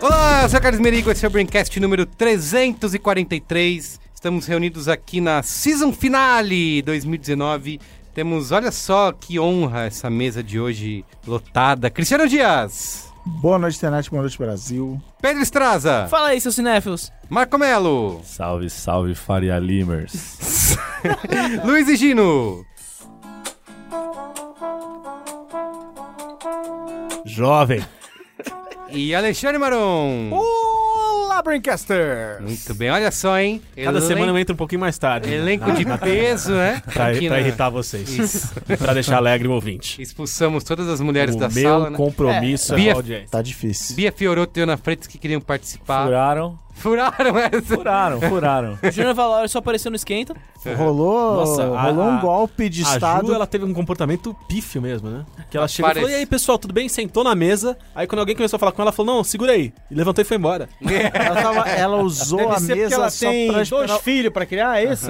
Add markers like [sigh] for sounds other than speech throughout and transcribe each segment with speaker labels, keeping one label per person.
Speaker 1: Olá, eu sou o Carlos Merigo, esse é o Braincast número 343. Estamos reunidos aqui na Season Finale 2019. Temos, olha só que honra essa mesa de hoje lotada. Cristiano Dias,
Speaker 2: Boa noite, internet. Boa noite, Brasil.
Speaker 1: Pedro Estraza,
Speaker 3: Fala aí, seus cinéfilos.
Speaker 1: Marco Melo,
Speaker 4: Salve, salve, Faria Limers.
Speaker 1: Luiz e Gino.
Speaker 4: Jovem.
Speaker 1: E Alexandre Maron.
Speaker 2: Olá, Braincaster!
Speaker 1: Muito bem, olha só, hein?
Speaker 4: Cada semana eu entro um pouquinho mais tarde.
Speaker 1: Elenco de
Speaker 3: Ah, tá.
Speaker 1: peso, né?
Speaker 4: Pra,
Speaker 1: Aqui
Speaker 4: pra
Speaker 1: na-
Speaker 4: irritar vocês.
Speaker 1: Isso.
Speaker 4: pra deixar alegre o
Speaker 1: [laughs]
Speaker 4: ouvinte.
Speaker 1: Expulsamos todas as mulheres
Speaker 4: o
Speaker 1: da
Speaker 4: meu
Speaker 1: sala, né? É.
Speaker 4: compromisso é,
Speaker 1: Bia-
Speaker 4: com a audiência.
Speaker 2: Tá difícil.
Speaker 1: Bia Fiorotto e Ana Freitas que queriam participar.
Speaker 4: Furaram,
Speaker 1: Furaram essa.
Speaker 4: furaram, furaram.
Speaker 3: O Júnior Valório só apareceu no Esquenta.
Speaker 2: [laughs] Rolou,
Speaker 4: Nossa, a-
Speaker 2: rolou um
Speaker 4: a-
Speaker 2: golpe de
Speaker 4: A Ju,
Speaker 2: Estado.
Speaker 4: ela teve um comportamento pífio mesmo, né? Que ela chegou e falou,
Speaker 1: Parece.
Speaker 4: e aí, pessoal, tudo bem? Sentou na mesa. Aí quando alguém começou a falar com ela, ela falou, não, segura aí. E levantou e foi embora.
Speaker 2: Ela, tava- ela usou a mesa só pra esperar,
Speaker 4: filhos pra criar, é isso?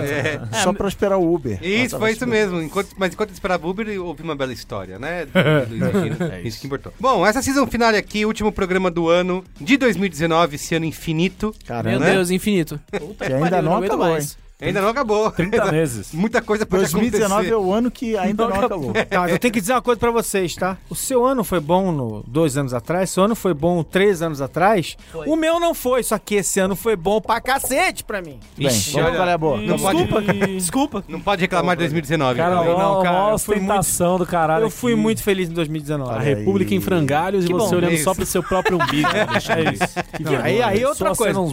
Speaker 2: só pra esperar o Uber. Ela
Speaker 1: Isso,
Speaker 2: tava tipo,
Speaker 1: foi isso
Speaker 2: esperando.
Speaker 1: mesmo. Enquanto- mas enquanto esperava o Uber, houve uma bela história,
Speaker 2: [laughs]
Speaker 1: né? do- do Luiz Egino.
Speaker 4: É
Speaker 1: isso.
Speaker 4: isso.
Speaker 1: que importou. Bom, essa season finale aqui, último programa do ano de 2019, esse ano infinito.
Speaker 3: Meu
Speaker 4: é?
Speaker 2: Caramba,
Speaker 1: né?
Speaker 3: Deus, infinito. Puta
Speaker 2: Que ainda não
Speaker 3: aguento
Speaker 2: acabou,
Speaker 1: Ainda não acabou.
Speaker 4: 30
Speaker 1: [laughs]
Speaker 4: meses.
Speaker 1: Muita coisa pode
Speaker 2: 2019
Speaker 1: acontecer.
Speaker 2: é o ano que ainda não, acabou.
Speaker 5: Tá, mas eu tenho que dizer uma coisa pra vocês, tá? O seu ano foi bom no dois anos atrás, seu ano foi bom três anos atrás, o meu não foi, só que esse ano foi bom pra cacete pra mim.
Speaker 2: Bem,
Speaker 1: Ixi,
Speaker 2: vamos
Speaker 1: olha,
Speaker 2: trabalhar boa.
Speaker 1: Não pode,
Speaker 5: Desculpa, cara. desculpa.
Speaker 1: não pode reclamar de 2019.
Speaker 4: Cara,
Speaker 1: entendeu?
Speaker 5: Não, não,
Speaker 4: ó,
Speaker 5: cara,
Speaker 4: ó,
Speaker 5: eu fui muito-
Speaker 4: ostentação do caralho.
Speaker 5: Eu fui
Speaker 4: aqui.
Speaker 5: muito feliz em
Speaker 4: A
Speaker 5: 2019.
Speaker 4: República em frangalhos e
Speaker 5: Que
Speaker 4: você
Speaker 5: bom.
Speaker 4: olhando
Speaker 1: Isso.
Speaker 4: só pro seu próprio umbigo. né? Deixa isso. Que
Speaker 5: Não, aí-
Speaker 4: vergonha.
Speaker 5: aí outra
Speaker 4: Só
Speaker 5: coisa.
Speaker 4: cenas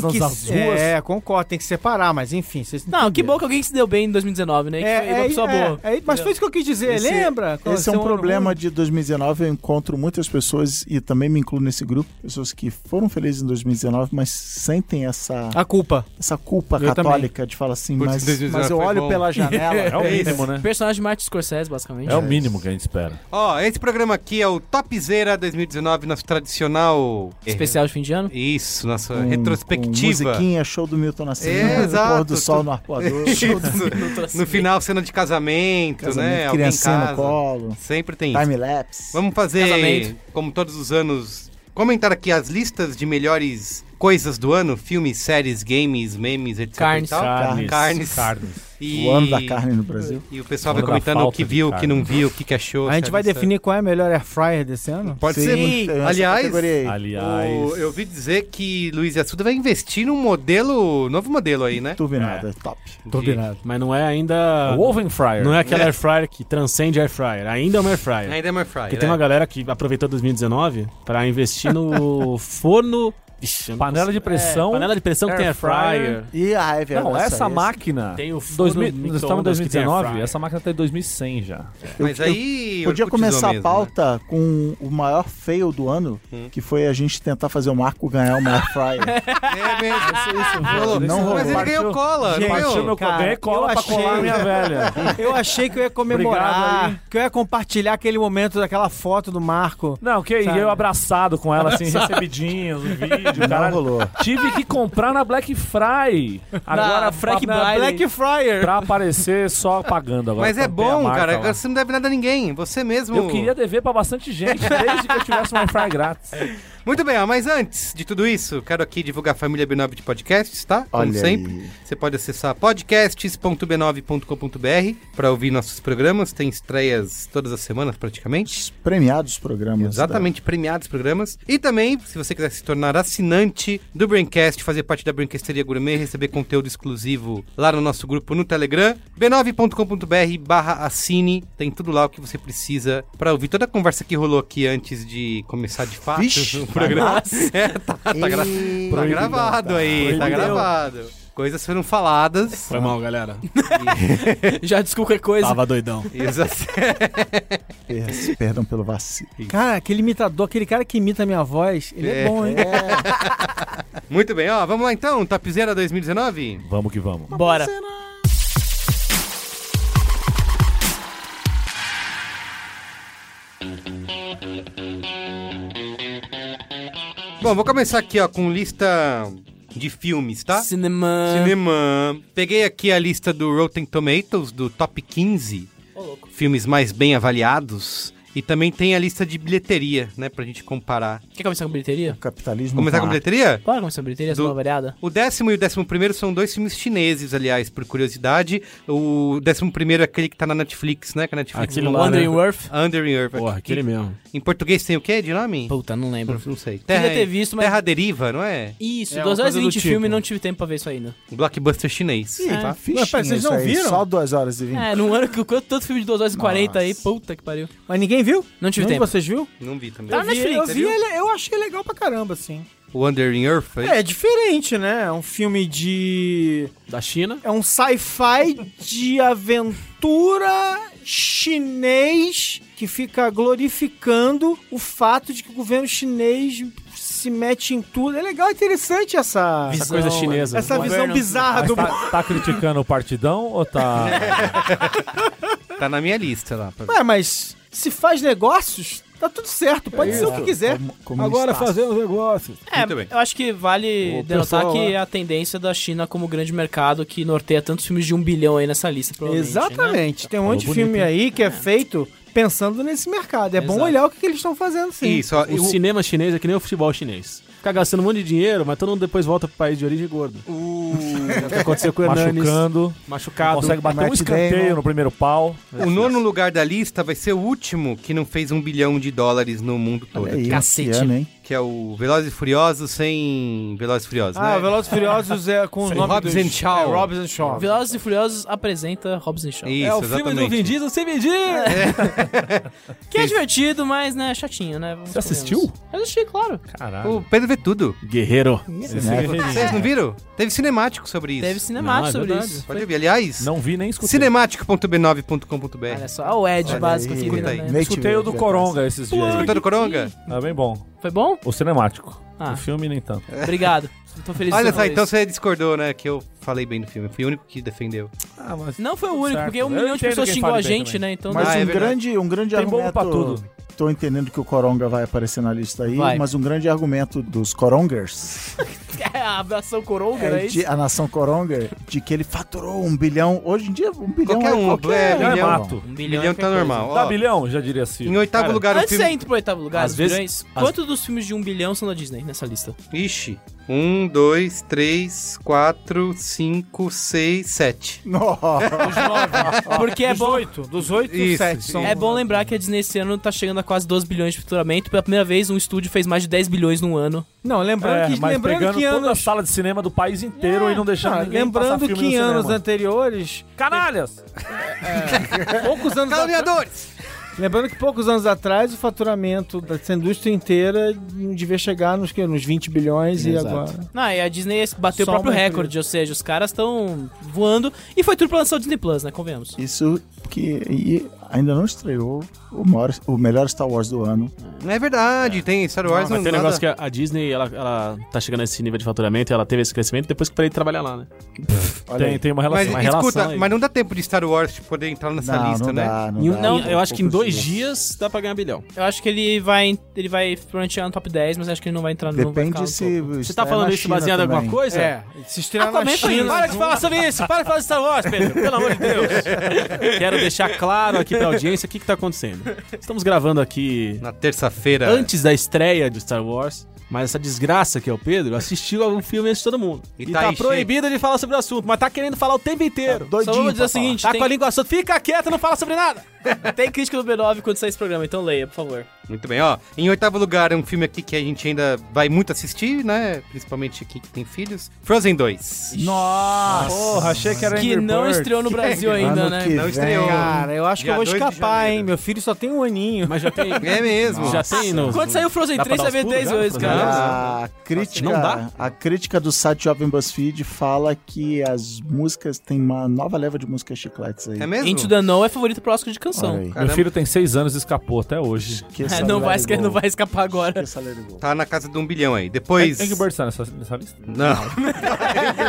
Speaker 5: Tem
Speaker 3: tá
Speaker 4: nas
Speaker 5: que
Speaker 4: nas
Speaker 5: se-
Speaker 4: ruas.
Speaker 5: É, concordo, tem que separar, mas enfim. Vocês
Speaker 3: Não, que bom que alguém se deu bem em 2019, né? Que foi uma pessoa boa.
Speaker 5: é, mas foi isso que eu quis dizer,
Speaker 2: Esse-
Speaker 5: lembra?
Speaker 2: Esse é
Speaker 5: Seu
Speaker 2: um
Speaker 5: ano
Speaker 2: problema
Speaker 5: ruim.
Speaker 2: de 2019. Eu encontro muitas pessoas, e também me incluo nesse grupo, pessoas que foram felizes em 2019, mas sentem essa,
Speaker 5: A culpa.
Speaker 2: essa culpa
Speaker 5: Eu também.
Speaker 2: católica de falar assim,
Speaker 1: Putz,
Speaker 2: mas,
Speaker 1: 2019
Speaker 2: mas eu
Speaker 1: foi
Speaker 2: olho
Speaker 1: bom. [laughs]
Speaker 2: pela
Speaker 4: É o
Speaker 2: janela.
Speaker 4: mínimo, né?
Speaker 3: Personagem de Martin Scorsese, basicamente.
Speaker 4: É o mínimo que a gente espera.
Speaker 1: Ó, esse programa aqui é o Topzera 2019, nosso tradicional...
Speaker 3: Especial de fim de ano.
Speaker 1: Isso, nossa
Speaker 2: Com- Com
Speaker 1: retrospectiva.
Speaker 2: musiquinha, show do Milton Nascimento,
Speaker 1: É,
Speaker 2: pôr
Speaker 1: exato.
Speaker 2: do sol no
Speaker 1: [laughs]
Speaker 2: arpoador,
Speaker 1: Isso.
Speaker 3: Assim.
Speaker 1: No final, cena de casamento, né?
Speaker 2: casamento,
Speaker 1: Alguém em
Speaker 2: criancinha
Speaker 1: casa.
Speaker 2: no colo,
Speaker 1: Sempre tem isso.
Speaker 2: time-lapse.
Speaker 1: Vamos fazer,
Speaker 3: Casamento.
Speaker 1: como todos os anos, comentar aqui as listas de melhores coisas do ano: filmes, séries, games, memes, etc.
Speaker 3: Carnes.
Speaker 1: E, tal.
Speaker 4: Carnes.
Speaker 1: Carnes.
Speaker 4: Carnes.
Speaker 1: E-
Speaker 2: O ano da carne no Brasil.
Speaker 1: E o pessoal vai
Speaker 4: Ano da
Speaker 1: comentando o
Speaker 4: falta
Speaker 1: que
Speaker 4: de
Speaker 1: viu, o que
Speaker 4: carne.
Speaker 1: não viu, o que, que achou.
Speaker 5: A gente
Speaker 1: se
Speaker 5: vai
Speaker 1: lista-
Speaker 5: definir qual é a melhor air fryer desse ano?
Speaker 1: Pode
Speaker 2: Sim,
Speaker 1: ser.
Speaker 2: tem essa
Speaker 1: Aliás,
Speaker 2: categoria aí.
Speaker 4: Aliás.
Speaker 1: O- eu ouvi dizer que Luiz Assuda vai investir num modelo, novo modelo aí, né?
Speaker 2: turbinada, top.
Speaker 1: Turbinado.
Speaker 4: Mas não é ainda.
Speaker 5: O Oven Fryer.
Speaker 4: Não é aquela air fryer que transcende air fryer. Ainda é uma air fryer.
Speaker 1: Ainda é mais fry.
Speaker 4: Porque tem uma galera que aproveitou 2019 pra investir no forno. Ixi, eu não
Speaker 6: Panela de
Speaker 4: consigo- É,
Speaker 6: pressão.
Speaker 4: Panela de pressão que tem air fryer.
Speaker 2: E a é Eve,
Speaker 6: Não,
Speaker 2: olha só,
Speaker 6: essa
Speaker 4: é
Speaker 2: esse-
Speaker 6: máquina.
Speaker 4: Tem o forno
Speaker 6: 2000, nós estamos em
Speaker 4: micro-ondas que tem air
Speaker 6: 2019,
Speaker 4: fryer.
Speaker 6: essa máquina tá em 2100 já.
Speaker 1: Mas aí.
Speaker 2: Podia
Speaker 1: orcutizou
Speaker 2: começar
Speaker 1: mesmo,
Speaker 2: a
Speaker 1: né? Hum.
Speaker 2: pauta com o maior fail do ano, que foi a gente tentar fazer o Marco ganhar uma
Speaker 1: [laughs]
Speaker 2: air fryer.
Speaker 1: É mesmo. Rolou.
Speaker 2: Não rolou.
Speaker 1: Mas ele ganhou cola,
Speaker 6: Partiu
Speaker 1: não ganhou?
Speaker 6: meu
Speaker 5: Cara,
Speaker 6: ganhei cola
Speaker 5: eu
Speaker 6: pra
Speaker 5: achei-
Speaker 6: colar a [laughs] minha velha.
Speaker 5: Eu achei que eu ia
Speaker 6: Obrigado
Speaker 5: comemorar, que eu ia compartilhar aquele momento daquela foto do Marco.
Speaker 6: Não, que
Speaker 5: Sabe?
Speaker 6: eu abraçado com
Speaker 4: [laughs]
Speaker 6: ela, assim, recebidinhos, um vídeo,
Speaker 2: Não
Speaker 6: caralho.
Speaker 2: rolou.
Speaker 6: Tive que comprar na Black Fry. Agora,
Speaker 3: Na Frank
Speaker 6: pra-
Speaker 3: Baile.
Speaker 5: Black Fryer.
Speaker 6: Pra aparecer só pagando agora.
Speaker 1: Mas é
Speaker 6: Então tem a
Speaker 1: bom,
Speaker 6: marca
Speaker 1: cara.
Speaker 6: lá.
Speaker 1: Agora Você não deve nada a ninguém. Você mesmo.
Speaker 6: Eu queria dever pra bastante gente,
Speaker 4: [laughs]
Speaker 6: desde que eu tivesse uma air fryer grátis.
Speaker 1: Muito bem, ó, mas antes de tudo isso, quero aqui divulgar a família B9 de podcasts, tá? Como
Speaker 2: Olha
Speaker 1: sempre.
Speaker 2: aí.
Speaker 1: Você pode acessar podcasts.b9.com.br para ouvir nossos programas. Tem estreias todas as semanas, praticamente.
Speaker 2: Premiados programas.
Speaker 1: Exatamente, premiados programas. E também, se você quiser se tornar assinante do Braincast, fazer parte da Braincasteria Gourmet, receber conteúdo exclusivo lá no nosso grupo no Telegram, b9.com.br barra assine, tem tudo lá o que você precisa pra ouvir toda a conversa que rolou aqui antes de começar de fato
Speaker 2: Vixe,
Speaker 1: o programa. [laughs] É, tá, tá
Speaker 2: da-
Speaker 1: gra-
Speaker 2: E-
Speaker 1: tá gravado aí, tá
Speaker 6: Proibidão.
Speaker 1: gravado. Coisas foram
Speaker 4: [laughs]
Speaker 1: faladas.
Speaker 4: Foi mal, galera.
Speaker 3: Já desculpa qualquer coisa.
Speaker 4: Tava doidão.
Speaker 1: E os ass-
Speaker 2: Per- Perdão pelo vacilo.
Speaker 5: É. Cara, aquele imitador, aquele cara que imita a minha voz, ele é, bom, hein?
Speaker 1: Muito bem, ó, vamos lá então, Top Zero 2019?
Speaker 6: Vamos que vamos.
Speaker 3: Bora.
Speaker 1: Bom, vou começar aqui, ó, com lista de filmes, tá?
Speaker 3: Cinema.
Speaker 1: Cinema. Peguei aqui a lista do Rotten Tomatoes, do top 15 filmes mais bem avaliados. E também tem a lista de bilheteria, né? Pra gente comparar.
Speaker 3: Quer começar com bilheteria?
Speaker 2: Capitalismo. tá
Speaker 1: Começar com
Speaker 2: má.
Speaker 1: bilheteria?
Speaker 3: Bora começar com bilheteria,
Speaker 1: Do-
Speaker 3: essa nova variada.
Speaker 1: O décimo e o décimo primeiro são dois filmes chineses, aliás, por curiosidade. O décimo primeiro é aquele que tá na Netflix, né? Que a Netflix
Speaker 4: Aquele lá,
Speaker 3: Wandering
Speaker 4: né?
Speaker 3: Earth.
Speaker 1: Under in Earth.
Speaker 4: Porra, aquele mesmo.
Speaker 1: Em português tem o quê de nome?
Speaker 3: Puta, não lembro.
Speaker 1: Não sei.
Speaker 3: Queria ter visto, mas...
Speaker 1: Terra Deriva, não é?
Speaker 3: Isso,
Speaker 5: É,
Speaker 3: 2
Speaker 5: uma
Speaker 3: horas e
Speaker 5: coisa do
Speaker 3: 20 filme
Speaker 5: tipo.
Speaker 3: não tive tempo pra ver isso ainda.
Speaker 1: Um blockbuster chinês.
Speaker 2: Ih, tá fichinho
Speaker 5: Mas, pera, vocês
Speaker 2: isso
Speaker 5: não
Speaker 2: aí,
Speaker 5: viram?
Speaker 2: Só 2 horas e 20.
Speaker 3: É, num ano que quanto tanto filme de 2 horas e 40 aí, puta que pariu.
Speaker 5: Mas ninguém viu?
Speaker 3: Não tive
Speaker 5: Nenhum de
Speaker 3: tempo.
Speaker 5: vocês viu?
Speaker 1: Não vi também.
Speaker 3: Tá
Speaker 5: Eu
Speaker 3: na
Speaker 5: vi,
Speaker 3: Netflix,
Speaker 5: eu
Speaker 3: você
Speaker 5: vi,
Speaker 3: viu?
Speaker 5: ele- eu achei legal pra caramba, assim.
Speaker 1: O Under in Earth, aí?
Speaker 5: É, é diferente, né? É um filme de.
Speaker 4: Da China.
Speaker 5: É um sci-fi de aventura chinês que fica glorificando o fato de que o governo chinês se mete em tudo. É legal, é interessante essa.
Speaker 4: Essa coisa chinesa.
Speaker 5: Essa
Speaker 3: governo-
Speaker 5: visão bizarra
Speaker 4: Ah,
Speaker 6: Mas
Speaker 5: do
Speaker 6: tá, tá criticando o partidão ou
Speaker 4: É,
Speaker 6: tá.
Speaker 1: Tá na minha lista lá. pra ver.
Speaker 5: Ué, mas se faz negócios, tá tudo certo. Pode ser o
Speaker 2: É,
Speaker 5: que quiser.
Speaker 2: Como- como
Speaker 6: Agora
Speaker 4: tá.
Speaker 2: está.
Speaker 6: fazer os negócios.
Speaker 3: É,
Speaker 1: Muito bem.
Speaker 3: eu acho que vale
Speaker 6: O
Speaker 3: denotar
Speaker 6: pessoal
Speaker 3: que
Speaker 6: lá-
Speaker 3: é a tendência da China como grande mercado que norteia tantos filmes de um bilhão aí nessa lista, provavelmente. né?
Speaker 5: Exatamente. Tem um monte de
Speaker 6: Falou
Speaker 5: filme
Speaker 6: bonito,
Speaker 5: aí que é feito pensando nesse mercado. É bom
Speaker 3: Exato.
Speaker 5: olhar o que, que eles estão fazendo, sim.
Speaker 1: Isso, ó,
Speaker 4: O
Speaker 1: o-
Speaker 4: cinema chinês é que nem o futebol chinês. Fica gastando um monte de dinheiro, mas todo mundo depois volta pro país de origem gordo. É o que aconteceu com o Hernanes.
Speaker 6: Machucando.
Speaker 4: Machucado.
Speaker 6: Consegue bater
Speaker 2: Matt
Speaker 6: um escanteio
Speaker 2: Damon.
Speaker 6: no primeiro pau.
Speaker 1: O nono lugar da lista vai ser o último que não fez um bilhão de dólares no mundo todo.
Speaker 2: Olha aí,
Speaker 3: Cacete.
Speaker 2: É esse ano, hein?
Speaker 1: Que é o Velozes e Furiosos sem Velozes e Furiosos,
Speaker 5: Ah,
Speaker 1: né?
Speaker 5: Velozes e Furiosos é com o
Speaker 1: Sim.
Speaker 5: nome
Speaker 1: Hobbs
Speaker 5: dos...
Speaker 1: and Shaw.
Speaker 5: É, Hobbs and Shaw.
Speaker 3: Velozes e Furiosos apresenta Robson Shaw.
Speaker 1: Isso,
Speaker 4: É o filme
Speaker 1: exatamente.
Speaker 4: do Vin Diesel sem Vin Diesel.
Speaker 3: Que é divertido, mas, né, chatinho, né? Vamos
Speaker 4: Você
Speaker 3: convenhamos.
Speaker 4: assistiu?
Speaker 3: Eu assisti, claro.
Speaker 1: O
Speaker 6: Caralho.
Speaker 1: Pedro vê tudo.
Speaker 4: Guerreiro.
Speaker 1: né? Vocês não viram? Teve cinemático sobre isso.
Speaker 3: Teve
Speaker 4: Não,
Speaker 3: cinemático
Speaker 4: é
Speaker 3: sobre
Speaker 4: verdade.
Speaker 3: isso.
Speaker 1: Pode ver. Aliás,
Speaker 6: Não vi nem escutei.
Speaker 1: cinemático.b9.com.br.
Speaker 3: Olha só, olha o Ed
Speaker 2: Olha
Speaker 3: básico
Speaker 2: aí,
Speaker 3: aqui,
Speaker 1: escuta
Speaker 3: né?
Speaker 1: aí.
Speaker 2: Nem
Speaker 6: Escutei o do
Speaker 2: tive-
Speaker 6: Coronga esses dias. aí.
Speaker 1: Escutou do Coronga?
Speaker 6: Tá bem bom.
Speaker 3: Foi bom?
Speaker 6: O cinemático.
Speaker 3: Ah.
Speaker 6: O filme nem tanto.
Speaker 3: Obrigado. Eu Tô feliz
Speaker 1: Olha
Speaker 3: com
Speaker 1: só,
Speaker 3: isso.
Speaker 1: então você discordou, né? Que eu falei bem do filme. Fui o único que defendeu.
Speaker 6: Ah, mas
Speaker 3: Não foi o único,
Speaker 6: Certo.
Speaker 3: porque um
Speaker 6: Eu
Speaker 3: milhão de
Speaker 6: entendo
Speaker 3: pessoas
Speaker 6: quem
Speaker 3: xingou
Speaker 6: fala
Speaker 3: a
Speaker 6: bem
Speaker 3: gente,
Speaker 6: também.
Speaker 3: né? Então
Speaker 2: Mas
Speaker 1: Ah, é
Speaker 2: um,
Speaker 1: verdade.
Speaker 2: grande, um grande
Speaker 6: tem
Speaker 2: argumento...
Speaker 6: bomba pra tudo.
Speaker 2: Tô entendendo que o Coronga vai aparecer na lista aí,
Speaker 3: Vai.
Speaker 2: mas um grande argumento dos Corongers,
Speaker 3: é [laughs] abração coronga,
Speaker 2: é
Speaker 3: é isso?
Speaker 2: de- a nação Coronga, de que ele faturou um bilhão. Hoje em dia, um bilhão
Speaker 1: Qualquer
Speaker 2: é
Speaker 1: um,
Speaker 2: qualquer...
Speaker 1: é, bilhão.
Speaker 6: mato.
Speaker 3: Um
Speaker 1: Bilhão
Speaker 3: é
Speaker 1: tá
Speaker 3: qualquer
Speaker 1: normal.
Speaker 3: coisa.
Speaker 6: Dá
Speaker 1: Ó,
Speaker 6: bilhão, já diria assim.
Speaker 1: em oitavo
Speaker 6: Cara,
Speaker 1: lugar o
Speaker 3: Antes de você
Speaker 1: filme...
Speaker 3: ir pro oitavo lugar,
Speaker 4: Às
Speaker 3: os
Speaker 4: vezes-
Speaker 3: bilhões,
Speaker 4: às-
Speaker 3: quantos dos filmes de um bilhão são da Disney nessa lista?
Speaker 1: Ixi. Um, dois, três, quatro, cinco, seis, sete.
Speaker 2: Nossa,
Speaker 3: Porque é
Speaker 5: dos
Speaker 3: bom,
Speaker 5: oito. Dos oito,
Speaker 1: Isso,
Speaker 5: sete
Speaker 1: isso.
Speaker 5: são...
Speaker 3: é bom lembrar que a Disney esse ano tá chegando a quase 12 bilhões de faturamento. Pela primeira vez, um estúdio fez mais de 10 bilhões num ano.
Speaker 5: Não, lembrando
Speaker 6: É,
Speaker 5: que,
Speaker 6: mas
Speaker 5: lembrando
Speaker 6: pegando
Speaker 5: que
Speaker 6: toda a
Speaker 5: anos...
Speaker 6: sala de cinema do país inteiro e não deixando
Speaker 5: Ah,
Speaker 6: ninguém
Speaker 5: lembrando
Speaker 6: passar
Speaker 5: que
Speaker 6: filme
Speaker 5: em
Speaker 6: no
Speaker 5: anos
Speaker 6: cinema.
Speaker 5: anteriores,
Speaker 6: Canalhas!
Speaker 5: poucos
Speaker 1: [laughs]
Speaker 5: anos atrás,
Speaker 1: Caluniadores!
Speaker 5: lembrando que poucos anos atrás o faturamento dessa indústria inteira devia chegar nos, quê? nos 20 bilhões
Speaker 2: Exato.
Speaker 5: e agora...
Speaker 3: Ah, e a Disney bateu
Speaker 5: Só
Speaker 3: o próprio
Speaker 5: uma empresa.
Speaker 3: recorde, ou seja, os caras estão voando. E foi tudo pra lançar o Disney Plus, né?
Speaker 2: [laughs]
Speaker 3: Convenhamos.
Speaker 2: isso que e ainda não estreou o, maior- o melhor Star Wars do ano.
Speaker 1: Não é verdade, tem Star Wars...
Speaker 4: Mas
Speaker 1: não
Speaker 4: tem um
Speaker 1: nada-
Speaker 4: negócio que a- a Disney, ela, ela tá chegando a esse nível de faturamento, ela teve esse crescimento depois que eu parei de trabalhar lá, né?
Speaker 2: Olha
Speaker 6: Tem,
Speaker 2: aí.
Speaker 6: tem uma
Speaker 7: é
Speaker 6: relação.
Speaker 1: Mas
Speaker 6: uma
Speaker 1: escuta,
Speaker 6: relação aí.
Speaker 1: mas não dá tempo de Star Wars poder entrar nessa
Speaker 2: Não,
Speaker 1: lista,
Speaker 2: não
Speaker 1: né?
Speaker 5: Tá
Speaker 2: dá, não
Speaker 4: Em um-
Speaker 2: dá,
Speaker 4: não,
Speaker 2: tem
Speaker 4: eu acho que em
Speaker 2: poucos
Speaker 4: dois dias dá pra ganhar um bilhão.
Speaker 3: Eu acho que ele vai, ele vai frontear no top 10, mas acho que ele não vai entrar no não vai
Speaker 2: Depende
Speaker 3: ficar no
Speaker 2: se.
Speaker 3: topo.
Speaker 4: Você tá falando isso baseado em alguma coisa?
Speaker 5: se estrear na
Speaker 3: Aquaman foi
Speaker 5: China...
Speaker 3: Para de falar sobre isso! Para de falar de Star Wars, Pedro! Pelo amor de Deus!
Speaker 4: [laughs] Quero deixar claro aqui pra audiência o que, que tá acontecendo. Estamos gravando aqui
Speaker 1: Na terça-feira...
Speaker 4: antes da estreia de Star Wars, mas essa desgraça que é o Pedro assistiu o filme antes de todo mundo.
Speaker 1: E
Speaker 4: E,
Speaker 1: tá
Speaker 4: tá,
Speaker 1: aí cheio.
Speaker 4: proibido de falar sobre o assunto, mas tá querendo falar o tempo inteiro.
Speaker 2: Doidinho
Speaker 3: Só vou dizer
Speaker 2: pra
Speaker 3: o seguinte:
Speaker 4: Tá
Speaker 3: tem,
Speaker 4: com a língua solta, fica quieto, não fala sobre [laughs] nada.
Speaker 3: tem crítica do B9 quando sair esse programa, então leia, por favor.
Speaker 1: Muito bem, ó. Em oitavo lugar, é um filme aqui que a gente ainda vai muito assistir, né? Principalmente aqui que tem filhos. Frozen 2.
Speaker 6: Nossa! Porra, achei que era
Speaker 3: que
Speaker 6: Angry
Speaker 3: não
Speaker 6: Birds.
Speaker 3: estreou no Brasil
Speaker 2: falar.
Speaker 3: ainda,
Speaker 2: Ano
Speaker 3: né?
Speaker 2: que
Speaker 1: Não
Speaker 2: vem.
Speaker 1: estreou.
Speaker 5: Cara, eu acho que
Speaker 1: Dia
Speaker 5: eu vou
Speaker 1: 2 de
Speaker 5: escapar,
Speaker 1: janeiro.
Speaker 5: hein? Meu filho só tem um aninho.
Speaker 4: Mas [laughs] já tem.
Speaker 1: É mesmo.
Speaker 4: Já tem no.
Speaker 3: Quando saiu Frozen
Speaker 4: Dá pra
Speaker 3: 3,
Speaker 4: dar
Speaker 3: vai ver
Speaker 4: uns
Speaker 3: 10
Speaker 4: pulos,
Speaker 3: vezes,
Speaker 4: né?
Speaker 3: cara.
Speaker 2: A Ah, crítica,
Speaker 4: Não dá?
Speaker 2: a crítica do site Jovem BuzzFeed fala que as músicas tem uma nova leva de músicas chicletes aí.
Speaker 1: É mesmo?
Speaker 3: Into the Know é favorito pro Oscar de canção. solução. [laughs]
Speaker 2: Olha aí.
Speaker 1: Caramba.
Speaker 6: Meu filho tem seis anos e escapou até hoje.
Speaker 2: Esqueça
Speaker 3: É, não,
Speaker 2: Larry
Speaker 3: vai, esca-
Speaker 2: Gold.
Speaker 3: não vai escapar agora.
Speaker 2: Esqueça Larry Gold.
Speaker 1: Tá na casa de um bilhão aí. Depois.
Speaker 6: Angry Birds tá nessa, nessa lista?
Speaker 1: Não.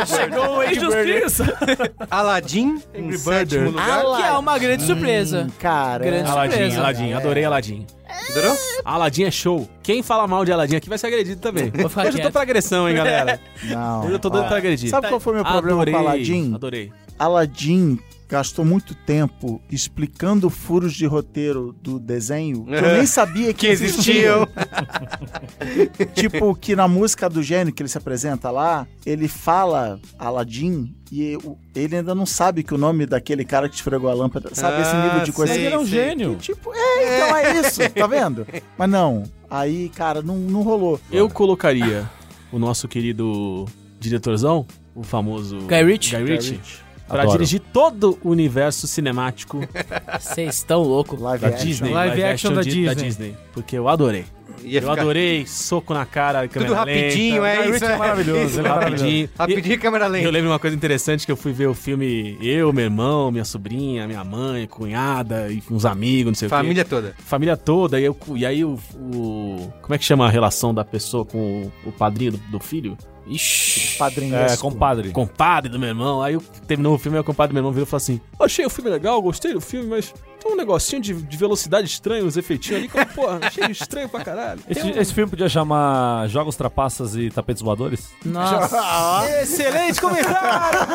Speaker 3: Chegou o Injustiça!
Speaker 1: [laughs] Aladdin, em sétimo lugar.
Speaker 3: Que é uma grande surpresa.
Speaker 2: Hum,
Speaker 5: Cara,
Speaker 2: é
Speaker 3: Grande
Speaker 4: Aladim,
Speaker 3: surpresa.
Speaker 4: Aladim, adorei Aladim.
Speaker 1: Adorou?
Speaker 4: Aladim é show. Quem fala mal de Aladim aqui vai ser agredido também.
Speaker 3: Vou ficar
Speaker 4: Hoje eu tô
Speaker 3: quieto.
Speaker 4: pra agressão, hein, [laughs] galera.
Speaker 2: Não.
Speaker 4: Hoje eu tô dando pra agredir.
Speaker 2: Sabe qual foi meu problema
Speaker 4: adorei,
Speaker 2: com Aladdin?
Speaker 4: Adorei.
Speaker 2: Aladdin gastou muito tempo explicando furos de roteiro do desenho que eu nem sabia
Speaker 1: Que
Speaker 2: que,
Speaker 1: existiam.
Speaker 2: [laughs] tipo, que na música do gênio que ele se apresenta lá, ele fala Aladdin e o- ele ainda não sabe que o nome daquele cara que esfregou a lâmpada, sabe esse
Speaker 1: Ah,
Speaker 2: nível de coisa?
Speaker 1: sei,
Speaker 6: Ele é um
Speaker 1: sei.
Speaker 6: gênio.
Speaker 2: Tipo, é, então é isso, tá vendo? Mas não, aí, cara, não, não rolou.
Speaker 4: Eu colocaria o nosso querido diretorzão, o famoso
Speaker 3: Guy Ritchie?
Speaker 4: Guy Ritchie, pra
Speaker 6: Adoro.
Speaker 4: dirigir todo o
Speaker 6: [laughs]
Speaker 4: universo cinemático
Speaker 3: Vocês estão loucos.
Speaker 2: Live
Speaker 4: da
Speaker 2: action.
Speaker 4: Disney.
Speaker 6: Live action da
Speaker 4: di-
Speaker 6: Disney.
Speaker 4: Porque eu adorei.
Speaker 1: Ia
Speaker 4: Eu
Speaker 1: ficar
Speaker 4: adorei, soco na cara, câmera
Speaker 1: tudo rapidinho, é
Speaker 4: lenta,
Speaker 6: Guy
Speaker 1: isso.
Speaker 6: Ritchie é maravilhoso, ele é
Speaker 4: Rapidinho.
Speaker 1: Rapidinho e câmera
Speaker 4: E Eu
Speaker 1: lenta.
Speaker 4: lembro uma coisa interessante que eu fui ver o filme eu, meu irmão, minha sobrinha, minha mãe, cunhada e com uns amigos, não sei o quê.
Speaker 1: Família toda.
Speaker 4: Família toda, e, eu, e aí o, o- Como é que chama a relação da pessoa com o, o padrinho do, do filho?
Speaker 3: Ixi.
Speaker 2: Padrinho
Speaker 6: É,
Speaker 2: desse-
Speaker 6: compadre.
Speaker 4: Compadre do meu irmão. Aí eu- terminou o filme, aí o compadre do meu irmão virou e falou assim: Achei o filme legal, gostei do filme, mas tem um negocinho de, de velocidade estranho, uns efeitinhos ali, como, porra, achei estranho pra caralho. um
Speaker 6: Esse,
Speaker 1: um-
Speaker 6: esse filme podia chamar Jogos Trapaças e Tapetes Voadores?
Speaker 3: Nossa.
Speaker 5: excelente comentário!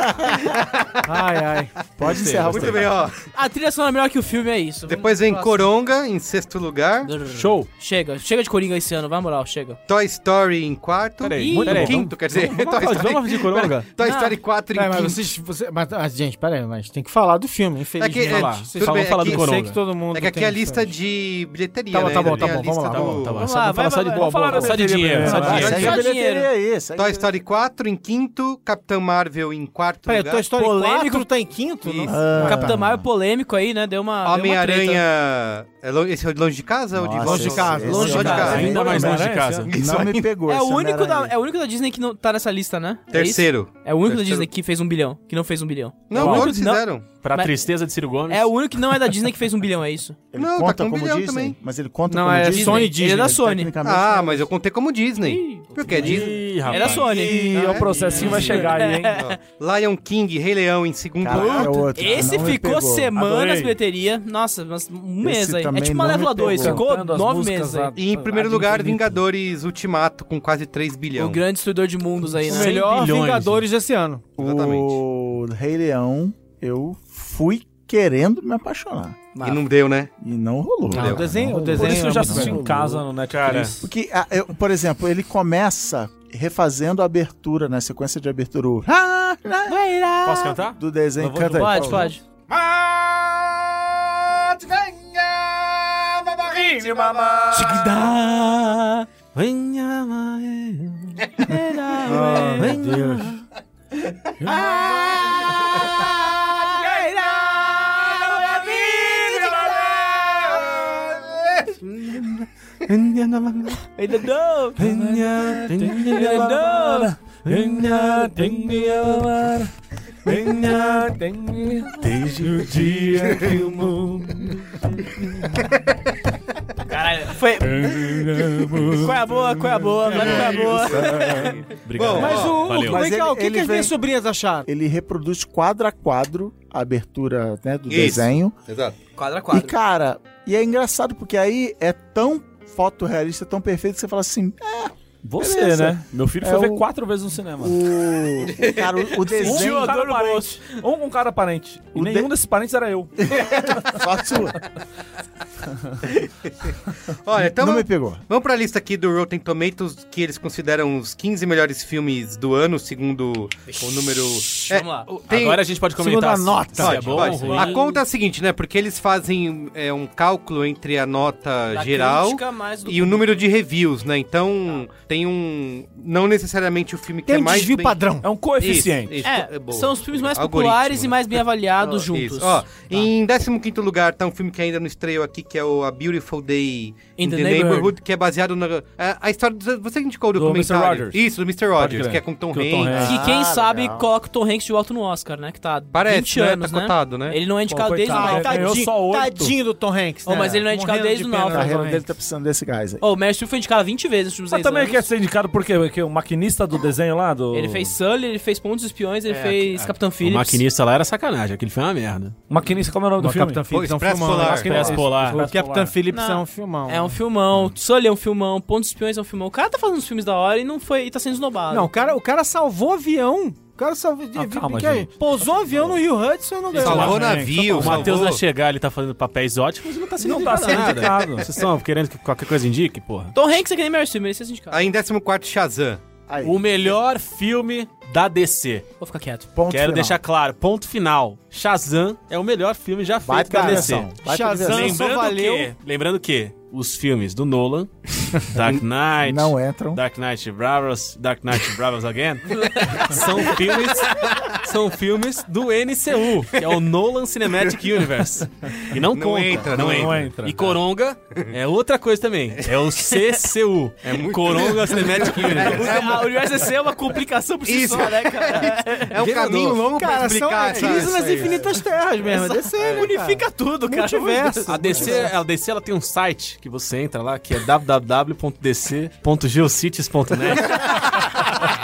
Speaker 6: Ai, ai.
Speaker 2: Pode encerrar o
Speaker 1: Muito bem, ó.
Speaker 3: [laughs] A trilha sonora é melhor que o filme, é isso.
Speaker 1: Depois vem Coronga em sexto lugar.
Speaker 4: Show!
Speaker 3: Chega, chega de Coringa esse ano, vai moral, chega.
Speaker 1: Toy Story em quarto.
Speaker 4: Peraí,
Speaker 1: Em
Speaker 4: muito bom.
Speaker 1: quinto, quer dizer.
Speaker 4: Vamos,
Speaker 1: Toy
Speaker 4: vamos,
Speaker 1: Story,
Speaker 4: vamos de Coronga.
Speaker 1: Toy Story 4 em
Speaker 5: mas,
Speaker 1: quinto.
Speaker 5: vocês, você, mas, ah, gente, peraí, mas tem que falar do filme,
Speaker 1: É que,
Speaker 5: infelizmente.
Speaker 1: é,
Speaker 4: falar.
Speaker 1: tudo
Speaker 4: Só
Speaker 1: bem,
Speaker 4: vamos falar
Speaker 1: é
Speaker 4: do
Speaker 1: que-
Speaker 4: Coronga.
Speaker 5: sei que todo mundo
Speaker 1: É que aqui
Speaker 5: tem
Speaker 1: é a lista
Speaker 5: isso.
Speaker 1: de bilheteria,
Speaker 5: Tá bom,
Speaker 1: né?
Speaker 5: tá bom,
Speaker 1: Tem
Speaker 5: tá
Speaker 1: a
Speaker 5: bom, vamos
Speaker 1: lista
Speaker 5: lá, vamos
Speaker 1: do-
Speaker 5: lá, tá bom.
Speaker 3: Vamos
Speaker 6: só
Speaker 3: lá,
Speaker 6: não
Speaker 3: vai,
Speaker 6: fala só
Speaker 3: vai,
Speaker 6: de
Speaker 3: vai,
Speaker 6: boa
Speaker 3: vamos falar
Speaker 6: boca.
Speaker 3: da
Speaker 4: Só de
Speaker 3: bilheteria
Speaker 4: dinheiro, só de
Speaker 3: primeiro, vai.
Speaker 2: Ah,
Speaker 4: dinheiro.
Speaker 3: Só
Speaker 2: segue
Speaker 3: de
Speaker 2: a bilheteria
Speaker 3: dinheiro.
Speaker 2: Tá aí, né? segue a
Speaker 1: Toy Story 4 em quinto, Capitão Marvel em quarto
Speaker 5: Peraí,
Speaker 1: lugar.
Speaker 5: Toy Story
Speaker 3: Polêmico.
Speaker 5: 4 tá em quinto?
Speaker 1: Isso.
Speaker 5: Não?
Speaker 2: Ah.
Speaker 3: Capitão Marvel polêmico aí, né? Deu uma. deu uma treta.
Speaker 1: Homem-Aranha. é lo- Esse é de longe de casa ou de
Speaker 2: Nossa,
Speaker 1: volta?
Speaker 5: Longe de casa,
Speaker 2: esse é
Speaker 1: longe de
Speaker 2: cara
Speaker 1: casa.
Speaker 2: aí
Speaker 4: Ainda
Speaker 2: não
Speaker 4: mais
Speaker 2: me
Speaker 4: longe de
Speaker 6: merece,
Speaker 4: casa.
Speaker 6: ó.
Speaker 1: Isso
Speaker 2: Não
Speaker 1: aí.
Speaker 2: me pegou.
Speaker 3: É o,
Speaker 2: esse
Speaker 3: único da,
Speaker 2: Homem-Aranha.
Speaker 3: é o único da Disney que não tá nessa lista, né? É
Speaker 1: Terceiro.
Speaker 3: isso? É, o único da
Speaker 1: Terceiro.
Speaker 3: Disney que fez um bilhão, que não fez um bilhão.
Speaker 1: Não,
Speaker 3: é o único,
Speaker 1: todos fizeram.
Speaker 4: Pra
Speaker 3: Mas-
Speaker 4: tristeza de Ciro Gomes.
Speaker 3: É o único que não é da Disney que fez um bilhão, é isso?
Speaker 2: Ele
Speaker 1: Não, tá
Speaker 2: conta
Speaker 1: com um
Speaker 2: como
Speaker 1: bilhão
Speaker 2: Disney,
Speaker 1: também.
Speaker 2: mas ele conta
Speaker 5: Não,
Speaker 2: como
Speaker 5: é
Speaker 2: Disney.
Speaker 5: Sony
Speaker 2: Ele
Speaker 3: Disney. da Sony.
Speaker 2: tecnicamente
Speaker 1: Ah,
Speaker 2: não.
Speaker 1: mas eu contei como Disney. Porque é Disney. é,
Speaker 4: Ih,
Speaker 3: É da
Speaker 4: rapaz.
Speaker 3: Sony.
Speaker 6: E o processinho vai chegar aí, hein?
Speaker 1: Ó, Lion King, Rei Leão em segundo
Speaker 2: Caraca,
Speaker 1: lugar.
Speaker 2: é outro.
Speaker 3: Esse
Speaker 2: Não me
Speaker 3: ficou
Speaker 2: pegou.
Speaker 3: semanas
Speaker 6: Adorei.
Speaker 3: bilheteria. Nossa, mas um
Speaker 2: Esse
Speaker 3: mês aí. É
Speaker 2: também
Speaker 3: tipo
Speaker 2: não me
Speaker 3: Malévola 2,
Speaker 2: pegou.
Speaker 3: ficou
Speaker 6: Cantando as
Speaker 3: nove
Speaker 6: músicas
Speaker 3: meses
Speaker 6: lá.
Speaker 3: aí.
Speaker 1: E em primeiro
Speaker 6: Ad
Speaker 1: lugar,
Speaker 6: infinitum.
Speaker 1: Vingadores Ultimato com quase 3
Speaker 3: O
Speaker 1: bilhão.
Speaker 3: grande destruidor de mundos aí,
Speaker 5: O
Speaker 3: né?
Speaker 5: melhor
Speaker 4: bilhões,
Speaker 5: Vingadores desse ano.
Speaker 2: O Rei Leão, eu fui querendo me apaixonar.
Speaker 1: E não deu, né?
Speaker 2: E não rolou.
Speaker 1: Não,
Speaker 5: Ah, o
Speaker 1: Entendeu?
Speaker 5: desenho, o
Speaker 6: Por
Speaker 5: desenho
Speaker 6: isso eu
Speaker 5: é
Speaker 6: já
Speaker 5: muito
Speaker 6: assisti
Speaker 5: bom.
Speaker 6: em casa no Netflix.
Speaker 2: Porque, ah, eu- por exemplo, ele começa refazendo a abertura, na sequência de abertura. o "Ah, ah",
Speaker 4: Posso cantar?
Speaker 2: Do desenho.
Speaker 6: Eu vou-
Speaker 2: Canta aí,
Speaker 3: Pode,
Speaker 2: por favor.
Speaker 3: pode. Chiquidá.
Speaker 4: Venha, mãe.
Speaker 2: Ah, meu
Speaker 3: Venha.
Speaker 2: Deus.
Speaker 3: Ainda não.
Speaker 6: Desde o dia que o mundo
Speaker 3: Caralho, foi. Qual é a boa, qual é a boa, qual é a boa.
Speaker 1: Bom,
Speaker 4: é.
Speaker 6: Obrigado.
Speaker 5: Mas
Speaker 1: ó,
Speaker 5: o, o-
Speaker 4: valeu.
Speaker 5: como é
Speaker 2: Mas
Speaker 5: que, é? o
Speaker 2: ele-
Speaker 5: que, que
Speaker 2: ele
Speaker 5: as minhas
Speaker 2: vem-
Speaker 5: sobrinhas acharam?
Speaker 2: Ele reproduz quadro a quadro a abertura né, do
Speaker 1: Isso.
Speaker 2: desenho.
Speaker 1: Exato.
Speaker 3: Quadra,
Speaker 2: E, cara, e é engraçado porque aí é tão fotorrealista, tão perfeito, que você fala assim,
Speaker 4: é
Speaker 6: Você,
Speaker 2: Beleza.
Speaker 6: né? Meu filho
Speaker 2: É
Speaker 6: foi ver
Speaker 4: um
Speaker 2: o-
Speaker 6: quatro vezes no cinema.
Speaker 2: o... Cara, o, o
Speaker 6: Um
Speaker 2: desenho...
Speaker 6: com um cara
Speaker 3: no
Speaker 6: parente. Um com um cara parente. E
Speaker 2: O
Speaker 6: nenhum
Speaker 2: de-
Speaker 6: desses parentes era eu.
Speaker 2: Só a sua.
Speaker 1: Olha, então
Speaker 2: Não me pegou.
Speaker 1: vamos pra lista aqui do Rotten Tomatoes, que eles consideram os 15 melhores filmes do ano, segundo o número... É,
Speaker 3: Vamos lá.
Speaker 1: o- tem-
Speaker 4: Agora a gente pode comentar.
Speaker 5: Segunda nota.
Speaker 4: Se é
Speaker 1: Pode,
Speaker 4: bom,
Speaker 1: pode.
Speaker 4: ruim.
Speaker 1: A conta é a seguinte, né? Porque eles fazem é, um cálculo entre a nota geral
Speaker 3: Crítica, mais do...
Speaker 1: e o número de reviews, né? Então, tem um. Não necessariamente o filme que
Speaker 5: Tem
Speaker 1: é
Speaker 5: um
Speaker 1: mais.
Speaker 5: desvio
Speaker 1: bem-
Speaker 5: padrão.
Speaker 6: É um coeficiente.
Speaker 1: Isso, isso,
Speaker 3: É,
Speaker 1: boa.
Speaker 3: são os filmes mais
Speaker 1: Algoritmo,
Speaker 3: populares
Speaker 1: né?
Speaker 3: e mais bem avaliados
Speaker 1: Ó,
Speaker 3: juntos.
Speaker 1: Isso. Ó, Em 15 lugar tá um filme que ainda não estreou aqui, que é o A Beautiful Day in, the, neighborhood. que é baseado na. é, a história. Do, você que indicou o
Speaker 6: Do
Speaker 1: documentário.
Speaker 6: Mr. Rogers.
Speaker 1: Isso, do Mr. Rogers,
Speaker 6: crer.
Speaker 1: que é com Tom
Speaker 6: Que o Tom
Speaker 1: Hanks.
Speaker 6: Hanks.
Speaker 3: Que quem
Speaker 2: Ah,
Speaker 3: sabe
Speaker 2: legal.
Speaker 3: coloca o Tom Hanks de volta no Oscar, né? Que tá há
Speaker 1: Parece,
Speaker 3: 20
Speaker 1: né?
Speaker 3: anos,
Speaker 1: tá
Speaker 3: né?
Speaker 1: cotado, né?
Speaker 3: Ele não é indicado
Speaker 6: Pô,
Speaker 3: desde o
Speaker 6: coitado,
Speaker 3: Náufrago.
Speaker 6: ganhou
Speaker 5: tadinho,
Speaker 6: só oito.
Speaker 5: tadinho do Tom Hanks.
Speaker 3: Ô, mas ele não é
Speaker 5: Morrendo
Speaker 3: indicado desde
Speaker 5: de
Speaker 3: o
Speaker 5: pena do
Speaker 2: A
Speaker 3: Náufrago.
Speaker 5: Tom
Speaker 2: carreira dele
Speaker 5: Hanks.
Speaker 2: tá precisando desse gás aí.
Speaker 3: Ô, o Meryl Streep foi indicado 20 vezes nos últimos
Speaker 6: Mas
Speaker 3: 10
Speaker 6: também
Speaker 3: anos.
Speaker 6: quer ser indicado por quê? Porque o maquinista do desenho lá
Speaker 1: é
Speaker 6: do.
Speaker 3: Ele fez Sully, ele fez Pontos dos Espiões, ele fez Capitão
Speaker 4: O
Speaker 3: Phillips.
Speaker 4: maquinista lá era sacanagem, aquele foi uma merda.
Speaker 6: Maquinista, como é o nome do
Speaker 5: Mas
Speaker 6: filme?
Speaker 5: Capitã
Speaker 1: Pô,
Speaker 5: Phillips é um
Speaker 1: Expresso
Speaker 5: filmão.
Speaker 1: Polar.
Speaker 5: Expresso
Speaker 6: Expresso
Speaker 5: Polar.
Speaker 6: Polar.
Speaker 5: O Capitão
Speaker 6: Polar.
Speaker 5: Phillips é
Speaker 3: Não.
Speaker 5: um filmão.
Speaker 3: É um filmão, Sully é um filmão, Pontos dos Espiões é um filmão. O cara tá fazendo uns filmes da hora e não foi, e tá sendo esnobado.
Speaker 5: Não, o cara, o cara salvou o avião. O cara salvou.
Speaker 6: Ah, calma,
Speaker 5: que é?
Speaker 6: gente.
Speaker 5: Pousou o avião no Rio Hudson e não ganhou.
Speaker 1: Salvou
Speaker 6: Tom Hanks,
Speaker 1: navio,
Speaker 4: O Matheus vai
Speaker 1: salvou.
Speaker 4: chegar, ele tá fazendo papéis ótimos e não tá sendo
Speaker 6: Não tá
Speaker 4: indicado
Speaker 6: sendo
Speaker 4: nada.
Speaker 6: indicado.
Speaker 4: Vocês estão querendo que qualquer coisa indique, porra?
Speaker 3: Tom Hanks é que nem Meryl Streep, ele se indicado.
Speaker 1: Aí em 14 Shazam.
Speaker 2: Aí.
Speaker 4: O melhor filme da DC.
Speaker 3: Vou ficar
Speaker 1: [laughs]
Speaker 3: quieto.
Speaker 2: Ponto
Speaker 4: Quero
Speaker 2: final.
Speaker 4: deixar claro, ponto final. Shazam é o melhor filme já
Speaker 2: Vai
Speaker 4: feito
Speaker 2: pra
Speaker 4: da DC.
Speaker 2: direção. Vai pra
Speaker 5: Shazam.
Speaker 2: direção.
Speaker 5: só
Speaker 4: Lembrando
Speaker 5: valeu-
Speaker 4: que, lembrando que os filmes do Nolan, Dark Knight,
Speaker 2: Não é. um entram.
Speaker 4: Dark Knight Bravos, Dark Knight Bravos Again, são filmes, são filmes do NCU, que é o Nolan Cinematic Universe. E não,
Speaker 1: Não
Speaker 4: conta,
Speaker 1: entra,
Speaker 4: não,
Speaker 1: não
Speaker 4: entra.
Speaker 6: entra.
Speaker 4: E Coronga é outra coisa também, é o CCU, é Coronga Cinematic Universe.
Speaker 3: A Universo DC é uma complicação por si
Speaker 1: Isso.
Speaker 3: só, né,
Speaker 1: [laughs]
Speaker 3: cara?
Speaker 1: É um caminho longo pra
Speaker 5: Cara, são a
Speaker 1: explicar
Speaker 5: crise
Speaker 1: essa...
Speaker 5: nas infinitas terras mesmo. Desse aí, né,
Speaker 3: Unifica tudo, cara.
Speaker 5: Multiverso.
Speaker 4: A DC, a DC ela tem um site que você entra lá, que é www.dc.geocities.net [laughs]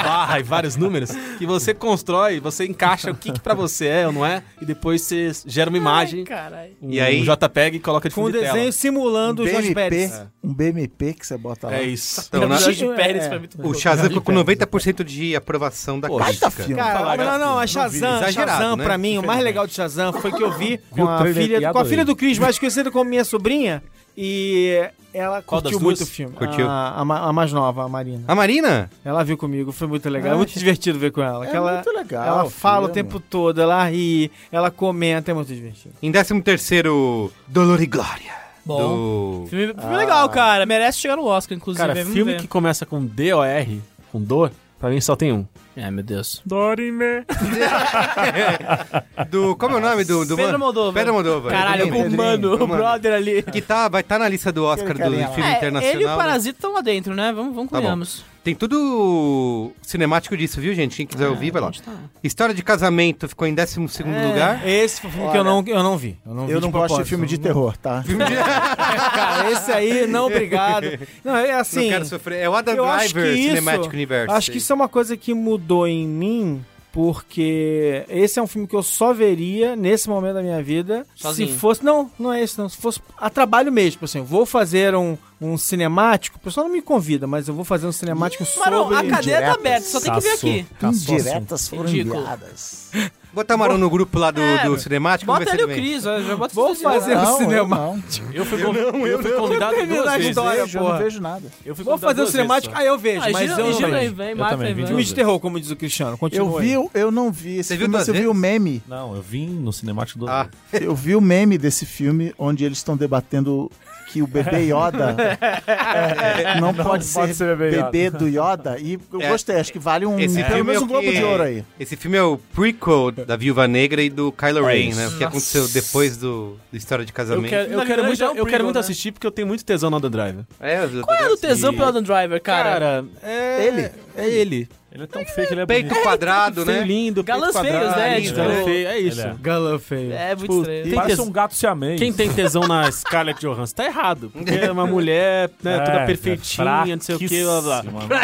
Speaker 4: barra e vários números, que você constrói, você encaixa o que, que pra você é ou não é, e depois você gera uma imagem,
Speaker 3: Caralho.
Speaker 4: um,
Speaker 1: E aí-
Speaker 4: um JPEG e coloca de
Speaker 5: Com
Speaker 4: fundo
Speaker 5: um
Speaker 4: de tela.
Speaker 5: desenho simulando o Jorge
Speaker 2: BMP,
Speaker 5: Pérez.
Speaker 2: um BMP que você bota lá.
Speaker 4: É isso.
Speaker 1: Então, na-
Speaker 3: Jorge
Speaker 5: é,
Speaker 3: Pérez
Speaker 5: é.
Speaker 3: foi muito
Speaker 1: O Shazam ficou com 90% de aprovação da
Speaker 4: Poxa.
Speaker 2: Baita
Speaker 1: crítica.
Speaker 2: filme.
Speaker 5: Cara,
Speaker 4: Falaram,
Speaker 5: não, não, a
Speaker 1: vi.
Speaker 5: Shazam,
Speaker 1: Exagerado,
Speaker 5: Shazam
Speaker 1: né?
Speaker 5: pra mim, o mais legal de Shazam foi que eu vi
Speaker 6: Vi
Speaker 5: com
Speaker 6: o
Speaker 5: a
Speaker 6: trailer e
Speaker 5: filha, com a
Speaker 6: adorei.
Speaker 5: filha do Cris, mais conhecida como minha sobrinha, e ela
Speaker 4: Qual
Speaker 5: curtiu
Speaker 4: das
Speaker 5: muito o
Speaker 4: duas?
Speaker 5: filme.
Speaker 1: Curtiu?
Speaker 5: A, a ma- a mais nova, a Marina.
Speaker 1: A Marina?
Speaker 5: Ela viu comigo, foi muito legal,
Speaker 2: Ah,
Speaker 5: é muito
Speaker 2: achei-
Speaker 5: divertido ver com ela.
Speaker 2: É
Speaker 5: que ela
Speaker 2: muito legal.
Speaker 5: ela fala o
Speaker 2: filme.
Speaker 5: tempo todo, ela ri, ela comenta, é muito divertido.
Speaker 1: Em 13º, Dolor e Glória.
Speaker 3: Bom.
Speaker 1: Do...
Speaker 3: Filme, filme legal, cara. Merece chegar no Oscar, inclusive.
Speaker 4: Cara,
Speaker 3: Vamos
Speaker 4: filme
Speaker 3: ver.
Speaker 4: que começa com D-O-R, com dor, pra mim só tem um.
Speaker 3: É, meu Deus.
Speaker 6: Dorime.
Speaker 1: do... Como é o nome do... do
Speaker 3: Pedro
Speaker 1: mano?
Speaker 3: Moldova.
Speaker 1: Pedro Moldova.
Speaker 3: Caralho,
Speaker 1: Pedrinho.
Speaker 3: o mano, o
Speaker 1: Pedrinho.
Speaker 3: brother ali.
Speaker 1: Que tá, vai estar tá na lista do Oscar do
Speaker 2: Aquele carinha lá.
Speaker 1: filme
Speaker 3: É,
Speaker 1: internacional.
Speaker 3: Ele e o
Speaker 1: né?
Speaker 3: Parasita estão lá dentro, né? Vamos, vamos
Speaker 1: Tá bom.
Speaker 3: convenhamos.
Speaker 1: Tem tudo cinemático disso, viu, gente? Quem
Speaker 3: Ah,
Speaker 1: quiser ouvir, vai lá. História de Casamento ficou em 12 segundo
Speaker 3: É.
Speaker 1: lugar.
Speaker 5: Esse foi um filme que eu não, eu não vi. Eu não, vi
Speaker 2: Eu não gosto de
Speaker 5: propósito.
Speaker 2: filme de
Speaker 5: Não-
Speaker 2: terror, tá?
Speaker 1: Filme de...
Speaker 5: Cara, esse aí, não, obrigado. Não, é assim.
Speaker 1: Não quero sofrer. É o Adam
Speaker 5: eu acho
Speaker 1: Driver
Speaker 5: que isso-
Speaker 1: Cinematic Universe.
Speaker 5: Acho que isso é uma coisa que mudou em mim, porque esse é um filme que eu só veria nesse momento da minha vida.
Speaker 3: Sozinho.
Speaker 5: Se fosse. Não, não é esse, não. Se fosse a trabalho mesmo, tipo assim, eu vou fazer um, um cinemático. O pessoal não me convida, mas eu vou fazer um cinemático
Speaker 3: Marão,
Speaker 5: sobre.
Speaker 3: a cadeira tá
Speaker 2: indiretas.
Speaker 3: aberta, só tem que vir aqui.
Speaker 7: assim.
Speaker 2: Indiretas foram
Speaker 3: Ridículo.
Speaker 2: enviadas.
Speaker 1: Botar Marão no grupo lá do,
Speaker 3: É,
Speaker 1: do cinemático. vamos ver
Speaker 3: Bota
Speaker 1: se
Speaker 3: ali o
Speaker 1: ele vem.
Speaker 3: Cris, ó, já
Speaker 5: [laughs]
Speaker 3: bota
Speaker 5: Vou
Speaker 3: o Cris lá.
Speaker 5: fazer um
Speaker 2: Não, eu
Speaker 5: cinemático.
Speaker 2: não.
Speaker 4: Eu fui, con- eu fui convidado
Speaker 5: Eu
Speaker 4: duas
Speaker 5: terminar a
Speaker 4: vezes.
Speaker 5: história,
Speaker 2: Vejo, eu não
Speaker 5: porra.
Speaker 2: vejo nada.
Speaker 4: Eu fui
Speaker 5: Vou
Speaker 4: convidado
Speaker 5: fazer um
Speaker 4: duas vezes
Speaker 5: cinemático.
Speaker 4: só.
Speaker 5: Aí eu vejo,
Speaker 3: Ah,
Speaker 5: mas
Speaker 3: gira-
Speaker 5: eu não
Speaker 3: gira
Speaker 5: vejo.
Speaker 3: aí, vem,
Speaker 6: Eu
Speaker 3: mata
Speaker 6: também
Speaker 3: aí,
Speaker 6: vi
Speaker 3: vai.
Speaker 5: Filme de terror, como diz o Cristiano. Continua.
Speaker 2: Eu
Speaker 4: um
Speaker 2: vi, o- eu não vi esse
Speaker 1: Você viu
Speaker 2: filme, mas
Speaker 1: duas
Speaker 2: eu vi o
Speaker 1: vezes?
Speaker 2: meme.
Speaker 6: Não, eu vim no cinemático do.
Speaker 1: Ah.
Speaker 2: Eu vi o meme desse filme onde eles estão debatendo que o bebê Yoda é, não, pode, ser,
Speaker 6: pode ser bebê
Speaker 2: bebê,
Speaker 6: Yoda.
Speaker 2: do Yoda. E eu
Speaker 1: É,
Speaker 2: gostei, acho que vale um,
Speaker 1: esse filme
Speaker 2: pelo menos
Speaker 1: é
Speaker 2: um
Speaker 1: o
Speaker 2: Globo
Speaker 1: que-
Speaker 2: de
Speaker 1: [laughs]
Speaker 2: Ouro aí.
Speaker 1: Esse filme é o prequel da Viúva Negra e do Kylo Ren,
Speaker 2: isso.
Speaker 1: né? O que
Speaker 3: Nossa.
Speaker 1: aconteceu depois do, do História de
Speaker 4: Eu
Speaker 1: Casamento.
Speaker 4: quero, eu
Speaker 3: Na
Speaker 4: quero
Speaker 3: verdade,
Speaker 4: muito,
Speaker 3: é um
Speaker 4: eu quero
Speaker 3: prequel,
Speaker 4: muito
Speaker 3: né?
Speaker 4: assistir porque eu tenho muito tesão no Adam Driver.
Speaker 1: É,
Speaker 3: Qual é o tesão
Speaker 4: E-
Speaker 3: pelo Adam Driver, cara?
Speaker 4: é...
Speaker 2: Ele,
Speaker 4: É ele.
Speaker 6: Ele é tão feio que ele é
Speaker 1: Peito
Speaker 3: tá
Speaker 6: bonito.
Speaker 1: quadrado,
Speaker 4: Feio,
Speaker 1: né?
Speaker 4: lindo, peito
Speaker 3: Galãs feios,
Speaker 4: quadrado,
Speaker 3: né?
Speaker 4: lindo,
Speaker 3: Tipo-
Speaker 4: galã feia, é
Speaker 6: Ele
Speaker 4: isso.
Speaker 6: é.
Speaker 5: Galã feio.
Speaker 3: É muito
Speaker 4: Tipo,
Speaker 3: estranho.
Speaker 4: e-
Speaker 3: Tem
Speaker 6: Parece
Speaker 4: tesão.
Speaker 6: um gato siamês.
Speaker 4: Quem tem tesão na Scarlett Johansson tá errado. Porque é uma mulher, né,
Speaker 6: É,
Speaker 4: toda perfeitinha,
Speaker 6: fraquíssima.
Speaker 4: não sei o que, blá blá.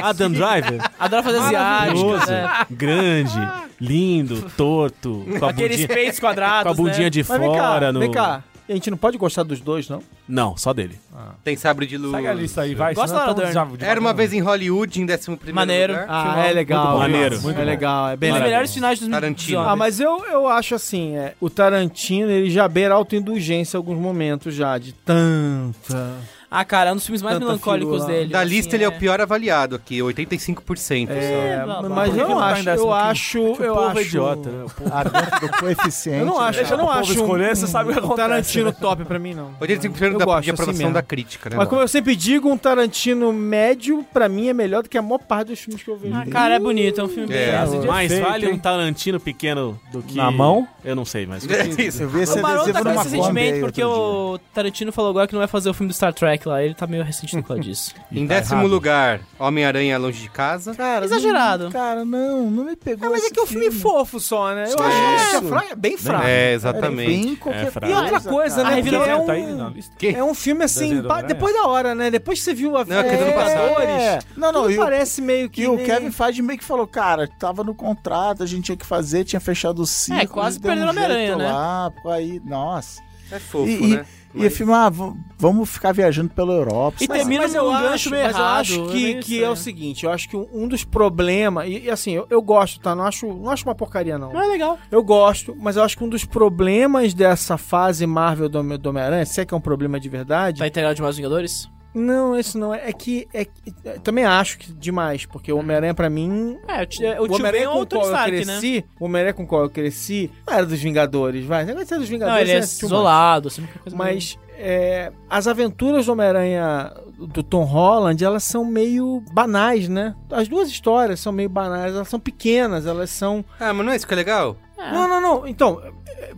Speaker 4: Adam Driver,
Speaker 3: Adoro fazer asiáticas.
Speaker 4: maravilhoso,
Speaker 3: né?
Speaker 4: grande, lindo, torto, com a
Speaker 3: Aqueles
Speaker 4: bundinha,
Speaker 3: peitos quadrados.
Speaker 4: com a bundinha
Speaker 3: né?
Speaker 4: de
Speaker 5: Mas
Speaker 4: fora.
Speaker 5: vem cá,
Speaker 4: no...
Speaker 5: vem cá. A gente não pode gostar dos dois, não?
Speaker 4: Não, só dele.
Speaker 1: Tem sabre de luz.
Speaker 6: Segue a lista aí, vai.
Speaker 3: Gosta
Speaker 6: senão
Speaker 3: da
Speaker 6: tamo
Speaker 3: Laura
Speaker 6: já-
Speaker 1: Era uma vez em Hollywood, em 11
Speaker 3: Maneiro.
Speaker 1: lugar.
Speaker 5: Ah,
Speaker 3: Filmão.
Speaker 5: é legal.
Speaker 4: bom. Maneiro,
Speaker 5: É
Speaker 6: muito bom.
Speaker 5: legal, é bem
Speaker 3: Um dos
Speaker 5: legal.
Speaker 3: melhores finais
Speaker 6: Uhum.
Speaker 3: dos
Speaker 1: Tarantino.
Speaker 5: Ah, mas eu, eu acho assim, é, o Tarantino, ele já beira autoindulgência em alguns momentos já, de tanta...
Speaker 3: Ah, cara, é um dos filmes mais
Speaker 5: Tanta
Speaker 3: melancólicos
Speaker 5: firula.
Speaker 3: dele.
Speaker 1: Da
Speaker 3: assim,
Speaker 1: lista, ele é o pior avaliado aqui, 85% só.
Speaker 6: É,
Speaker 3: blá, blá.
Speaker 6: por
Speaker 5: Mas
Speaker 6: que
Speaker 5: eu
Speaker 6: que
Speaker 5: não
Speaker 6: tá em
Speaker 5: acho,
Speaker 6: décimo
Speaker 5: eu
Speaker 6: quinto?
Speaker 5: acho,
Speaker 6: Porque o
Speaker 5: eu
Speaker 6: povo
Speaker 5: acho.
Speaker 6: é idiota, né? O povo-
Speaker 2: Ah, dentro do coeficiente. né?
Speaker 5: Eu não acho,
Speaker 6: Deixa
Speaker 5: eu não
Speaker 6: o povo
Speaker 5: acho. um
Speaker 6: escolher, você sabe o que acontece, né?
Speaker 5: Tarantino top pra mim, não.
Speaker 1: 85%
Speaker 5: Eu
Speaker 1: da,
Speaker 5: gosto,
Speaker 1: de aprovação
Speaker 5: assim mesmo.
Speaker 1: da crítica, né?
Speaker 5: Mas como eu sempre digo, um Tarantino médio, pra mim, é melhor do que a maior parte dos filmes que eu vejo.
Speaker 3: Ah, cara, é bonito, é um filme
Speaker 1: É.
Speaker 3: bem bonito.
Speaker 4: Mais
Speaker 6: feito,
Speaker 4: vale um
Speaker 6: hein?
Speaker 4: Tarantino pequeno do que.
Speaker 6: Na mão?
Speaker 4: Eu não sei, mas.
Speaker 1: É isso.
Speaker 2: Eu vi esse
Speaker 3: O Barão
Speaker 2: adesivo
Speaker 3: tá com
Speaker 2: numa
Speaker 3: esse
Speaker 2: Kombi aí
Speaker 3: sentimento
Speaker 2: outro
Speaker 3: porque
Speaker 2: dia.
Speaker 3: o Tarantino falou agora que não vai fazer o filme do Star Trek lá. Ele tá meio ressentido por causa disso.
Speaker 1: Em
Speaker 6: Tá
Speaker 1: décimo
Speaker 6: errado.
Speaker 1: lugar, Homem-Aranha Longe de Casa.
Speaker 2: Cara,
Speaker 3: Exagerado.
Speaker 2: Não, cara, não, não me pegou.
Speaker 5: Ah, mas é
Speaker 2: esse
Speaker 5: que é um filme fofo só, né? Eu acho que é
Speaker 2: Isso.
Speaker 5: fraco, é bem fraco.
Speaker 1: É,
Speaker 2: Era
Speaker 1: exatamente.
Speaker 2: bem qualquer
Speaker 6: É fraco.
Speaker 5: E outra coisa,
Speaker 3: cara.
Speaker 5: né?
Speaker 3: Ah,
Speaker 5: Porque é
Speaker 3: reviravolta
Speaker 6: tá aí na
Speaker 5: um,
Speaker 6: lista.
Speaker 1: Que?
Speaker 5: é um filme assim,
Speaker 6: Desenho
Speaker 5: pa-
Speaker 6: Homem-Aranha?
Speaker 5: depois da hora, né? Depois que você viu a
Speaker 1: Não, é que é do ano passado.
Speaker 5: cores,
Speaker 2: Não, não,
Speaker 5: tudo
Speaker 2: e o,
Speaker 5: parece meio que.
Speaker 2: e o
Speaker 5: nem-
Speaker 2: Kevin Feige meio que falou, cara, tava no contrato, a gente tinha que fazer, tinha fechado o ciclo.
Speaker 3: quase
Speaker 2: deu um
Speaker 3: perderam a
Speaker 2: jeito
Speaker 3: Homem-Aranha, né?
Speaker 2: lá, pô, Aí, nossa.
Speaker 1: É fofo,
Speaker 2: E-
Speaker 1: né?
Speaker 2: E o
Speaker 1: Mas-
Speaker 2: filme, ah, v- vamos ficar viajando pela Europa.
Speaker 3: E
Speaker 2: sei lá.
Speaker 3: termina
Speaker 5: mas eu
Speaker 3: num gancho
Speaker 5: acho,
Speaker 3: meio
Speaker 5: mas eu
Speaker 3: errado,
Speaker 5: acho
Speaker 3: é
Speaker 5: que,
Speaker 3: meio
Speaker 5: que
Speaker 3: isso,
Speaker 5: é
Speaker 3: é.
Speaker 5: o seguinte, eu acho que um, um dos problemas, e, e assim, eu, eu gosto, tá? Não acho, não acho uma porcaria, não.
Speaker 3: Não é legal.
Speaker 5: Eu gosto, mas eu acho que um dos problemas dessa fase Marvel do Home- do Homem-Aranha, se é que é um problema de verdade,
Speaker 3: Tá integrado de mais Vingadores?
Speaker 5: não, isso não é, é que é, que- eu também acho que demais, porque o Homem-Aranha pra mim
Speaker 3: É, o, tio- é, o
Speaker 5: o
Speaker 3: tio Ben
Speaker 5: Homem-Aranha
Speaker 3: é
Speaker 5: com o
Speaker 3: outro
Speaker 5: qual
Speaker 3: Stark,
Speaker 5: eu
Speaker 3: né?
Speaker 5: cresci, o Homem-Aranha com o qual eu cresci, não era dos Vingadores, vai, não era dos
Speaker 3: Não,
Speaker 5: Vingadores,
Speaker 3: ele é
Speaker 5: né? Too much.
Speaker 3: isolado, assim, qualquer coisa meio-
Speaker 5: Mas é, as aventuras do Homem-Aranha do Tom Holland, elas são meio banais, né? As duas histórias são meio banais, elas são pequenas, elas são.
Speaker 1: Ah, mas não é isso que é legal?
Speaker 5: Não, não, não. Então,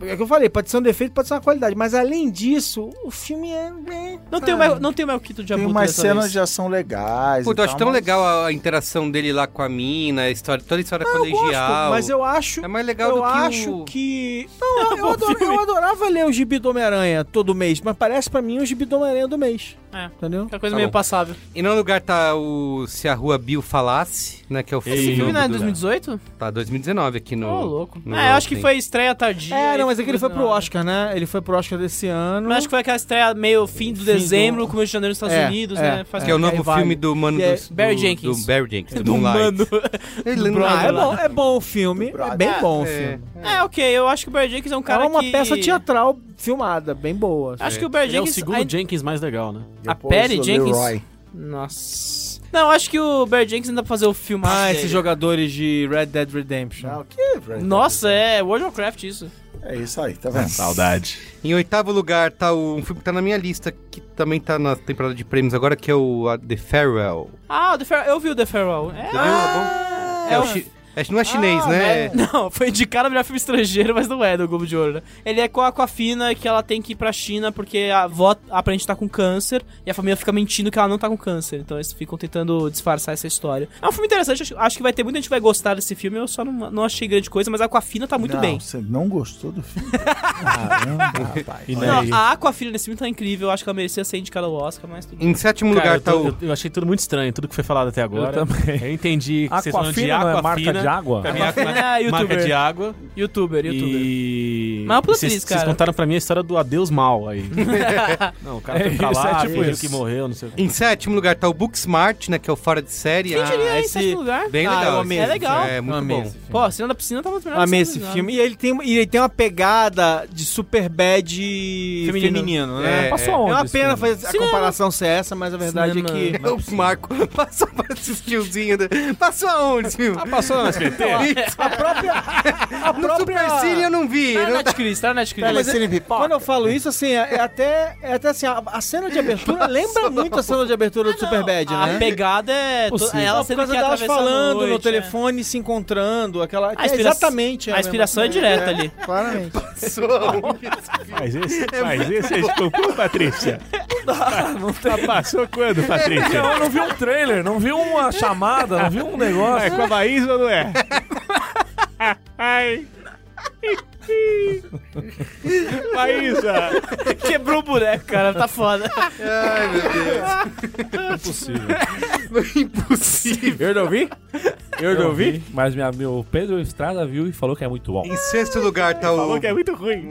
Speaker 5: é, é que eu falei, pode ser um defeito, pode ser uma qualidade. Mas além disso, o filme é. é-
Speaker 3: Não tem o Mel- não tem o Mel Keaton de
Speaker 2: Tem
Speaker 3: Abutre
Speaker 2: umas
Speaker 3: dessa
Speaker 2: cenas
Speaker 3: vez.
Speaker 2: de ação legais.
Speaker 1: Puta, eu
Speaker 2: e
Speaker 1: acho
Speaker 2: tal,
Speaker 1: tão
Speaker 2: mas- então
Speaker 1: legal a, a interação dele lá com a mina, a história, toda a história
Speaker 5: eu
Speaker 1: colegial.
Speaker 5: gosto, mas eu acho.
Speaker 1: É mais legal
Speaker 5: eu
Speaker 1: do que
Speaker 5: acho
Speaker 1: o...
Speaker 5: que. [laughs] Não, eu, eu adora- eu adorava ler o gibi do Homem-Aranha todo mês, mas parece pra mim o gibi do Homem-Aranha do mês.
Speaker 3: É.
Speaker 5: Entendeu?
Speaker 3: Aquela coisa
Speaker 1: Tá
Speaker 3: meio
Speaker 1: bom.
Speaker 3: passável.
Speaker 1: Em nono lugar tá o Se a Rua Bill Falasse, né? Que é o filme.
Speaker 3: Esse filme não é
Speaker 1: do-
Speaker 3: 2018?
Speaker 1: Tá, 2019 aqui
Speaker 3: Ô,
Speaker 1: no...
Speaker 3: louco.
Speaker 1: no
Speaker 3: É, eu acho que
Speaker 1: Rotten.
Speaker 3: foi estreia tardia.
Speaker 5: É,
Speaker 3: aí
Speaker 5: não, mas é que ele foi pro
Speaker 3: não.
Speaker 5: Oscar, né? Ele foi pro Oscar desse ano.
Speaker 3: Mas acho que foi aquela estreia meio fim do
Speaker 5: Fim
Speaker 3: dezembro,
Speaker 5: do-
Speaker 3: começo de janeiro nos Estados
Speaker 5: É,
Speaker 3: Unidos,
Speaker 5: é,
Speaker 3: né? Faz
Speaker 1: Que é o
Speaker 3: aí
Speaker 1: novo
Speaker 3: vai.
Speaker 1: filme do mano
Speaker 5: Que é
Speaker 1: do...
Speaker 3: Barry
Speaker 1: do-
Speaker 3: Jenkins.
Speaker 1: Do Barry Jenkins, do,
Speaker 3: Do
Speaker 1: Moonlight.
Speaker 3: mano.
Speaker 1: [laughs] Ele não
Speaker 5: Ah, é
Speaker 3: Brother.
Speaker 5: bom, é bom o filme. É bem bom o filme.
Speaker 3: É, ok, eu acho que o Barry Jenkins é um cara
Speaker 5: é uma
Speaker 3: que...
Speaker 5: peça teatral filmada, bem boa. assim.
Speaker 3: Acho que o Barry
Speaker 4: Ele é o
Speaker 3: Jenkins...
Speaker 4: segundo
Speaker 3: ainda-
Speaker 4: Jenkins mais legal, né?
Speaker 3: A
Speaker 2: Depois
Speaker 3: Perry
Speaker 2: o
Speaker 3: Jenkins?
Speaker 2: Leroy.
Speaker 3: Nossa... Não, acho que o Barry Jenkins ainda pra fazer o filme.
Speaker 5: Ah,
Speaker 3: dele.
Speaker 5: esses jogadores de Red Dead Redemption.
Speaker 2: Ah, o quê, velho?
Speaker 3: Nossa, é World of Warcraft isso.
Speaker 2: É isso aí, tá vendo?
Speaker 4: Saudade.
Speaker 1: Em oitavo lugar tá o, um filme que tá na minha lista, que também tá na temporada de prêmios agora, que é o a, The Farewell.
Speaker 3: Ah, o The Farewell. eu vi o The Farewell. É,
Speaker 1: Você
Speaker 3: [laughs]
Speaker 1: viu? É bom? É, o chi- é, não é chinês, né?
Speaker 3: Não, foi indicado a melhor filme estrangeiro, mas não é do Globo de Ouro, né? Ele é com a Aquafina, que ela tem que ir pra China porque a avó aparente tá com câncer e a família fica mentindo que ela não tá com câncer. Então eles ficam tentando disfarçar essa história. É um filme interessante, acho, acho que vai ter muita gente que vai gostar desse filme. Eu só não, não achei grande coisa, mas a Aquafina tá muito
Speaker 2: Não,
Speaker 3: bem.
Speaker 2: Você não gostou do filme? Caramba, rapaz.
Speaker 1: é
Speaker 4: E
Speaker 2: Olha
Speaker 4: não,
Speaker 3: Não,
Speaker 4: aí.
Speaker 3: a Aquafina nesse filme tá incrível. Eu acho que ela merecia ser indicada ao Oscar, mas tudo bem.
Speaker 1: Em sétimo
Speaker 4: Cara,
Speaker 1: lugar
Speaker 4: eu,
Speaker 1: tá
Speaker 4: tô-
Speaker 1: o...
Speaker 4: eu, eu achei tudo muito estranho, tudo que foi falado até agora.
Speaker 6: Eu também.
Speaker 4: Eu entendi que vocês falam de
Speaker 6: Aquafina não é marca
Speaker 4: água fina.
Speaker 6: de água? Ah,
Speaker 4: Pra
Speaker 6: [laughs]
Speaker 4: mim, Aquafina
Speaker 3: Aquafina é
Speaker 4: é marca
Speaker 3: youtuber.
Speaker 4: de água.
Speaker 1: Ah,
Speaker 3: Youtuber, youtuber.
Speaker 4: E.
Speaker 3: Mas é uma puta
Speaker 4: e vocês-
Speaker 3: atriz, cara.
Speaker 4: Vocês contaram pra mim a história do adeus mal aí. não, o cara
Speaker 6: É
Speaker 4: foi pra
Speaker 6: isso, é
Speaker 4: lá,
Speaker 6: tipo
Speaker 4: fingiu
Speaker 6: isso.
Speaker 4: que morreu, não sei o que.
Speaker 1: Em sétimo lugar tá o Booksmart, né? Que é o fora de série.
Speaker 3: Quem
Speaker 1: Ah,
Speaker 3: diria em
Speaker 1: esse-
Speaker 3: sétimo lugar?
Speaker 1: Bem
Speaker 3: Ah, eu
Speaker 1: legal.
Speaker 3: amei
Speaker 1: esse
Speaker 3: esse
Speaker 1: filme.
Speaker 3: filme.
Speaker 1: É muito
Speaker 5: Amei
Speaker 1: bom.
Speaker 5: esse filme.
Speaker 3: Pô, a cena da piscina tá muito melhor. que a
Speaker 5: Amei
Speaker 3: cena
Speaker 5: Ah, esse
Speaker 3: do lugar.
Speaker 5: filme. E ele tem, e ele tem uma pegada de super bad
Speaker 6: Feminino.
Speaker 5: feminino,
Speaker 1: É,
Speaker 5: né?
Speaker 6: Passou
Speaker 1: é.
Speaker 5: É
Speaker 6: aonde?
Speaker 5: uma
Speaker 6: esse
Speaker 5: pena
Speaker 6: filme?
Speaker 5: fazer a
Speaker 3: Cinema.
Speaker 5: comparação ser essa, mas a verdade
Speaker 3: Cinema.
Speaker 5: é que.
Speaker 1: [laughs] o Marco [laughs] passou pra assistir o Zinho. da- né? Passou aonde esse filme?
Speaker 4: Passou na SBT?
Speaker 1: a própria. A própria... No Supercine eu não vi.
Speaker 3: Tá na
Speaker 1: não-
Speaker 3: Netflix, tá na Netflix.
Speaker 2: Mas é-
Speaker 5: Quando eu falo isso, assim, é, é até, é até assim, a, a cena de
Speaker 3: [laughs]
Speaker 5: abertura lembra muito a cena de abertura do
Speaker 6: Ah,
Speaker 5: Superbad,
Speaker 3: a
Speaker 5: né?
Speaker 3: pegada é. to-
Speaker 6: Possível.
Speaker 3: é
Speaker 5: Ela
Speaker 3: ela
Speaker 5: por
Speaker 3: sendo
Speaker 5: causa
Speaker 3: que
Speaker 5: delas
Speaker 3: atravessa a
Speaker 5: falando no
Speaker 3: noite, é.
Speaker 5: telefone, se encontrando, aquela. que é
Speaker 3: inspira-
Speaker 5: exatamente.
Speaker 3: é. A
Speaker 5: mesma
Speaker 3: inspiração é
Speaker 5: coisa.
Speaker 3: direta ali.
Speaker 5: Claramente.
Speaker 1: Passou aonde esse filme?
Speaker 6: Mas esse, mas esse é escampo, Patrícia? Tá- Passou quando, Patrícia? Não, eu não vi um trailer, não vi uma chamada, não vi um negócio. É com a Baís ou não é? Ai. É Maísa!
Speaker 3: [laughs] Quebrou o boneco, cara. Tá foda.
Speaker 1: Ai, meu Deus.
Speaker 6: é Impossível.
Speaker 1: Impossível.
Speaker 6: Eu não vi? Eu
Speaker 4: não vi.
Speaker 6: Mas minha, meu Pedro Estrada viu e falou que é muito bom.
Speaker 1: Em sexto lugar tá o.
Speaker 6: muito ruim.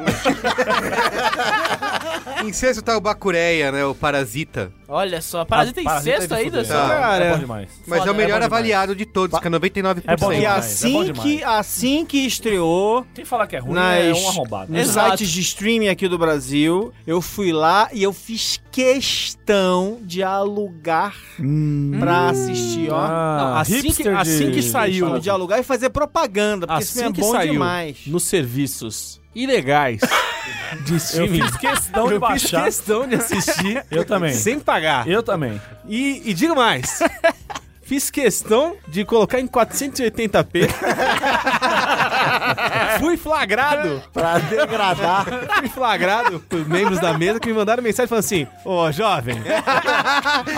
Speaker 1: Em sexto tá o Bacureia, né? O Parasita.
Speaker 3: Olha só, Parasita em
Speaker 6: Parasita é
Speaker 3: sexto
Speaker 6: de
Speaker 3: ainda?
Speaker 6: fuder.
Speaker 1: Tá.
Speaker 3: só?
Speaker 5: Cara,
Speaker 6: É bom demais.
Speaker 1: Mas
Speaker 3: Foda,
Speaker 1: é o melhor
Speaker 6: é bom
Speaker 1: avaliado de todos, que é 99%.
Speaker 6: É bom
Speaker 5: E
Speaker 6: demais, é bom
Speaker 5: assim,
Speaker 6: demais.
Speaker 5: que, assim que estreou
Speaker 6: Quem falar que é ruim
Speaker 5: nas,
Speaker 6: é um arrombado.
Speaker 5: nos
Speaker 3: Exato.
Speaker 5: sites de streaming aqui do Brasil, eu fui lá e eu fiz questão de alugar
Speaker 4: Hum.
Speaker 5: pra assistir, ó.
Speaker 6: Ah,
Speaker 3: Não, assim que-
Speaker 6: hipster
Speaker 3: assim
Speaker 6: de-
Speaker 3: que saiu-
Speaker 5: Questão de alugar e fazer propaganda, porque
Speaker 4: Assim
Speaker 5: esse filme
Speaker 4: que
Speaker 5: é bom
Speaker 4: saiu
Speaker 5: demais.
Speaker 4: nos serviços ilegais de
Speaker 6: Eu
Speaker 4: streaming,
Speaker 6: fiz questão de
Speaker 4: eu fiz
Speaker 6: baixar.
Speaker 4: questão de assistir
Speaker 6: Eu também.
Speaker 4: sem pagar.
Speaker 6: Eu também.
Speaker 4: E, e digo
Speaker 1: [laughs]
Speaker 4: mais. Fiz questão de colocar
Speaker 1: [laughs]
Speaker 4: em 480p. Fui flagrado.
Speaker 2: Pra degradar.
Speaker 4: Fui flagrado por membros da mesa que me mandaram mensagem falando assim:
Speaker 1: [laughs]
Speaker 4: Ô jovem,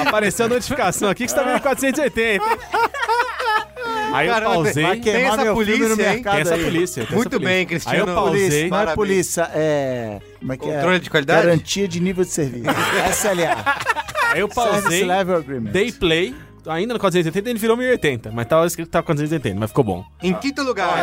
Speaker 4: apareceu a notificação aqui que você tá vendo em 480. hein?" Aí eu
Speaker 1: Caramba,
Speaker 4: pausei.
Speaker 2: Vai
Speaker 1: Tem
Speaker 2: queimar
Speaker 1: essa
Speaker 2: meu filme no
Speaker 1: polícia, hein?
Speaker 4: Tem
Speaker 2: mercado
Speaker 4: essa
Speaker 2: aí.
Speaker 4: polícia. tem
Speaker 1: Muito
Speaker 4: essa polícia.
Speaker 1: bem, Cristiano.
Speaker 4: Aí eu
Speaker 2: [laughs] Polícia, não
Speaker 4: pausei.
Speaker 2: é
Speaker 1: Parabéns.
Speaker 2: polícia, é... Como é que
Speaker 1: Controle
Speaker 2: é?
Speaker 1: de qualidade?
Speaker 2: Garantia de nível de serviço. SLA.
Speaker 4: Aí eu
Speaker 2: Service
Speaker 4: pausei.
Speaker 2: Level Agreement.
Speaker 4: Dei play, ainda no 480, ele virou 1080, mas tava escrito que tava 480, mas ficou bom.
Speaker 1: Em quinto lugar.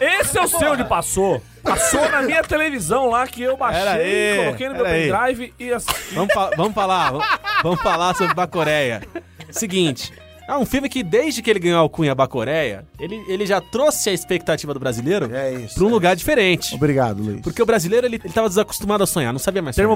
Speaker 6: Esse eu sei onde passou. Passou na minha televisão lá que eu
Speaker 4: Pera
Speaker 6: baixei,
Speaker 4: aí,
Speaker 6: coloquei no meu
Speaker 4: pera aí.
Speaker 6: pendrive e assisti.
Speaker 4: Vamos, fa- vamos falar, vamos, vamos falar sobre Bacoreia. Seguinte, é um filme que desde que ele ganhou a alcunha Bacoreia, ele, ele já trouxe a expectativa do brasileiro
Speaker 2: É isso.
Speaker 4: pra um lugar diferente.
Speaker 2: Obrigado, Luiz.
Speaker 4: Porque o brasileiro, ele, ele tava desacostumado a sonhar, não sabia mais sonhar.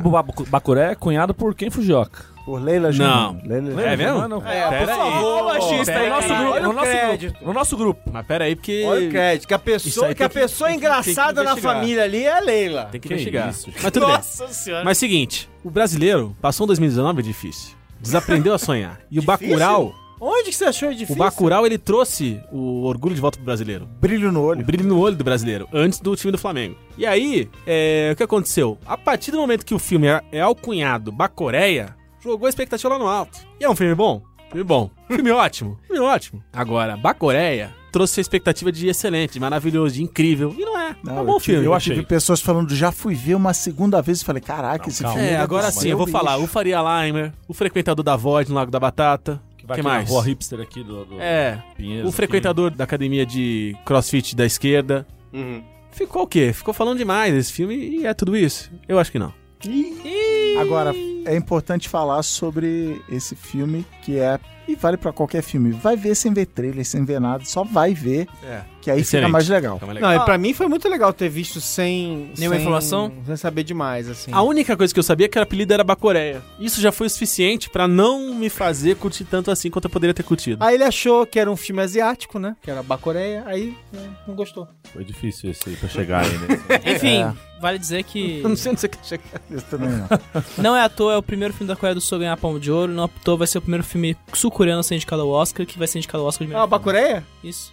Speaker 6: Bacuré é cunhado por quem Fujioka.
Speaker 2: Por Leila
Speaker 4: Não.
Speaker 2: Júnior. Leila
Speaker 4: É
Speaker 2: Júnior.
Speaker 4: mesmo?
Speaker 6: Não, não.
Speaker 4: Pera aí.
Speaker 5: machista,
Speaker 4: Pera
Speaker 6: tá no nosso
Speaker 4: aí.
Speaker 6: grupo,
Speaker 5: Olha
Speaker 6: no
Speaker 5: o
Speaker 6: nosso
Speaker 5: crédito.
Speaker 6: grupo. No nosso grupo.
Speaker 4: Mas pera aí, porque...
Speaker 5: Olha o crédito, que é a
Speaker 4: Isso aí
Speaker 5: pessoa, que a
Speaker 4: tem que-
Speaker 5: pessoa
Speaker 4: tem que- tem que
Speaker 5: engraçada na
Speaker 4: investigar.
Speaker 5: família ali é a Leila.
Speaker 4: Tem que,
Speaker 6: Que
Speaker 4: investigar.
Speaker 6: isso,
Speaker 4: Mas tudo bem.
Speaker 3: senhora.
Speaker 4: Mas seguinte, o brasileiro passou um 2019 difícil. Desaprendeu a sonhar. E o Bacurau,
Speaker 5: Onde que você achou
Speaker 4: o
Speaker 5: difícil?
Speaker 4: Bacurau, ele trouxe o orgulho de volta pro brasileiro.
Speaker 2: Brilho no
Speaker 4: O
Speaker 2: olho.
Speaker 4: brilho no olho do brasileiro, antes do time do Flamengo. E aí, é, o que aconteceu? A partir do momento que o filme é, é alcunhado Bacoreia, jogou a expectativa lá no alto. E é um filme bom? Filme bom. Filme [laughs] ótimo. Filme ótimo. Agora, Bacoreia trouxe a expectativa de excelente, de maravilhoso, de incrível. E não é. é
Speaker 2: Não,
Speaker 4: um bom
Speaker 2: eu tive-
Speaker 4: filme.
Speaker 6: eu
Speaker 2: Tive pessoas falando, já fui ver uma segunda vez e falei, caraca, esse filme.
Speaker 4: É,
Speaker 2: é
Speaker 4: agora
Speaker 2: bom,
Speaker 4: sim,
Speaker 2: mano.
Speaker 4: eu vou
Speaker 2: vi.
Speaker 4: falar. O Faria Limer, o frequentador da Void no Lago da Batata. O que,
Speaker 6: Vai aqui na
Speaker 4: mais?
Speaker 6: Rua hipster aqui do, do
Speaker 4: É.
Speaker 6: Pinheiros.
Speaker 4: O frequentador da academia de crossfit da esquerda. Ficou o quê? Ficou falando demais esse filme e é tudo isso? Eu acho que não.
Speaker 2: Agora, é importante falar sobre esse filme que é. E vale pra qualquer filme. Vai ver sem ver trailer, sem ver nada, só vai ver,
Speaker 4: É.
Speaker 2: que aí
Speaker 4: Excelente.
Speaker 2: fica mais legal.
Speaker 5: Não,
Speaker 4: Ah.
Speaker 5: e pra mim foi muito legal ter visto sem...
Speaker 3: Nenhuma
Speaker 5: sem-
Speaker 3: informação?
Speaker 5: Sem saber demais, assim.
Speaker 4: A única coisa que eu sabia é que o apelido era Bacoreia. Isso já foi o suficiente pra não me fazer curtir tanto assim quanto eu poderia ter curtido.
Speaker 5: Aí ele achou que era um filme asiático, né? Que era Bacoreia, aí né, não gostou.
Speaker 6: Foi difícil esse aí pra chegar aí, né?
Speaker 3: Enfim, vale dizer que
Speaker 4: Eu não sei onde você quer chegar.
Speaker 2: Isso também não.
Speaker 3: não é à toa, é o primeiro filme da Coreia do Sul a ganhar palmo de ouro. Não é à toa, vai ser o primeiro filme sul-coreano a ser indicado ao Oscar, que vai ser indicado ao Oscar de
Speaker 5: Ah,
Speaker 3: melhor
Speaker 5: o Bacoreia?
Speaker 3: filme. Isso.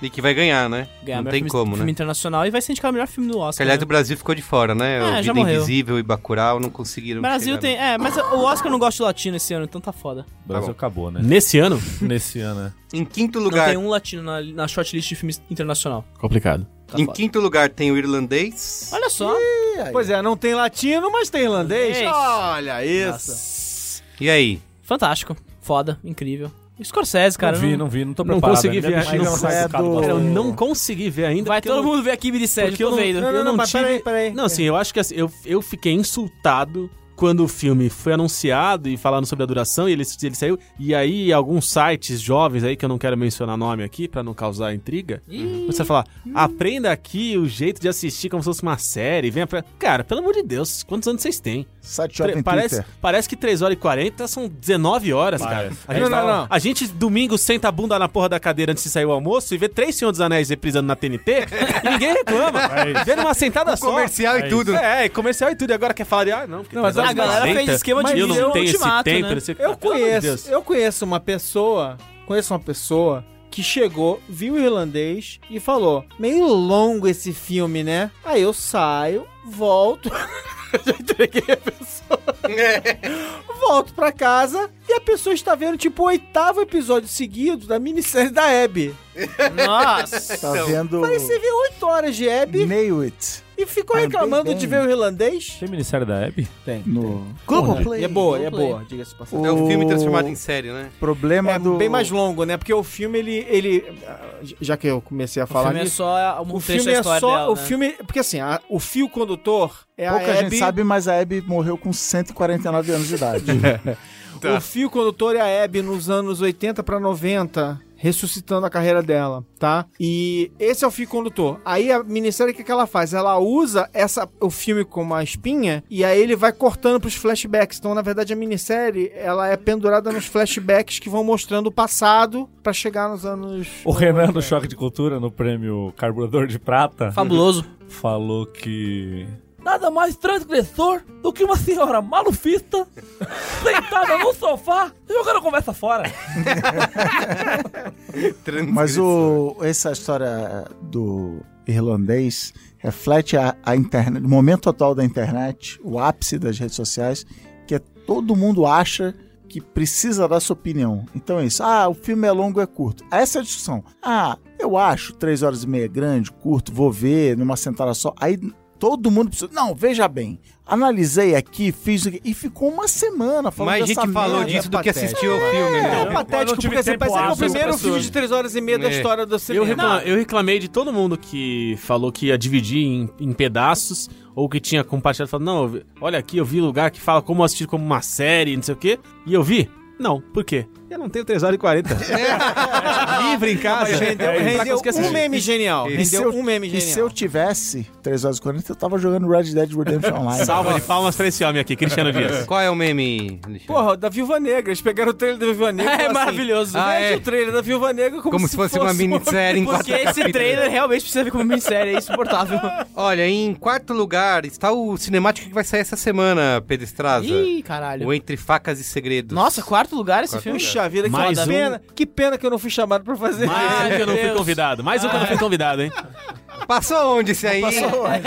Speaker 1: E que vai ganhar, né?
Speaker 3: Ganhar
Speaker 1: Não
Speaker 3: melhor
Speaker 1: tem
Speaker 3: filme,
Speaker 1: como,
Speaker 3: filme
Speaker 1: né?
Speaker 3: internacional e vai ser indicado ao melhor filme do
Speaker 1: Que,
Speaker 3: Oscar.
Speaker 1: aliás,
Speaker 3: né?
Speaker 1: o Brasil ficou de fora, né?
Speaker 3: Ah,
Speaker 1: O
Speaker 3: já
Speaker 1: Vida
Speaker 3: morreu.
Speaker 1: Invisível e Bacurau não conseguiram
Speaker 3: Brasil
Speaker 1: chegar,
Speaker 3: tem.
Speaker 1: né?
Speaker 3: É, mas o Oscar eu não gosta de latino esse ano, então tá foda.
Speaker 6: O Brasil acabou, né?
Speaker 4: Nesse ano?
Speaker 6: Nesse ano, né?
Speaker 1: Em quinto
Speaker 3: Não
Speaker 1: lugar...
Speaker 3: tem um latino na, na shortlist de filmes internacional.
Speaker 4: Complicado.
Speaker 3: Tá
Speaker 1: Em
Speaker 3: foda.
Speaker 1: quinto lugar tem o irlandês.
Speaker 3: Olha só.
Speaker 5: Pois é, não tem latino, mas tem irlandês.
Speaker 3: Irlandês.
Speaker 5: Olha isso.
Speaker 1: E aí?
Speaker 3: Fantástico. Foda, incrível. Scorsese, cara.
Speaker 6: não vi,
Speaker 3: não-
Speaker 6: não vi, não tô
Speaker 4: não
Speaker 6: preparado.
Speaker 4: consegui
Speaker 6: ainda,
Speaker 4: ver,
Speaker 6: mas
Speaker 4: não é
Speaker 6: não
Speaker 4: sei
Speaker 6: sai
Speaker 2: do
Speaker 6: do
Speaker 2: cara.
Speaker 6: carro.
Speaker 4: Eu não consegui ver ainda.
Speaker 3: Vai
Speaker 4: porque eu
Speaker 3: todo
Speaker 4: não-
Speaker 3: mundo ver aqui me disser,
Speaker 4: Porque eu não,
Speaker 3: vendo.
Speaker 4: eu não,
Speaker 5: mas
Speaker 4: tive...
Speaker 5: peraí, peraí.
Speaker 4: Não, assim, eu acho que assim, eu, eu fiquei insultado quando o filme foi anunciado e falando sobre a duração e ele, ele saiu. E aí, alguns sites jovens aí, que eu não quero mencionar nome aqui pra não causar intriga, você falar, aprenda aqui o jeito de assistir como se fosse uma série. Venha pra... Cara, pelo amor de Deus, quantos anos vocês têm?
Speaker 2: Site
Speaker 4: Tre-
Speaker 2: Shopping
Speaker 4: Parece,
Speaker 2: Twitter.
Speaker 4: parece que 3 horas e 40 são 19 horas, cara.
Speaker 6: Parece.
Speaker 4: A gente,
Speaker 5: Não, não, não.
Speaker 4: a gente, domingo senta a bunda na porra da cadeira antes de sair o almoço e vê três Senhor dos Anéis reprisando na TNT e ninguém reclama.
Speaker 6: É isso.
Speaker 4: Vê numa sentada só.
Speaker 1: Comercial
Speaker 6: É
Speaker 1: e tudo. né?
Speaker 4: É, e comercial e tudo. E agora quer falar de. Ah, não, porque
Speaker 6: Não, mas
Speaker 4: três horas
Speaker 3: a galera
Speaker 4: quarenta,
Speaker 3: fez esquema de
Speaker 4: mas eu
Speaker 3: vídeo
Speaker 4: não tenho esse
Speaker 3: ultimato,
Speaker 4: tempo.
Speaker 3: né?
Speaker 4: não sei o que.
Speaker 5: Eu
Speaker 4: Pelo amor de
Speaker 5: conheço,
Speaker 4: Deus.
Speaker 5: eu conheço uma pessoa, conheço uma pessoa que chegou, viu o irlandês e falou: meio longo esse filme, né? Aí eu saio, volto. [laughs] Já entreguei a pessoa. Volto pra casa e a pessoa está vendo tipo o oitavo episódio seguido da minissérie da Abby.
Speaker 3: [laughs] Nossa.
Speaker 2: Tá vendo
Speaker 4: Então,
Speaker 2: Né?
Speaker 5: Aí você vê oito horas de Abby.
Speaker 2: Nail It.
Speaker 5: E ficou reclamando de ver o irlandês?
Speaker 7: Tem Ministério da Hebe?
Speaker 2: No
Speaker 5: E é boa, e é boa, diga-se de passagem.
Speaker 1: É o filme transformado em série, né?
Speaker 2: problema
Speaker 5: É
Speaker 2: do.
Speaker 5: bem mais longo, né? Porque o filme, ele. ele ah, já que eu comecei a
Speaker 3: O
Speaker 5: falar
Speaker 3: filme é
Speaker 5: nisso.
Speaker 3: só um
Speaker 5: O filme
Speaker 3: trecho da
Speaker 5: é
Speaker 3: história
Speaker 5: só.
Speaker 3: dela,
Speaker 5: o
Speaker 3: né?
Speaker 5: filme. Porque assim, a- o fio condutor é
Speaker 2: Pouca
Speaker 5: a
Speaker 2: gente
Speaker 5: Abby-
Speaker 2: sabe, mas a Abby morreu com 149 anos de idade.
Speaker 4: [laughs]
Speaker 5: O fio condutor é a Abby nos anos 80 pra 90, ressuscitando a carreira dela, tá? E esse é o fio condutor. Aí a minissérie, o que, que ela faz? Ela usa essa, o filme como a espinha e aí ele vai cortando pros flashbacks. Então, na verdade, a minissérie, ela é pendurada nos flashbacks que vão mostrando o passado pra chegar nos anos...
Speaker 7: O
Speaker 8: né,
Speaker 7: Renan do Choque de Cultura, no prêmio Carburador de Prata,
Speaker 3: Fabuloso.
Speaker 7: falou que.
Speaker 8: Nada mais transgressor do que uma senhora malufista sentada no sofá jogando conversa fora.
Speaker 2: Mas o, essa história do irlandês reflete a, a internet, o momento atual da internet, o ápice das redes sociais, que é todo mundo acha que precisa dar sua opinião. Então é isso. Ah, o filme é longo ou é curto? Essa é a discussão. Ah, eu acho três horas e meia é grande, curto, vou ver numa sentada só. Aí todo mundo precisa. Não, veja bem. Analisei aqui, fiz o quê? e ficou uma semana falando
Speaker 1: Mais
Speaker 2: dessa
Speaker 1: gente falou
Speaker 2: merda.
Speaker 1: disso do que assistiu ao filme,
Speaker 5: É
Speaker 1: [laughs] né?
Speaker 5: patético,
Speaker 6: tive
Speaker 5: porque assim,
Speaker 6: tempo
Speaker 5: parece que é o
Speaker 6: hábil
Speaker 5: primeiro
Speaker 3: pra
Speaker 5: filme
Speaker 3: pessoa.
Speaker 5: de três horas e meia da
Speaker 1: É.
Speaker 5: história do
Speaker 4: Eu,
Speaker 5: cinema.
Speaker 4: recla- eu reclamei de todo mundo que falou que ia dividir em, em pedaços ou que tinha compartilhado falando, não, eu vi- olha aqui, eu vi lugar que fala como assistir como uma série, não sei o quê. E eu vi? Não, por quê? Eu não tenho 3 horas e 40. Livre em casa.
Speaker 5: Rendeu,
Speaker 4: É, pra que eu
Speaker 5: rendeu
Speaker 4: esqueça
Speaker 5: um
Speaker 4: de-
Speaker 5: meme genial.
Speaker 2: E se
Speaker 5: Rendeu
Speaker 2: eu-
Speaker 5: um meme
Speaker 2: E
Speaker 5: genial.
Speaker 2: se eu tivesse 3 horas e 40, eu tava jogando Red Dead Redemption Online.
Speaker 4: Salva de palmas pra esse homem aqui, Cristiano Dias.
Speaker 1: Qual é o meme, Alexandre?
Speaker 5: Porra, da Viúva Negra. Eles pegaram o trailer da Viúva [laughs] Negra.
Speaker 3: É
Speaker 5: e falaram
Speaker 3: maravilhoso.
Speaker 5: Assim,
Speaker 1: Ah,
Speaker 5: Veja
Speaker 1: é.
Speaker 5: o trailer da Viúva Negra como,
Speaker 1: Como se fosse uma minissérie em
Speaker 3: Porque
Speaker 1: quatro
Speaker 3: esse
Speaker 1: capítulos.
Speaker 3: trailer realmente precisa ver como minissérie, é insuportável.
Speaker 1: Olha, em quarto lugar está o cinemático que vai sair essa semana, Pedro Estraza.
Speaker 3: Ih, caralho.
Speaker 1: O Entre Facas e Segredos.
Speaker 3: Nossa, quarto lugar esse
Speaker 1: Quarto
Speaker 3: filme?
Speaker 1: lugar.
Speaker 5: Puxa vida, que
Speaker 4: Mais
Speaker 5: foda.
Speaker 4: um.
Speaker 5: pena. Que pena que eu não fui chamado pra fazer.
Speaker 4: Mais um que eu não fui
Speaker 3: Deus.
Speaker 4: convidado. Mais um que eu não
Speaker 5: Ah.
Speaker 4: fui convidado, hein?
Speaker 1: Passou onde esse aí? [laughs] Passou onde?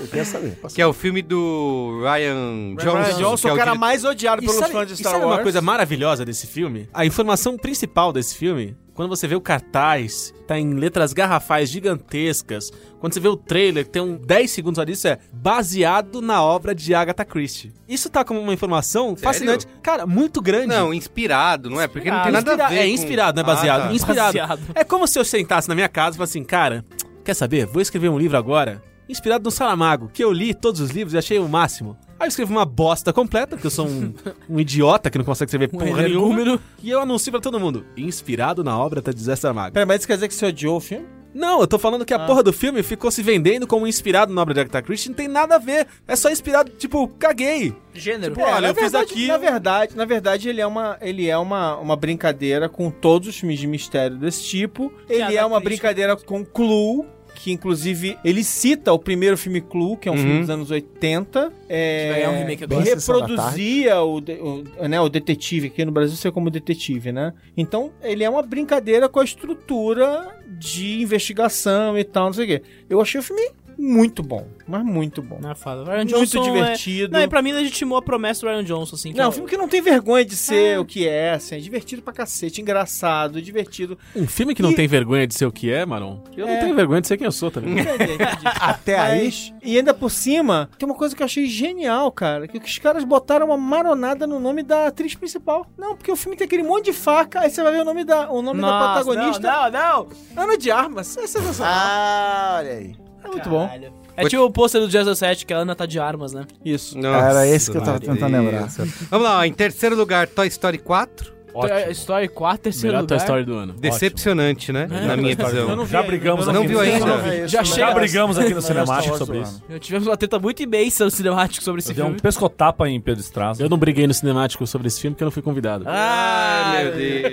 Speaker 2: Eu queria saber. Posso-
Speaker 1: Que é o filme do Ryan Johnson.
Speaker 5: Ryan Johnson,
Speaker 1: que é
Speaker 5: o cara
Speaker 1: dire-
Speaker 5: mais odiado
Speaker 4: E
Speaker 5: pelos
Speaker 4: sabe,
Speaker 5: fãs de
Speaker 4: e
Speaker 5: Star
Speaker 4: sabe
Speaker 5: Wars.
Speaker 4: uma coisa maravilhosa desse filme? A informação principal desse filme, quando você vê o cartaz, tá em letras garrafais gigantescas. Quando você vê o trailer, que tem um 10 segundos só disso, é baseado na obra de Agatha Christie. Isso tá como uma informação fascinante. Cara, muito grande.
Speaker 1: Não, inspirado, não é? Porque não tem nada a
Speaker 4: Inspira-
Speaker 1: ver.
Speaker 4: É
Speaker 1: com-
Speaker 4: inspirado, não é baseado.
Speaker 1: Ah, tá.
Speaker 4: Inspirado.
Speaker 3: Baseado.
Speaker 4: É como se eu sentasse na minha casa e falasse assim, cara, quer saber? Vou escrever um livro agora, inspirado no Saramago, que eu li todos os livros e achei o máximo. Aí eu escrevi uma bosta completa, porque eu sou [laughs] um, um idiota que não consegue escrever
Speaker 3: um
Speaker 4: porra nenhuma. E eu anuncio pra todo mundo, inspirado na obra de José Saramago.
Speaker 5: Pera, mas isso quer dizer que você odiou o filme?
Speaker 4: Não, eu tô falando que a porra do filme ficou se vendendo como inspirado na obra de Agatha Christie, não tem nada a ver. É só inspirado, tipo, caguei.
Speaker 3: Gênero.
Speaker 4: Pô, olha,
Speaker 5: É, na
Speaker 4: eu fiz
Speaker 5: verdade-
Speaker 4: aqui-
Speaker 5: Na
Speaker 3: um
Speaker 5: verdade, na verdade ele é, uma, ele é uma, uma brincadeira com todos os filmes de mistério desse tipo. Ele é uma
Speaker 3: característica.
Speaker 5: brincadeira com Clue, que inclusive ele cita o primeiro filme Clue, que é um
Speaker 1: Uhum.
Speaker 5: filme dos anos 80. É,
Speaker 3: Vai ganhar um remake agora.
Speaker 2: Bem Sessão da
Speaker 5: reproduzia o, de- o, né, o detetive, aqui no Brasil sei como detetive, né? Então, ele é uma brincadeira com a estrutura de investigação e tal, não sei o quê. Eu achei o filme muito bom, mas muito bom.
Speaker 3: Não é foda. Ryan
Speaker 5: Muito
Speaker 3: Johnson
Speaker 5: divertido.
Speaker 3: É... Não, e pra mim legitimou a promessa do Ryan Johnson, assim. que
Speaker 5: Não,
Speaker 3: é
Speaker 5: um
Speaker 3: o-
Speaker 5: filme que não tem vergonha de ser o que é, assim, é divertido pra cacete, engraçado, é divertido.
Speaker 4: Um filme que não
Speaker 5: E-
Speaker 4: tem vergonha de ser o que é, Maron. Eu
Speaker 5: É.
Speaker 4: não tenho vergonha de ser quem eu sou, tá ligado?
Speaker 5: Entendi, entendi.
Speaker 3: é
Speaker 2: Até aí.
Speaker 5: Mas- e ainda por cima, tem uma coisa que eu achei genial, cara, que os caras botaram uma maronada no nome da atriz principal. Não, porque o filme tem aquele monte de faca, aí você vai ver o nome da, o nome da
Speaker 3: Nossa,
Speaker 5: protagonista,
Speaker 3: Não, não, não.
Speaker 5: Ana de Armas. É sensacional.
Speaker 2: Ah, olha aí.
Speaker 5: é muito bom.
Speaker 3: É tipo o pôster do Jazz 7, que a Ana tá de armas, né?
Speaker 5: Isso.
Speaker 1: Nossa,
Speaker 2: Ah, Era esse que eu tava
Speaker 1: meu
Speaker 2: tentando
Speaker 1: Deus.
Speaker 2: lembrar.
Speaker 1: Vamos lá, ó, em terceiro lugar, Toy Story 4.
Speaker 3: Então,
Speaker 7: Ótimo.
Speaker 3: Story 4, terceiro
Speaker 7: Melhor Toy
Speaker 3: lugar.
Speaker 7: Story do ano.
Speaker 1: Decepcionante, né? Na minha
Speaker 7: Eu
Speaker 1: visão.
Speaker 7: não vi Já brigamos
Speaker 1: eu não
Speaker 7: aqui
Speaker 1: vi
Speaker 7: no
Speaker 1: ainda.
Speaker 7: cinema.
Speaker 3: Já
Speaker 8: Já
Speaker 3: chega.
Speaker 8: brigamos aqui no Cinemático
Speaker 7: Cinemático
Speaker 8: sobre isso.
Speaker 3: Tivemos uma treta muito imensa no cinemático sobre esse
Speaker 7: Deu um
Speaker 3: filme.
Speaker 7: pescotapa em Pedro Strasso.
Speaker 4: Eu não briguei no cinemático sobre esse filme porque eu não fui convidado.
Speaker 3: Ah,
Speaker 1: Ai, meu Deus.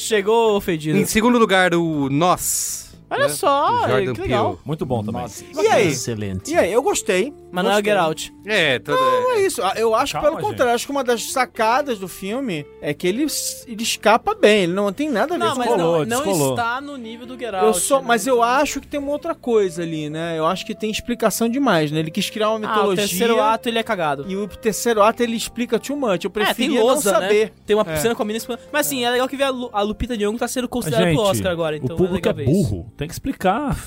Speaker 3: Chegou
Speaker 1: Em
Speaker 3: ofendido.
Speaker 1: segundo lugar, o Nós.
Speaker 3: Olha
Speaker 1: né?
Speaker 3: só,
Speaker 1: Do Jordan
Speaker 3: que legal.
Speaker 7: Muito bom também.
Speaker 3: Ah,
Speaker 5: E aí?
Speaker 4: Excelente.
Speaker 5: E aí, eu gostei.
Speaker 3: Mas não é o
Speaker 5: Gostei.
Speaker 3: Get Out.
Speaker 1: É, todo...
Speaker 5: Não é isso. Ah, Eu acho
Speaker 7: Calma,
Speaker 5: pelo contrário. Acho que uma das sacadas do filme é que ele, s- ele escapa bem. Ele não tem nada a ver
Speaker 3: Não,
Speaker 5: com
Speaker 3: mas
Speaker 7: Descolou,
Speaker 3: não, não
Speaker 7: descolou.
Speaker 3: está no nível do Get Out.
Speaker 5: eu sou,
Speaker 3: né?
Speaker 5: mas eu acho que tem uma outra coisa ali, né? Eu acho que tem explicação demais, né? Ele quis criar uma
Speaker 3: Ah, o
Speaker 5: mitologia.
Speaker 3: terceiro ato ele é cagado.
Speaker 5: E o terceiro ato ele explica too much. Eu
Speaker 3: É, tem
Speaker 5: preferia
Speaker 3: lousa,
Speaker 5: não saber.
Speaker 3: né? Tem uma
Speaker 5: É.
Speaker 3: cena com a menina... espan- Mas assim, é legal que vê a, Lu- a Lupita Nyong'o tá sendo considerada
Speaker 7: Gente,
Speaker 3: pro Oscar agora, então
Speaker 7: o público é
Speaker 3: legal ver isso.
Speaker 7: burro. Tem que explicar.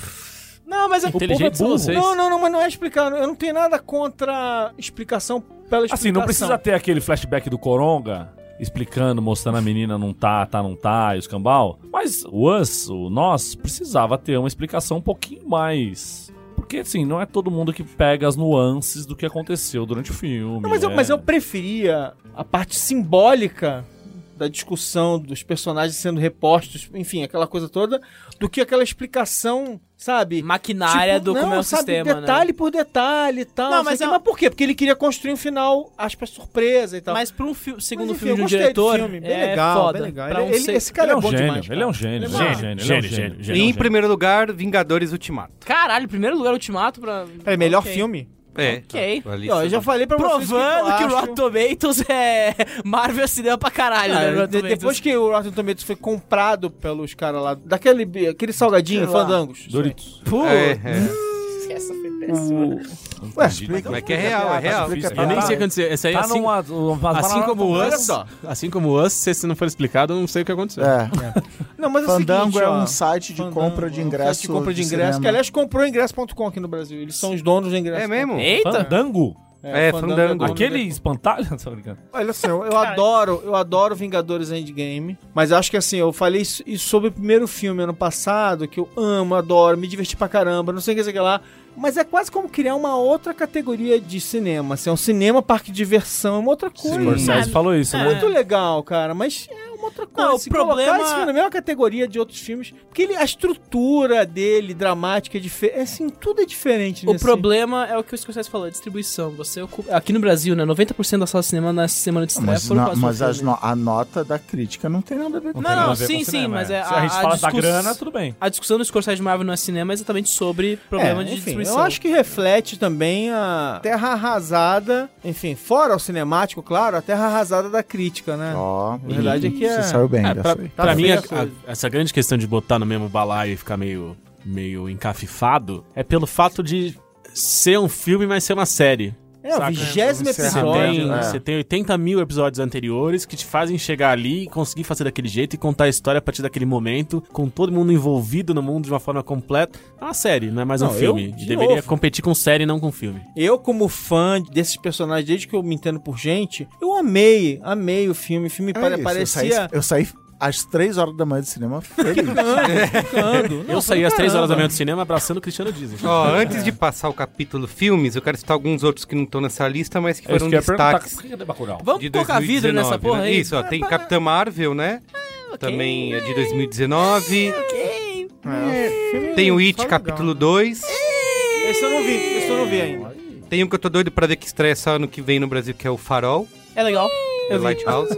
Speaker 5: Não, mas é
Speaker 7: Inteligentes
Speaker 5: o povo é burro.
Speaker 7: vocês.
Speaker 5: Não, não, não, mas não é explicar. Eu não tenho nada contra explicação pela explicação.
Speaker 7: Assim, não precisa ter aquele flashback do Coronga explicando, mostrando a menina não tá, tá, não tá, e os cambal. Mas o us, o nós, precisava ter uma explicação um pouquinho mais. Porque, assim, não é todo mundo que pega as nuances do que aconteceu durante o filme.
Speaker 5: Não, mas, eu,
Speaker 7: né?
Speaker 5: mas eu preferia a parte simbólica da discussão dos personagens sendo repostos, enfim, aquela coisa toda, do que aquela explicação, sabe?
Speaker 3: Maquinária
Speaker 5: Tipo,
Speaker 3: do como é o
Speaker 5: sabe,
Speaker 3: sistema,
Speaker 5: detalhe
Speaker 3: né?
Speaker 5: por detalhe e tal.
Speaker 3: Não,
Speaker 5: Não, mas,
Speaker 3: mas é-
Speaker 5: mas por quê? Porque ele queria construir um final, aspas, surpresa e tal.
Speaker 3: Mas pra um fi- segundo
Speaker 5: Mas, enfim,
Speaker 3: filme
Speaker 5: eu
Speaker 3: de um
Speaker 5: gostei do
Speaker 3: diretor,
Speaker 5: filme, bem
Speaker 3: é
Speaker 1: legal,
Speaker 3: foda.
Speaker 1: bem legal.
Speaker 3: Pra um
Speaker 5: Ele- ele-
Speaker 3: ser-
Speaker 5: esse cara
Speaker 7: Ele
Speaker 5: é,
Speaker 7: é um
Speaker 5: bom
Speaker 7: gênio,
Speaker 5: demais. cara.
Speaker 7: ele é um gênio, ele é um
Speaker 5: Gênio,
Speaker 7: gênio, ele é um
Speaker 6: gênio,
Speaker 7: gênio.
Speaker 6: gênio,
Speaker 1: E
Speaker 7: ele é um
Speaker 1: em
Speaker 7: gênio.
Speaker 1: primeiro lugar, Vingadores Ultimato.
Speaker 3: Caralho, primeiro lugar Ultimato pra...
Speaker 5: É melhor
Speaker 3: Ok.
Speaker 5: filme.
Speaker 1: É.
Speaker 3: Ok.
Speaker 1: Ali,
Speaker 5: Ó, eu já falei pra vocês
Speaker 3: Provando que,
Speaker 5: eu
Speaker 3: o Rotten
Speaker 5: acho-
Speaker 3: Tomatoes é Marvel Cinema pra caralho,
Speaker 5: Ah,
Speaker 3: né?
Speaker 5: de-
Speaker 3: Rotten
Speaker 5: depois
Speaker 3: Tomatoes.
Speaker 5: que o Rotten Tomatoes foi comprado pelos caras lá, daquele aquele salgadinho,
Speaker 3: Sei lá.
Speaker 5: fandangos.
Speaker 7: Doritos.
Speaker 5: Pô,
Speaker 1: É, é.
Speaker 3: Essa foi péssima.
Speaker 2: Ué, explica.
Speaker 1: Mas que é real, é real.
Speaker 7: Difícil,
Speaker 4: Eu
Speaker 7: né?
Speaker 4: nem sei o que aconteceu. Essa aí,
Speaker 7: Tá
Speaker 4: assim,
Speaker 7: numa- uma-
Speaker 4: assim
Speaker 7: uma-
Speaker 4: como o
Speaker 7: Olha
Speaker 4: Us,
Speaker 7: só.
Speaker 4: assim como o Us, se esse não for explicado, eu não sei o que aconteceu.
Speaker 2: É.
Speaker 5: Não, mas é o
Speaker 2: Fandango
Speaker 5: seguinte,
Speaker 2: é
Speaker 5: ó.
Speaker 2: um site de
Speaker 5: Fandango,
Speaker 2: compra de
Speaker 5: é um site
Speaker 2: ingresso.
Speaker 5: de compra de ingresso,
Speaker 2: cinema.
Speaker 5: que é aliás comprou ingresso.com aqui no Brasil. Eles são os donos do ingresso.
Speaker 1: É mesmo?
Speaker 3: Eita!
Speaker 7: Fandango?
Speaker 1: É, Fandango.
Speaker 7: Aquele espantalho? [laughs] Não, tô brincando.
Speaker 5: Olha assim, eu, eu adoro, eu adoro Vingadores Endgame, mas acho que assim, eu falei isso, isso sobre o primeiro filme ano passado, que eu amo, adoro, me diverti pra caramba, não sei o que, sei o que lá. Mas é quase como criar uma outra categoria de cinema. Assim, é um cinema, parque de diversão, é uma outra coisa. É
Speaker 7: Scorsese falou isso, né?
Speaker 5: Muito legal, cara, mas é uma outra coisa.
Speaker 3: Não, o
Speaker 5: Se colocar
Speaker 3: problema-
Speaker 5: esse filme na mesma categoria de outros filmes, porque ele- a estrutura dele, dramática, é diferente. Assim, tudo é diferente.
Speaker 3: O
Speaker 5: nesse-
Speaker 3: problema é o que o Scorsese falou, a distribuição. Você ocupa... Aqui no Brasil, né, 90% da sala de cinema na semana de estreia
Speaker 2: Mas,
Speaker 3: foram
Speaker 2: não-
Speaker 3: pra sua
Speaker 2: mas as
Speaker 3: filme.
Speaker 2: no- a nota da crítica não tem nada a ver com
Speaker 3: Não,
Speaker 7: Tem nada
Speaker 3: não,
Speaker 7: a ver
Speaker 3: sim, sim,
Speaker 7: com cinema,
Speaker 3: mas
Speaker 7: é.
Speaker 3: é
Speaker 7: Se a gente
Speaker 3: a
Speaker 7: fala da
Speaker 3: discuss-
Speaker 7: grana, tudo bem.
Speaker 3: A discussão do Scorsese de Marvel não é cinema é exatamente sobre problema
Speaker 5: É,
Speaker 3: de
Speaker 5: enfim,
Speaker 3: distribuição.
Speaker 5: eu acho que reflete também a terra arrasada, enfim, fora o cinemático, claro, a terra arrasada da crítica, né?
Speaker 2: Ó,
Speaker 5: Na verdade é que é-
Speaker 2: Você saiu bem
Speaker 4: É,
Speaker 2: dessa
Speaker 4: pra
Speaker 2: aí.
Speaker 4: pra
Speaker 5: Tá
Speaker 4: mim,
Speaker 5: feia
Speaker 4: a-
Speaker 5: a coisa.
Speaker 4: a- essa grande questão de botar no mesmo balaio e ficar meio, meio encafifado é pelo fato de ser um filme, mas ser uma série.
Speaker 5: É, o
Speaker 4: Saca.
Speaker 5: vigésimo
Speaker 2: Você
Speaker 4: Você
Speaker 5: episódio. É.
Speaker 4: tem,
Speaker 2: né?
Speaker 4: você tem 80 mil episódios anteriores que te fazem chegar ali e conseguir fazer daquele jeito e contar a história a partir daquele momento, com todo mundo envolvido no mundo de uma forma completa. É uma série, não é mais um
Speaker 5: Não, eu,
Speaker 4: filme.
Speaker 5: de
Speaker 4: Deveria
Speaker 5: novo.
Speaker 4: competir com série, não com filme.
Speaker 5: Eu, como fã desses personagens, desde que eu me entendo por gente, eu amei, amei o filme. O filme
Speaker 2: É
Speaker 5: pare-
Speaker 2: isso,
Speaker 5: parecia.
Speaker 2: Eu saí, eu saí às três horas da manhã do
Speaker 5: [laughs]
Speaker 2: cinema feliz.
Speaker 5: ficando. Não,
Speaker 4: eu saí
Speaker 5: falei,
Speaker 4: às 3 horas da
Speaker 5: "Caramba".
Speaker 4: manhã do cinema abraçando o Cristiano Disney.
Speaker 1: Ó, antes de passar o capítulo filmes, eu quero citar alguns outros que não estão nessa lista, mas que foram
Speaker 7: Eu É isso que eu ia perguntar,
Speaker 1: destaques.
Speaker 7: por que que é Bacurau?
Speaker 3: Vamos
Speaker 1: de
Speaker 3: colocar vidro
Speaker 1: 2019,
Speaker 3: nessa porra
Speaker 1: né?
Speaker 3: aí?
Speaker 1: Isso, ó, tem Capitã Marvel, né? Também é de 2019. É. Tem o It, capítulo 2.
Speaker 5: Esse eu não vi, esse eu não vi ainda.
Speaker 1: Tem um que eu tô doido pra ver que estreia só ano que vem no Brasil, que é o Farol,
Speaker 3: É legal.
Speaker 1: The Lighthouse.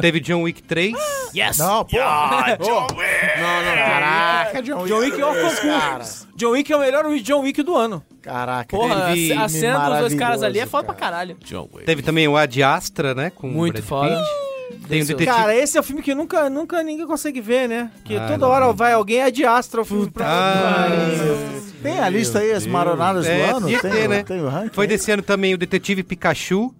Speaker 1: Teve John Wick 3.
Speaker 3: Yes!
Speaker 2: não, pô.
Speaker 5: Não, não, caraca.
Speaker 2: Caraca, Ah, John Wick.
Speaker 5: John Wick é o
Speaker 2: cara.
Speaker 5: concurso. John Wick é o melhor John Wick do ano.
Speaker 2: Caraca.
Speaker 3: Porra, a-
Speaker 1: Teve
Speaker 3: a, cena dos dois caras
Speaker 2: maravilhoso,
Speaker 3: ali é foda pra
Speaker 2: cara.
Speaker 3: caralho.
Speaker 1: Teve também o Ad Astra, né? Com o
Speaker 3: Muito
Speaker 1: Brad
Speaker 3: foda.
Speaker 1: Pitt.
Speaker 4: um
Speaker 1: Tem o
Speaker 3: Delicioso.
Speaker 1: Detetive...
Speaker 5: Cara, esse é o filme que nunca, nunca ninguém consegue ver, né? Porque
Speaker 1: Ah,
Speaker 5: toda
Speaker 1: não.
Speaker 5: hora vai alguém é de astro o filme pra...
Speaker 1: Ah,
Speaker 2: Tem a lista aí, as maronadas do
Speaker 1: É,
Speaker 2: ano?
Speaker 1: tinha que
Speaker 2: Tem,
Speaker 1: ter,
Speaker 2: o-
Speaker 1: né?
Speaker 2: tem o ranking?
Speaker 1: foi desse ano também o Detetive Pikachu.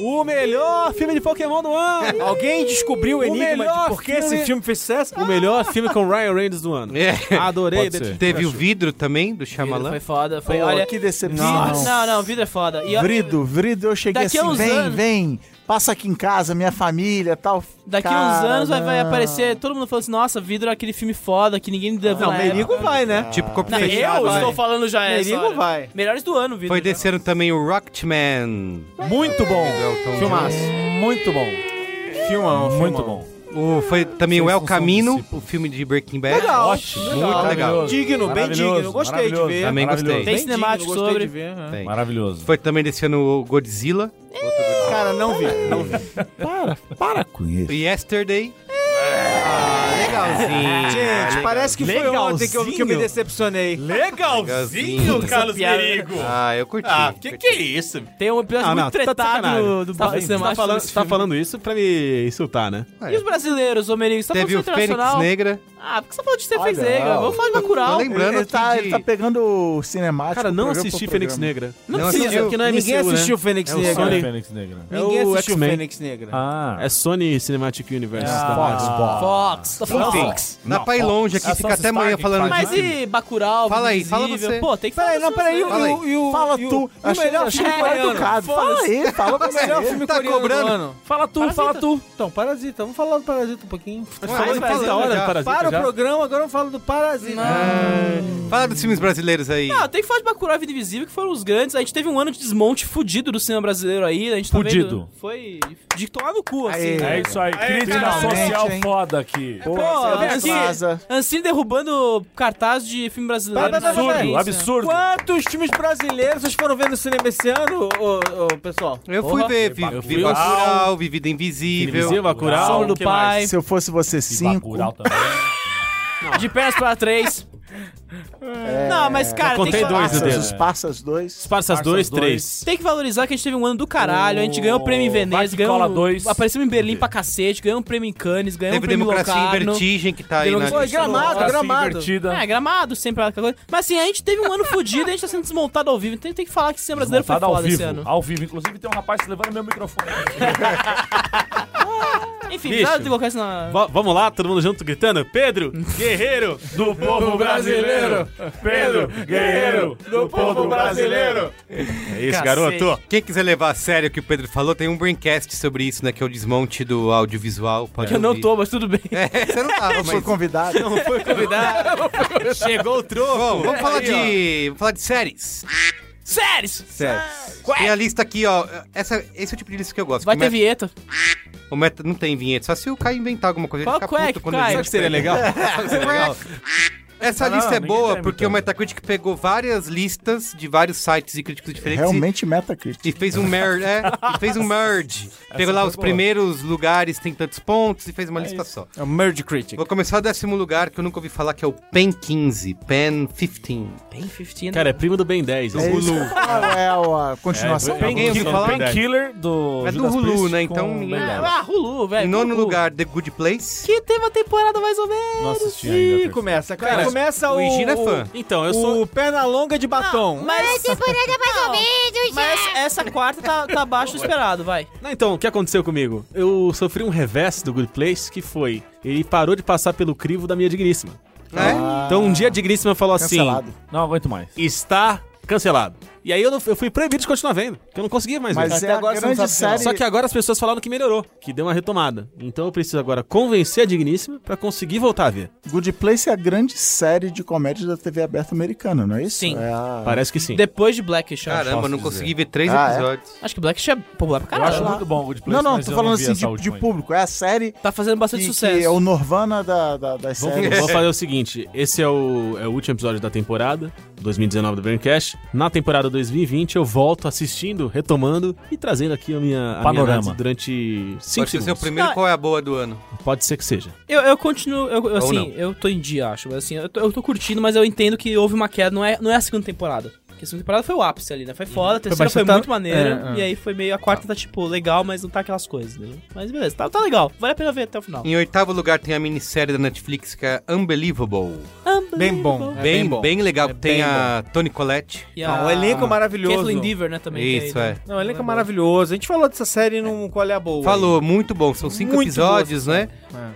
Speaker 5: O melhor filme de Pokémon do ano! Alguém descobriu o enigma de
Speaker 4: melhor
Speaker 5: por que
Speaker 4: filme-
Speaker 5: esse filme Ah! fez sucesso?
Speaker 4: O melhor filme com Ryan Reynolds do ano.
Speaker 1: É.
Speaker 5: Ah,
Speaker 1: [laughs]
Speaker 4: Adorei.
Speaker 7: Pode ser.
Speaker 1: Teve o Vidro também, do Shyamalan.
Speaker 3: Foi foda, foi,
Speaker 2: Pô,
Speaker 3: olha...
Speaker 2: que
Speaker 3: vidro-
Speaker 2: decepção.
Speaker 3: Não, não, vidro é foda. E, ó,
Speaker 2: Vrido, Vrido, eu cheguei
Speaker 3: Daqui a
Speaker 2: assim,
Speaker 3: uns
Speaker 2: vem,
Speaker 3: anos-
Speaker 2: vem, passa aqui em casa, minha família, tal.
Speaker 3: Daqui a uns
Speaker 2: Cara,
Speaker 3: anos vai, vai
Speaker 2: não.
Speaker 3: aparecer todo mundo falando assim, nossa, vidro é aquele filme foda que ninguém deu
Speaker 5: Não, Merigo vai, né?
Speaker 1: Tipo, corpo
Speaker 3: Não,
Speaker 1: fechado.
Speaker 3: eu
Speaker 1: né?
Speaker 3: estou falando já é essa
Speaker 5: Merigo
Speaker 3: hora.
Speaker 5: vai.
Speaker 3: Melhores do ano, vidro.
Speaker 1: Foi
Speaker 3: já.
Speaker 1: desse ano também o Rocketman.
Speaker 7: Muito bom.
Speaker 1: Elton John.
Speaker 7: Filmaço. Muito bom. Filmão, Muito bom.
Speaker 1: O, foi também o
Speaker 7: Vocês
Speaker 1: El
Speaker 7: não são
Speaker 1: Camino,
Speaker 7: discípulos.
Speaker 1: o filme de Breaking Bad.
Speaker 5: Legal.
Speaker 7: Ótimo.
Speaker 1: Muito legal.
Speaker 5: Digno, bem
Speaker 7: Maravilhoso,
Speaker 5: digno. Gostei de
Speaker 7: maravilhoso,
Speaker 5: ver.
Speaker 1: Também
Speaker 7: maravilhoso.
Speaker 1: gostei.
Speaker 3: Tem
Speaker 5: Bem
Speaker 3: cinemático
Speaker 5: digno, gostei
Speaker 3: sobre.
Speaker 5: de ver, né?
Speaker 1: Tem.
Speaker 7: Maravilhoso.
Speaker 1: Foi também desse ano o Godzilla.
Speaker 5: Cara, não vi. Não vi.
Speaker 2: Para com isso.
Speaker 1: E Yesterday. Ah, legalzinho.
Speaker 5: Gente, parece que foi ontem que eu, que eu me
Speaker 4: Legalzinho.
Speaker 5: decepcionei.
Speaker 1: Legalzinho,
Speaker 3: Carlos Merigo.
Speaker 1: Ah, eu curti. curti.
Speaker 4: isso?
Speaker 3: é Tem um episódio
Speaker 4: Ah, não,
Speaker 3: muito
Speaker 4: tá de sacanagem.
Speaker 3: tretado do
Speaker 4: Tá,
Speaker 3: Barra
Speaker 4: você tá, falando, tá falando isso pra me insultar, né?
Speaker 2: Ah,
Speaker 3: E os brasileiros, ô Merigo? Você tá
Speaker 1: Teve o
Speaker 3: falando sobre
Speaker 1: Fênix
Speaker 3: internacional?
Speaker 1: Negra.
Speaker 3: Ah, por que você falou de Fênix
Speaker 2: Olha,
Speaker 3: Negra?
Speaker 2: ó.
Speaker 3: Vamos falar de Bacurau.
Speaker 1: Tô lembrando
Speaker 2: ele,
Speaker 1: aqui
Speaker 2: tá,
Speaker 1: de-
Speaker 2: ele tá pegando o cinemático.
Speaker 4: Cara, não
Speaker 2: programa
Speaker 4: assisti
Speaker 2: por
Speaker 4: Fênix
Speaker 2: programa.
Speaker 4: Negra.
Speaker 3: Não,
Speaker 1: Não
Speaker 3: precisa,
Speaker 1: assistiu.
Speaker 3: porque não é
Speaker 5: Ninguém
Speaker 3: MCU, né?
Speaker 5: assistiu o Fênix
Speaker 1: o
Speaker 5: Negra.
Speaker 4: Sony.
Speaker 7: Fênix Negra.
Speaker 4: É
Speaker 5: Ninguém
Speaker 4: o
Speaker 5: assistiu o
Speaker 4: X-Men.
Speaker 5: Fênix Negra.
Speaker 7: Ah,
Speaker 4: É Sony Cinematic Universe.
Speaker 2: Ah,
Speaker 4: tá?
Speaker 2: Fox, Fox.
Speaker 3: Fox, tá
Speaker 7: Não,
Speaker 1: Dá pra ir longe aqui,
Speaker 7: É
Speaker 1: fica
Speaker 7: só
Speaker 1: até amanhã
Speaker 7: Stark
Speaker 1: falando
Speaker 3: Mas
Speaker 1: disso.
Speaker 3: e Bacurau,
Speaker 1: Fala aí,
Speaker 3: Invisível?
Speaker 1: fala você.
Speaker 3: Pô, tem que falar
Speaker 5: Peraí, não,
Speaker 3: dos
Speaker 5: peraí.
Speaker 3: dois, né?
Speaker 1: Fala aí.
Speaker 5: E o- e o-
Speaker 2: Fala
Speaker 5: e o-
Speaker 2: tu.
Speaker 5: e o
Speaker 2: Achei
Speaker 5: melhor
Speaker 2: que
Speaker 5: filme
Speaker 3: era
Speaker 5: coreano?
Speaker 3: educado.
Speaker 5: Fala aí, fala pra
Speaker 1: Tá
Speaker 5: melhor filme
Speaker 1: tá
Speaker 5: coreano do
Speaker 1: cobrando?
Speaker 5: ano.
Speaker 7: Fala tu, fala
Speaker 3: Parasita.
Speaker 7: tu.
Speaker 5: Então, Parasita. Vamos falar do Parasita um pouquinho.
Speaker 1: Fala,
Speaker 3: faz
Speaker 1: fala,
Speaker 3: da hora
Speaker 1: já.
Speaker 4: Parasita
Speaker 5: Para
Speaker 4: já?
Speaker 5: o programa, agora vamos falar do Parasita.
Speaker 1: Fala dos filmes brasileiros aí.
Speaker 3: Não, tem que falar de Bacurau e Vida Invisível, que foram os grandes. A gente teve um ano de desmonte fudido do cinema brasileiro aí. A gente tá
Speaker 7: Fudido.
Speaker 3: vendo- Foi de tomar no cu, assim.
Speaker 2: Aê.
Speaker 3: né?
Speaker 7: É isso aí, crítica
Speaker 5: finalmente,
Speaker 7: social
Speaker 2: hein?
Speaker 7: foda aqui.
Speaker 3: Pô,
Speaker 2: Silvia
Speaker 3: Ancine-
Speaker 2: Plaza.
Speaker 3: Ancine derrubando cartaz de filme brasileiro.
Speaker 5: Vai, vai, vai, vai,
Speaker 3: Absurdo,
Speaker 7: Absurdo,
Speaker 3: absurdo.
Speaker 7: absurdo.
Speaker 5: Quantos filmes brasileiros vocês foram ver no cinema esse ano, ô, ô, pessoal?
Speaker 1: Eu fui
Speaker 3: Porra.
Speaker 1: ver, vi,
Speaker 7: Eu
Speaker 1: vi
Speaker 7: fui-
Speaker 1: Bacurau, vi Vida Invisível.
Speaker 4: Invisível, Bacurau,
Speaker 3: Sombra
Speaker 5: um
Speaker 3: do
Speaker 4: Ah, que mais?
Speaker 3: Pai,
Speaker 2: Se eu fosse você,
Speaker 7: um E
Speaker 2: cinco.
Speaker 7: Bacurau também.
Speaker 3: De Pernas para Três. Não,
Speaker 5: É.
Speaker 3: mas cara, tem
Speaker 4: contei
Speaker 3: que,
Speaker 4: dois,
Speaker 2: Passas,
Speaker 4: Dedo.
Speaker 2: os Passas dois.
Speaker 4: Esparsas 2,
Speaker 7: dois.
Speaker 4: 3.
Speaker 3: tem que valorizar que a gente teve um ano do caralho. A gente
Speaker 7: Oh,
Speaker 3: ganhou o prêmio em
Speaker 7: vai que
Speaker 3: Veneza, ganhou.
Speaker 7: cola
Speaker 3: um-
Speaker 7: dois.
Speaker 3: Aparecemos em Berlim pra cacete, ganhamos um prêmio em Cannes, ganhamos
Speaker 1: Teve
Speaker 3: um prêmio em
Speaker 1: Democracia em
Speaker 3: Locarno.
Speaker 1: Vertigem, que tá aí na
Speaker 3: Pelo-
Speaker 1: lista.
Speaker 3: Foi, gramado,
Speaker 7: Democracia
Speaker 3: Ah, gramado.
Speaker 7: invertida.
Speaker 3: É, gramado sempre aquela coisa. Mas assim, a gente teve um ano fodido e a gente tá sendo desmontado ao vivo. Então tem que falar que o cinema brasileiro foi
Speaker 7: Desmontado ao
Speaker 3: foda
Speaker 7: vivo,
Speaker 3: esse ano.
Speaker 7: Ao vivo. Inclusive tem um rapaz levando meu microfone.
Speaker 3: Enfim,
Speaker 4: Bicho.
Speaker 3: nada de colocar isso na.
Speaker 4: Va- vamos lá, todo mundo junto gritando. Pedro, guerreiro.
Speaker 7: Do povo brasileiro. Pedro, guerreiro. Do povo brasileiro.
Speaker 4: É isso,
Speaker 3: Cacete.
Speaker 4: garoto.
Speaker 1: Quem quiser levar a sério o que o Pedro falou, tem um braincast sobre isso, né? Que é o desmonte do audiovisual. Pode
Speaker 3: Eu não
Speaker 1: ouvir.
Speaker 3: tô, mas tudo [laughs] bem.
Speaker 1: [laughs] É, você não tava,
Speaker 2: Foi
Speaker 1: mas...
Speaker 2: convidado.
Speaker 4: Chegou o troco.
Speaker 1: Bom, vamos falar de... Vamos falar de séries.
Speaker 3: Séries!
Speaker 1: Séries. Tem a lista aqui, ó. Essa, esse é o tipo de lista que eu gosto.
Speaker 3: Vai
Speaker 1: O
Speaker 3: ter
Speaker 1: meta-
Speaker 3: vinheta.
Speaker 1: O meta não tem vinheta, só se o Caio inventar alguma coisa.
Speaker 3: Qual
Speaker 1: ele
Speaker 3: que
Speaker 1: fica
Speaker 3: é
Speaker 1: puto
Speaker 3: que
Speaker 1: quando
Speaker 3: Caio?
Speaker 1: ele
Speaker 3: Sabe
Speaker 1: inventa.
Speaker 3: que
Speaker 4: seria legal?
Speaker 1: [laughs] Essa
Speaker 7: Ah, não,
Speaker 1: lista é
Speaker 7: ninguém
Speaker 1: boa
Speaker 7: tem,
Speaker 1: porque
Speaker 7: então.
Speaker 1: o Metacritic pegou várias listas de vários sites e críticos diferentes e-
Speaker 2: Realmente Metacritic.
Speaker 1: e fez um merge, é, e fez um merge. Pegou lá
Speaker 7: foi
Speaker 1: os
Speaker 7: boa.
Speaker 1: primeiros lugares, tem tantos pontos e fez uma lista só.
Speaker 5: É o Merge Critic.
Speaker 1: Vou começar o décimo lugar que eu nunca ouvi falar, que é o PEN 15, PEN 15.
Speaker 3: Bem 15.
Speaker 4: Cara, é primo do Ben 10.
Speaker 2: É
Speaker 4: né?
Speaker 2: isso. Qual é a continuação?
Speaker 7: É,
Speaker 1: Alguém ouviu falar?
Speaker 7: Painkiller do.
Speaker 1: É do
Speaker 7: Judas
Speaker 1: Hulu,
Speaker 7: Priest
Speaker 1: né? Então
Speaker 7: com
Speaker 1: ninguém-
Speaker 7: Ben 10.
Speaker 3: Ah, Hulu, velho.
Speaker 1: em nono
Speaker 3: Hulu.
Speaker 1: lugar, The Good Place.
Speaker 3: Que teve uma temporada mais ou menos.
Speaker 7: Não assisti ainda.
Speaker 5: Ih,
Speaker 7: Terceiro.
Speaker 5: começa, cara.
Speaker 4: Cara,
Speaker 5: começa o.
Speaker 1: o Higino é fã.
Speaker 4: Então, eu
Speaker 5: O,
Speaker 4: sou. Ah,
Speaker 5: o perna longa de batom.
Speaker 3: Mas,
Speaker 9: temporada mais ou menos,
Speaker 3: mas essa quarta tá, tá abaixo do esperado, vai.
Speaker 4: Não, então, o que aconteceu comigo? Eu sofri um revés do Good Place que foi. Ele parou de passar pelo crivo da minha digníssima.
Speaker 1: né?
Speaker 4: Então, um dia a digníssima falou
Speaker 2: Cancelado.
Speaker 4: assim:
Speaker 7: Não aguento mais.
Speaker 4: está cancelado. E aí eu, não- eu fui proibido de continuar vendo, porque eu não conseguia mais ver.
Speaker 2: Mas é a grande série.
Speaker 4: Só que agora as pessoas falaram que melhorou, que deu uma retomada. Então eu preciso agora convencer a digníssima pra conseguir voltar a ver.
Speaker 2: Good Place é a grande série de comédia da TV aberta americana, não é isso?
Speaker 3: Sim.
Speaker 2: É a-
Speaker 4: Parece que sim.
Speaker 3: Depois de Blackish, eu acho.
Speaker 1: Caramba, não
Speaker 7: dizer.
Speaker 1: consegui ver três
Speaker 2: Ah, é?
Speaker 1: episódios.
Speaker 3: Acho que Blackish é popular pra
Speaker 7: Eu acho
Speaker 3: caralho.
Speaker 7: muito bom o Good Place.
Speaker 2: Não, não,
Speaker 7: mas
Speaker 2: tô
Speaker 7: eu
Speaker 2: falando
Speaker 7: vi
Speaker 2: assim de,
Speaker 7: essa
Speaker 2: de
Speaker 7: última ainda.
Speaker 2: público. É a série
Speaker 3: Tá fazendo bastante
Speaker 2: que,
Speaker 3: sucesso.
Speaker 2: que é o Norvana da, da- das
Speaker 5: É.
Speaker 4: Vamos,
Speaker 2: séries.
Speaker 4: vamos Então, fazer o seguinte: esse é o, é o último episódio da temporada, 2019 do Braincast. Na temporada 2020, eu volto assistindo, retomando e trazendo aqui a minha, a minha
Speaker 7: Panorama.
Speaker 4: análise durante 5
Speaker 1: Pode ser o
Speaker 4: segundos.
Speaker 1: primeiro,
Speaker 3: Não,
Speaker 1: qual é a boa do ano?
Speaker 4: Pode ser que seja.
Speaker 3: Eu, eu continuo, eu, eu,
Speaker 1: não.
Speaker 3: assim, eu tô em dia, acho. Mas assim, eu tô, eu tô curtindo, mas eu entendo que houve uma queda, não é, não é a segunda temporada. Porque a segunda temporada foi o ápice ali, né? Foi foda, a terceira
Speaker 5: mas
Speaker 3: foi
Speaker 5: você tá-
Speaker 3: muito maneira,
Speaker 5: é, é.
Speaker 3: e aí foi meio. A quarta tá tipo legal, mas não tá aquelas coisas, né? Mas beleza, tá, tá legal, vale a pena ver até o final.
Speaker 1: Em oitavo lugar tem a minissérie da Netflix que é Unbelievable.
Speaker 5: Bem bom. É
Speaker 1: bem,
Speaker 5: bem
Speaker 1: bem,
Speaker 5: bom.
Speaker 1: legal.
Speaker 5: É
Speaker 1: tem
Speaker 5: bem
Speaker 1: a Tony Collette.
Speaker 3: E
Speaker 5: Não, o elenco é maravilhoso.
Speaker 3: Kathleen Dever, né? Também. que
Speaker 1: Isso,
Speaker 3: aí,
Speaker 1: é.
Speaker 3: né?
Speaker 5: Não, o elenco é maravilhoso. A gente falou dessa série num Qual é a Boa.
Speaker 1: Falou, muito bom. São cinco
Speaker 5: Muito
Speaker 1: episódios, né?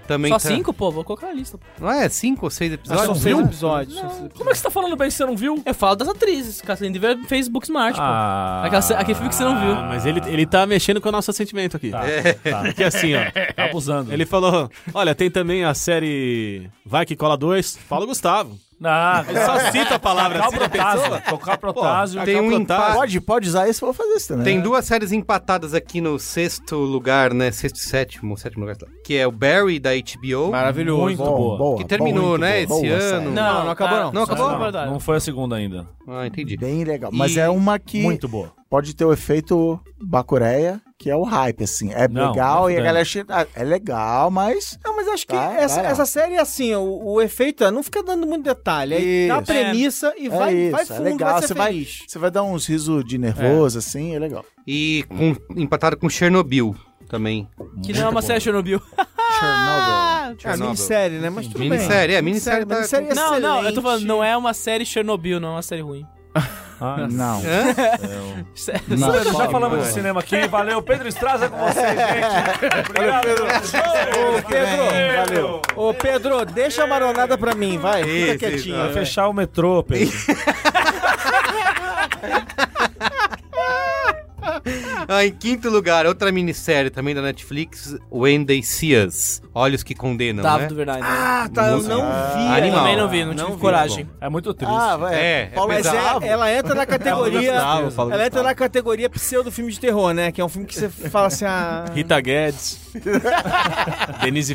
Speaker 1: Também
Speaker 3: Só
Speaker 1: tá-
Speaker 3: cinco, pô, vou colocar na lista. pô.
Speaker 1: Não é? Cinco ou seis
Speaker 3: Tá
Speaker 5: Ah, são
Speaker 1: episódios?
Speaker 5: seis
Speaker 1: né?
Speaker 5: episódios. são seis
Speaker 7: Como é que você tá falando bem se você não viu?
Speaker 3: Eu falo das atrizes, Kathleen Dever fez Booksmart, pô.
Speaker 7: Ah.
Speaker 3: Aquela ce- aquele filme que você não viu.
Speaker 4: Ah, mas ele, ele tá mexendo com o nosso sentimento aqui.
Speaker 7: Tá, tá,
Speaker 4: Porque assim, ó.
Speaker 7: tá abusando.
Speaker 4: Ele falou: Olha, tem também a série Vai que Cola 2, Paulo Gustavo.
Speaker 7: Ah,
Speaker 4: Ele só cita a palavra
Speaker 7: Tocar o
Speaker 4: assim da pessoa.
Speaker 7: protásio. Tocar o protásio.
Speaker 1: Tem um empate.
Speaker 2: tá? Pode, né? pode usar isso, eu vou fazer isso também.
Speaker 1: Tem duas séries empatadas aqui no sexto lugar, né? Sexto e sétimo, sétimo lugar, sei lá. que é o Barry da HBO.
Speaker 5: Maravilhoso.
Speaker 7: Muito
Speaker 2: Bom,
Speaker 7: boa.
Speaker 2: boa,
Speaker 1: Que terminou,
Speaker 2: muito
Speaker 1: né, esse
Speaker 2: boa série.
Speaker 1: ano.
Speaker 5: Não, não acabou, não.
Speaker 1: Não acabou?
Speaker 7: Não, não foi a segunda ainda.
Speaker 1: Ah, entendi.
Speaker 2: Bem legal. Mas
Speaker 1: E-
Speaker 2: é uma que
Speaker 7: Muito boa.
Speaker 2: pode ter o efeito Bacureia, que é o hype, assim. É
Speaker 7: Não,
Speaker 2: legal
Speaker 7: não
Speaker 2: e a
Speaker 7: dá.
Speaker 2: galera chega. ah, É legal, mas.
Speaker 5: Não, mas acho que
Speaker 2: Tá,
Speaker 5: essa,
Speaker 2: vai lá.
Speaker 5: essa série é assim, o, o efeito é não fica dando muito detalhe. Aí dá a
Speaker 2: Isso.
Speaker 5: premissa e
Speaker 2: É
Speaker 5: vai,
Speaker 2: isso,
Speaker 5: vai
Speaker 2: é
Speaker 5: fundo,
Speaker 2: legal.
Speaker 5: vai ser
Speaker 2: Você vai-
Speaker 5: feliz.
Speaker 2: Você vai dar uns risos de nervoso, assim, é legal.
Speaker 1: E com, empatado com Chernobyl também.
Speaker 3: Que não é uma série Chernobyl.
Speaker 2: Chernobyl.
Speaker 5: É
Speaker 1: Chernobyl.
Speaker 5: minissérie, né? Mas tudo bem.
Speaker 1: Minissérie, é, minissérie
Speaker 5: Minissérie,
Speaker 1: tá-
Speaker 5: minissérie é
Speaker 3: Não, não, eu tô
Speaker 5: excelente.
Speaker 3: falando, não é uma série Chernobyl, não é uma série ruim.
Speaker 7: Ah,
Speaker 2: Não. [laughs]
Speaker 3: Sério,
Speaker 2: Não.
Speaker 6: Pedro, já
Speaker 2: Paulo,
Speaker 6: falamos
Speaker 2: não.
Speaker 6: de cinema aqui. Valeu, Pedro Estraza com você,
Speaker 7: [laughs]
Speaker 6: gente. Obrigado. Ô,
Speaker 5: Pedro,
Speaker 6: Valeu.
Speaker 5: Ô, Pedro, deixa a maronada pra mim, vai. Fica
Speaker 1: Isso, é.
Speaker 5: quietinho.
Speaker 1: isso,
Speaker 6: Vai fechar o metrô,
Speaker 7: [laughs]
Speaker 6: Pedro.
Speaker 1: Ah, em quinto lugar, outra minissérie também da Netflix, When They See Us. Olhos que condenam,
Speaker 3: Tava
Speaker 1: né?
Speaker 3: Tá
Speaker 1: Ah,
Speaker 3: do verdade.
Speaker 6: Ah, tá. Eu não vi.
Speaker 3: Eu
Speaker 1: animal.
Speaker 3: também não vi, não tive
Speaker 1: vi,
Speaker 3: coragem.
Speaker 7: É muito triste.
Speaker 5: Ah,
Speaker 1: É, é
Speaker 5: Paulo, mas
Speaker 1: pesado.
Speaker 5: é- ela entra na categoria.
Speaker 1: Gustavo, Paulo
Speaker 5: ela entra na categoria pseudo filme de terror, né? Que é um filme que você fala assim, ah.
Speaker 4: Rita Guedes. Denise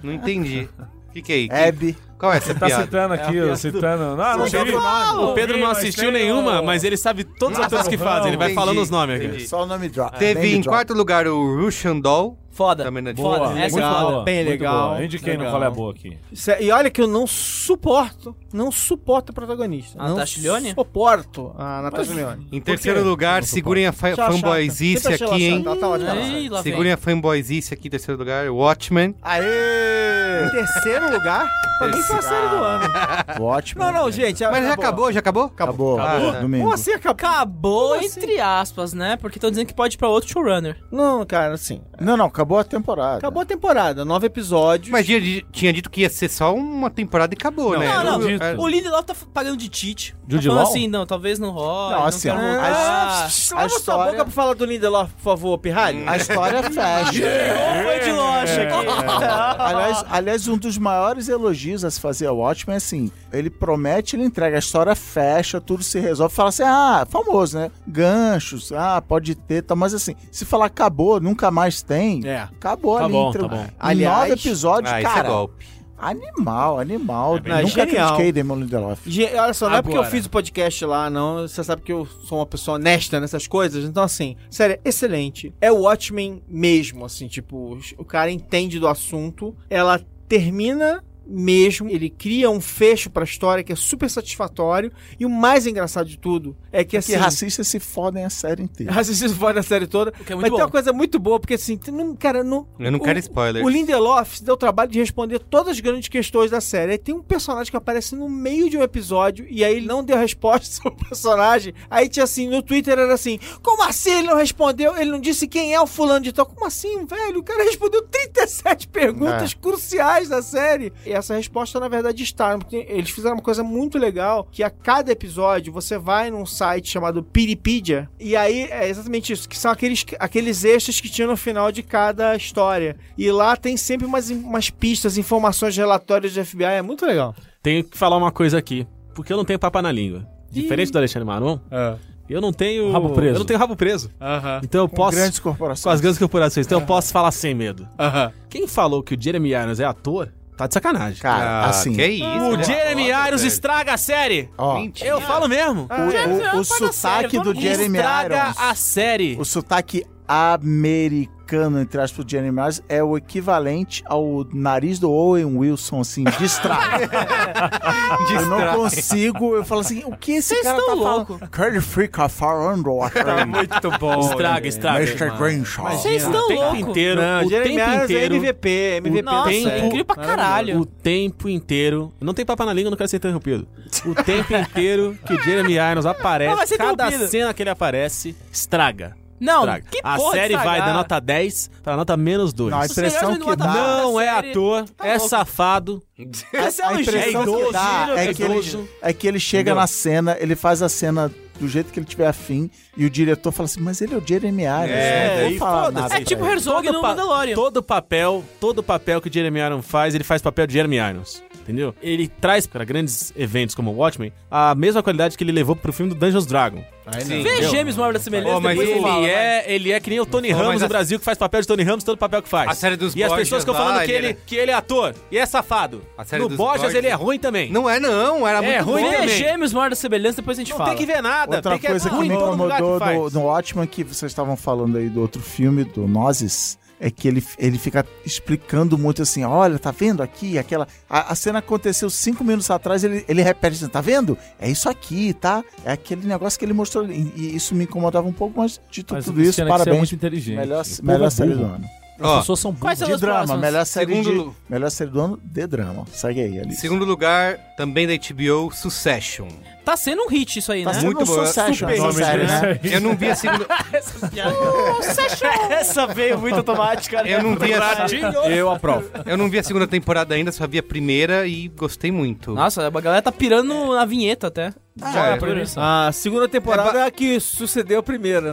Speaker 1: Ah, Não entendi. Fica aí.
Speaker 2: Abby.
Speaker 1: Qual é essa
Speaker 6: Tá
Speaker 1: piada?
Speaker 6: citando aqui, ó, citando. Não, não vi.
Speaker 4: O Pedro não
Speaker 6: Mas tem
Speaker 4: assistiu
Speaker 6: o-
Speaker 4: nenhuma, mas ele sabe todos os atores que fazem. Ele vai
Speaker 1: Entendi,
Speaker 4: falando os nomes aqui.
Speaker 1: entendi.
Speaker 2: Só o nome drop.
Speaker 1: Teve
Speaker 2: Name
Speaker 1: em
Speaker 2: drop.
Speaker 1: quarto lugar o Russian Doll.
Speaker 3: Foda.
Speaker 1: Também na
Speaker 3: Foda.
Speaker 7: Boa,
Speaker 3: Essa
Speaker 7: muito
Speaker 3: é foda.
Speaker 7: boa,
Speaker 3: Bem
Speaker 7: muito
Speaker 3: legal.
Speaker 7: boa. Indiquei no
Speaker 3: Legal.
Speaker 7: Qual é Boa aqui.
Speaker 5: Isso é- E olha que eu não suporto, não suporto a protagonista.
Speaker 3: A
Speaker 5: não
Speaker 3: Natasha Lyonne?
Speaker 5: suporto a Natasha Leone.
Speaker 1: Em terceiro lugar, segurem a fa- é fanboyzice aqui, hein?
Speaker 5: Ela tá ótima.
Speaker 3: Ih, lá vem.
Speaker 1: Segurem a fanboyzice aqui em terceiro lugar. Watchmen.
Speaker 5: Tá, Em terceiro lugar, pra mim foi a série do ano.
Speaker 2: Ótimo.
Speaker 5: Não, não, gente.
Speaker 1: Mas já acabou, já acabou?
Speaker 2: Acabou.
Speaker 1: Acabou. tá.
Speaker 2: Ah, Domingo.
Speaker 5: Como assim acabou?
Speaker 3: Acabou,
Speaker 5: Como assim?
Speaker 3: entre aspas, né? Porque estão dizendo que pode ir pra outro showrunner.
Speaker 5: Não, cara, assim.
Speaker 2: Não, não, acabou a temporada.
Speaker 5: Acabou a temporada, nove episódios.
Speaker 1: Mas tinha, di- tinha dito que ia ser só uma temporada e acabou, né?
Speaker 3: não, não.
Speaker 1: É,
Speaker 3: O Lindelof tá f- pagando de Tite.
Speaker 7: Jude
Speaker 3: tá falando
Speaker 7: Law?
Speaker 3: assim, não, talvez não role.
Speaker 2: Não,
Speaker 3: Não,
Speaker 5: Ah,
Speaker 2: assim,
Speaker 3: quero
Speaker 2: ó,
Speaker 3: voltar.
Speaker 5: Lava
Speaker 2: a
Speaker 5: sua
Speaker 2: história-
Speaker 5: boca pra falar do Lindelof, por favor, pirralho. É.
Speaker 2: A história fecha.
Speaker 3: Ou foi de loja aqui.
Speaker 4: [laughs]
Speaker 2: aliás, aliás, um dos maiores elogios a se fazer ao Watchmen é assim: ele promete, ele entrega, a história fecha, tudo se resolve. Fala assim, ah, famoso, né? Ganchos, ah, pode ter, tá. Mas assim, se falar acabou, nunca mais tem,
Speaker 4: É.
Speaker 2: acabou
Speaker 4: Tá
Speaker 2: ali.
Speaker 4: bom,
Speaker 2: entre-
Speaker 4: tá bom.
Speaker 2: Em
Speaker 5: Aliás-
Speaker 2: nove episódios,
Speaker 1: Ah, esse é
Speaker 2: cara.
Speaker 1: golpe.
Speaker 2: animal, animal.
Speaker 4: É bem
Speaker 2: Nunca
Speaker 5: legal. Genial.
Speaker 2: critiquei Damon Lindelof.
Speaker 5: Ge- Olha só, não é porque eu
Speaker 4: Agora.
Speaker 5: fiz o podcast lá, não. Você sabe que eu sou uma pessoa honesta nessas coisas. Então, assim, sério, excelente. É o Watchmen mesmo, assim, tipo, os- o cara entende do assunto. Ela termina mesmo, ele cria um fecho pra história que é super satisfatório. E o mais engraçado de tudo é que, assim...
Speaker 2: Que
Speaker 5: [laughs]
Speaker 2: racistas se fodem a série inteira.
Speaker 5: Racismo fora da série toda.
Speaker 3: que é
Speaker 5: mas
Speaker 3: muito
Speaker 5: tem uma
Speaker 3: bom.
Speaker 5: coisa muito boa, porque assim, tu não, cara, não,
Speaker 1: Eu não
Speaker 5: o-
Speaker 1: quero spoiler.
Speaker 5: o Lindelof se deu o trabalho de responder todas as grandes questões da série. Aí tem um personagem que aparece no meio de um episódio e aí ele não deu resposta [laughs] sobre o personagem. Aí tinha assim, no Twitter era assim: como assim ele não respondeu? Ele não disse quem é o fulano de tal. Como assim, velho? O cara respondeu 37 perguntas cruciais da série. E essa resposta, na verdade, está. porque Eles fizeram uma coisa muito legal: que a cada episódio você vai num site chamado Piripedia, e aí é exatamente isso, que são aqueles, aqueles extras que tinha no final de cada história. E lá tem sempre umas, umas pistas, informações, relatórios de FBI. É muito legal.
Speaker 4: Tenho que falar uma coisa aqui, porque eu não tenho papa na língua. Diferente do Alexandre Maron, eu não tenho.
Speaker 7: Rabo preso.
Speaker 4: Eu não tenho rabo preso. Então
Speaker 2: Um
Speaker 4: eu posso.
Speaker 2: Grandes
Speaker 4: Com as
Speaker 2: corporações.
Speaker 4: grandes corporações, então eu posso falar sem medo. Quem falou que o Jeremy Irons é ator, tá de sacanagem.
Speaker 2: Cara,
Speaker 1: Ah,
Speaker 2: assim.
Speaker 1: que isso?
Speaker 4: o
Speaker 1: né?
Speaker 4: Jeremy
Speaker 1: Nossa,
Speaker 4: Irons
Speaker 1: velho.
Speaker 4: estraga a série!
Speaker 2: Ó,
Speaker 1: Mentira.
Speaker 4: Eu falo mesmo!
Speaker 2: o,
Speaker 4: um
Speaker 2: o, o sotaque do Jeremy
Speaker 4: estraga
Speaker 2: Irons.
Speaker 4: a série!
Speaker 2: O sotaque americano, entre aspas, do Jeremy Irons é o equivalente ao nariz do Owen Wilson, assim, distrai. eu não consigo, eu falo assim, o que esse
Speaker 3: Vocês
Speaker 2: cara
Speaker 3: estão
Speaker 2: tá
Speaker 3: louco.
Speaker 2: falando? Curly Freak of Far Underwater.
Speaker 7: Então
Speaker 6: Muito bom.
Speaker 4: Estraga, estraga.
Speaker 2: Mr. Grinshaw.
Speaker 3: Vocês estão
Speaker 4: O tempo
Speaker 3: loucos.
Speaker 4: inteiro, o
Speaker 5: Jeremy
Speaker 4: tempo
Speaker 5: Irons é
Speaker 4: inteiro,
Speaker 5: MVP, MVP da
Speaker 3: Nossa,
Speaker 4: tempo-
Speaker 3: é
Speaker 5: série.
Speaker 3: incrível pra caralho.
Speaker 4: o tempo inteiro, não tem papo na língua, não quero ser interrompido. O tempo inteiro que o Jeremy Irons
Speaker 3: Não, vai
Speaker 4: aparece,
Speaker 3: ser
Speaker 4: cada
Speaker 3: interrompido.
Speaker 4: cena que ele aparece, estraga.
Speaker 3: Não,
Speaker 4: Traga.
Speaker 3: que porra
Speaker 4: a
Speaker 3: de
Speaker 4: série vai
Speaker 3: estragar.
Speaker 4: da nota 10 pra nota menos 2.
Speaker 2: Não, a
Speaker 4: Não,
Speaker 2: impressão
Speaker 3: Você
Speaker 2: que
Speaker 3: tá
Speaker 2: dá...
Speaker 3: louco.
Speaker 4: é
Speaker 3: A série- Tá
Speaker 4: ator, é
Speaker 3: louco.
Speaker 4: safado.
Speaker 3: Esse é
Speaker 2: A
Speaker 3: um
Speaker 2: impressão
Speaker 3: gênio.
Speaker 2: que dá é
Speaker 4: é
Speaker 2: que, ele,
Speaker 4: idoso.
Speaker 2: é que ele chega na cena, ele faz a cena do jeito que ele tiver afim, e o diretor fala assim, mas ele é o Jeremy Irons,
Speaker 4: É,
Speaker 2: eu não
Speaker 4: e
Speaker 2: vou falar
Speaker 4: foda-se.
Speaker 2: nada.
Speaker 3: É tipo
Speaker 2: pra ele."
Speaker 3: Herzog
Speaker 4: Todo
Speaker 3: no
Speaker 4: pa-
Speaker 3: Mandalorian.
Speaker 4: Todo papel, todo papel que o Jeremy Irons faz, ele faz papel de Jeremy Irons. Entendeu? Ele traz pra grandes eventos como o Watchmen a mesma qualidade que ele levou pro filme do Dungeons Dragon.
Speaker 1: Sim.
Speaker 3: Vê Gêmeos, uma obra da semelhança,
Speaker 1: Ó, mas
Speaker 3: depois
Speaker 4: Ele
Speaker 3: eu falo, vai.
Speaker 4: é, ele é que nem o Tony
Speaker 1: Pô, mas
Speaker 4: Ramos
Speaker 1: a-
Speaker 4: no Brasil que faz papel de Tony Ramos todo papel que faz.
Speaker 1: A série dos
Speaker 4: e as
Speaker 1: Borgias
Speaker 4: pessoas ficam
Speaker 1: lá,
Speaker 4: falando que
Speaker 1: ele
Speaker 4: ele,
Speaker 1: era-
Speaker 4: que ele é ator e é safado.
Speaker 1: né? A série
Speaker 4: no
Speaker 1: dos
Speaker 4: Borgias,
Speaker 1: Borgias-
Speaker 4: ele é ruim também.
Speaker 1: Não é não, era
Speaker 4: É
Speaker 1: muito
Speaker 4: ruim
Speaker 3: Vê
Speaker 4: também.
Speaker 3: Gêmeos, uma obra da semelhança, depois a gente
Speaker 4: Não
Speaker 3: fala.
Speaker 4: tem que ver nada.
Speaker 2: Outra
Speaker 4: tem que
Speaker 2: coisa
Speaker 4: é
Speaker 2: que
Speaker 4: ruim
Speaker 2: me
Speaker 4: em todo lugar
Speaker 2: incomodou
Speaker 4: que faz.
Speaker 2: no, no Watchmen, que vocês estavam falando aí do outro filme, do Nozes, é que ele, ele fica explicando muito assim, olha, tá vendo aqui, aquela... A, a cena aconteceu cinco minutos atrás, ele, ele repete assim, tá vendo? É isso aqui, tá? É aquele negócio que ele mostrou. ali." E, e isso me incomodava um pouco, mas dito
Speaker 7: Mas
Speaker 2: tudo isso,
Speaker 7: Cristiano, que você é
Speaker 2: parabéns.
Speaker 7: muito inteligente.
Speaker 2: melhor
Speaker 7: O povo
Speaker 2: melhor
Speaker 7: é
Speaker 2: série do
Speaker 7: burro.
Speaker 2: ano.
Speaker 1: Ó,
Speaker 7: As pessoas são burras.
Speaker 3: Quais são
Speaker 2: De
Speaker 3: os
Speaker 2: drama,
Speaker 3: próximos?
Speaker 2: melhor série,
Speaker 1: Segundo
Speaker 2: de,
Speaker 1: lu-
Speaker 2: melhor série do ano, de drama. Segue aí, Alice.
Speaker 1: Segundo lugar, também da HBO, Succession.
Speaker 3: Tá sendo um hit isso aí,
Speaker 2: tá
Speaker 3: né?
Speaker 2: sendo
Speaker 1: muito
Speaker 2: um
Speaker 1: boa.
Speaker 2: sucesso essa
Speaker 7: Nome
Speaker 2: série,
Speaker 4: [laughs]
Speaker 7: desse
Speaker 2: né?
Speaker 7: aí.
Speaker 1: Eu não vi a segunda.
Speaker 3: [laughs] Essa veio muito automática, né?
Speaker 1: Eu não vi a,
Speaker 7: Eu aprovo.
Speaker 1: eu não vi a segunda temporada ainda, só vi a primeira e gostei muito.
Speaker 4: Ah,
Speaker 3: Nossa, a galera tá pirando na vinheta até.
Speaker 1: Ah, é.
Speaker 3: por isso.
Speaker 5: A segunda temporada é a que sucedeu a primeira,
Speaker 4: [laughs]
Speaker 5: né?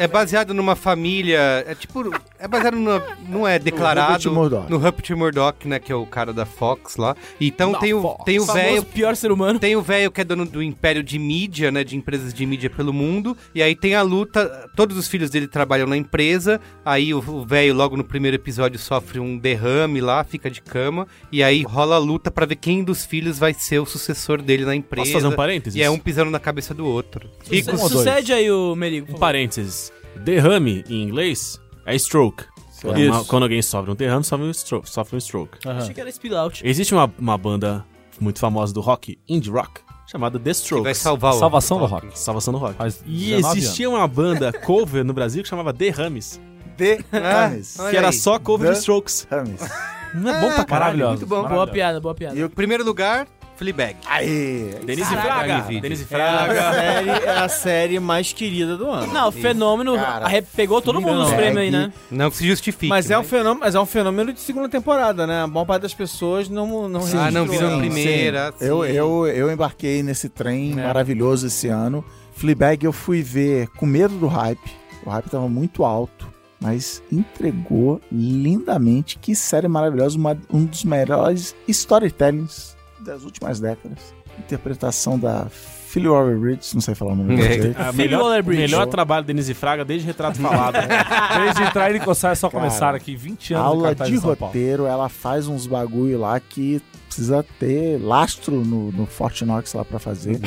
Speaker 1: É baseado numa família. É tipo. É baseado numa. Não é declarado.
Speaker 2: Rupert Murdoch.
Speaker 1: No Rupert Murdoch, né? Que é o cara da Fox lá. Então tem o, tem o
Speaker 3: Famoso
Speaker 1: velho.
Speaker 3: pior ser humano.
Speaker 1: Tem o velho que é dono do império de mídia, né? De empresas de mídia pelo mundo. E aí tem a luta. Todos os filhos dele trabalham na empresa. Aí o- o velho, logo no primeiro episódio, sofre um derrame lá, fica de cama. E aí rola a luta pra ver quem dos filhos vai ser o sucessor dele na empresa.
Speaker 4: Posso fazer um parênteses?
Speaker 1: E é um pisando na cabeça do outro.
Speaker 3: Suce- Sucede aí o Merigo.
Speaker 4: Um parênteses. Derrame, em inglês, é stroke. Quando, uma- quando alguém sofre um derrame, sofre um stroke. Sofre um stroke.
Speaker 3: Achei que era spill out.
Speaker 4: Existe uma, uma banda muito famosa do rock, indie rock, chamada The Strokes.
Speaker 1: Vai salvar o.
Speaker 7: Salvação do rock.
Speaker 4: Salvação do rock.
Speaker 7: Faz
Speaker 4: E
Speaker 7: 19
Speaker 4: existia uma banda [laughs] cover no Brasil que chamava Derrames,
Speaker 2: De
Speaker 1: Ah,
Speaker 2: Rames.
Speaker 1: olha
Speaker 4: que era
Speaker 1: aí.
Speaker 4: só cover
Speaker 2: The-
Speaker 4: de Strokes.
Speaker 2: Rames.
Speaker 4: Não é bom pra caralho.
Speaker 7: Maravilhoso.
Speaker 1: muito bom.
Speaker 3: Boa
Speaker 7: maravilhoso.
Speaker 3: piada, boa piada.
Speaker 1: E o primeiro lugar, Fleabag.
Speaker 2: Aí.
Speaker 4: Denise
Speaker 1: Caraca.
Speaker 4: Fraga. Denise
Speaker 5: É a,
Speaker 4: Fraga.
Speaker 5: série, é a série mais querida do ano.
Speaker 3: Não, o fenômeno
Speaker 2: Cara,
Speaker 3: arre- pegou todo mundo nos
Speaker 2: não.
Speaker 5: é
Speaker 3: prêmios aí, né?
Speaker 1: Não que se justifique.
Speaker 5: Mas é, um
Speaker 1: né?
Speaker 5: fenômeno, mas é um fenômeno de segunda temporada, né? A maior parte das pessoas não não
Speaker 1: Ah,
Speaker 5: registrou,
Speaker 1: não viram
Speaker 5: né?
Speaker 1: primeira. sim.
Speaker 2: Eu, eu, eu embarquei nesse trem maravilhoso esse ano. Fleabag eu fui ver com medo do hype. O hype tava muito alto, mas entregou lindamente. Que série maravilhosa, uma- um dos melhores storytellings das últimas décadas. Interpretação da Philly Warren Ridge, não sei falar o nome
Speaker 1: É.
Speaker 2: dela direito.
Speaker 4: A
Speaker 3: Phoebe
Speaker 4: melhor,
Speaker 3: Waller-Bridge.
Speaker 4: melhor trabalho da Denise Fraga desde Retrato [laughs] Falado.
Speaker 7: Desde entrar e coçar, é só
Speaker 2: Cara,
Speaker 7: começar aqui. 20 anos
Speaker 2: Aula
Speaker 7: cartaz
Speaker 2: de
Speaker 7: São Paulo.
Speaker 2: roteiro, ela faz uns bagulho lá que precisa ter lastro no, no Fortnox lá pra [laughs] fazer.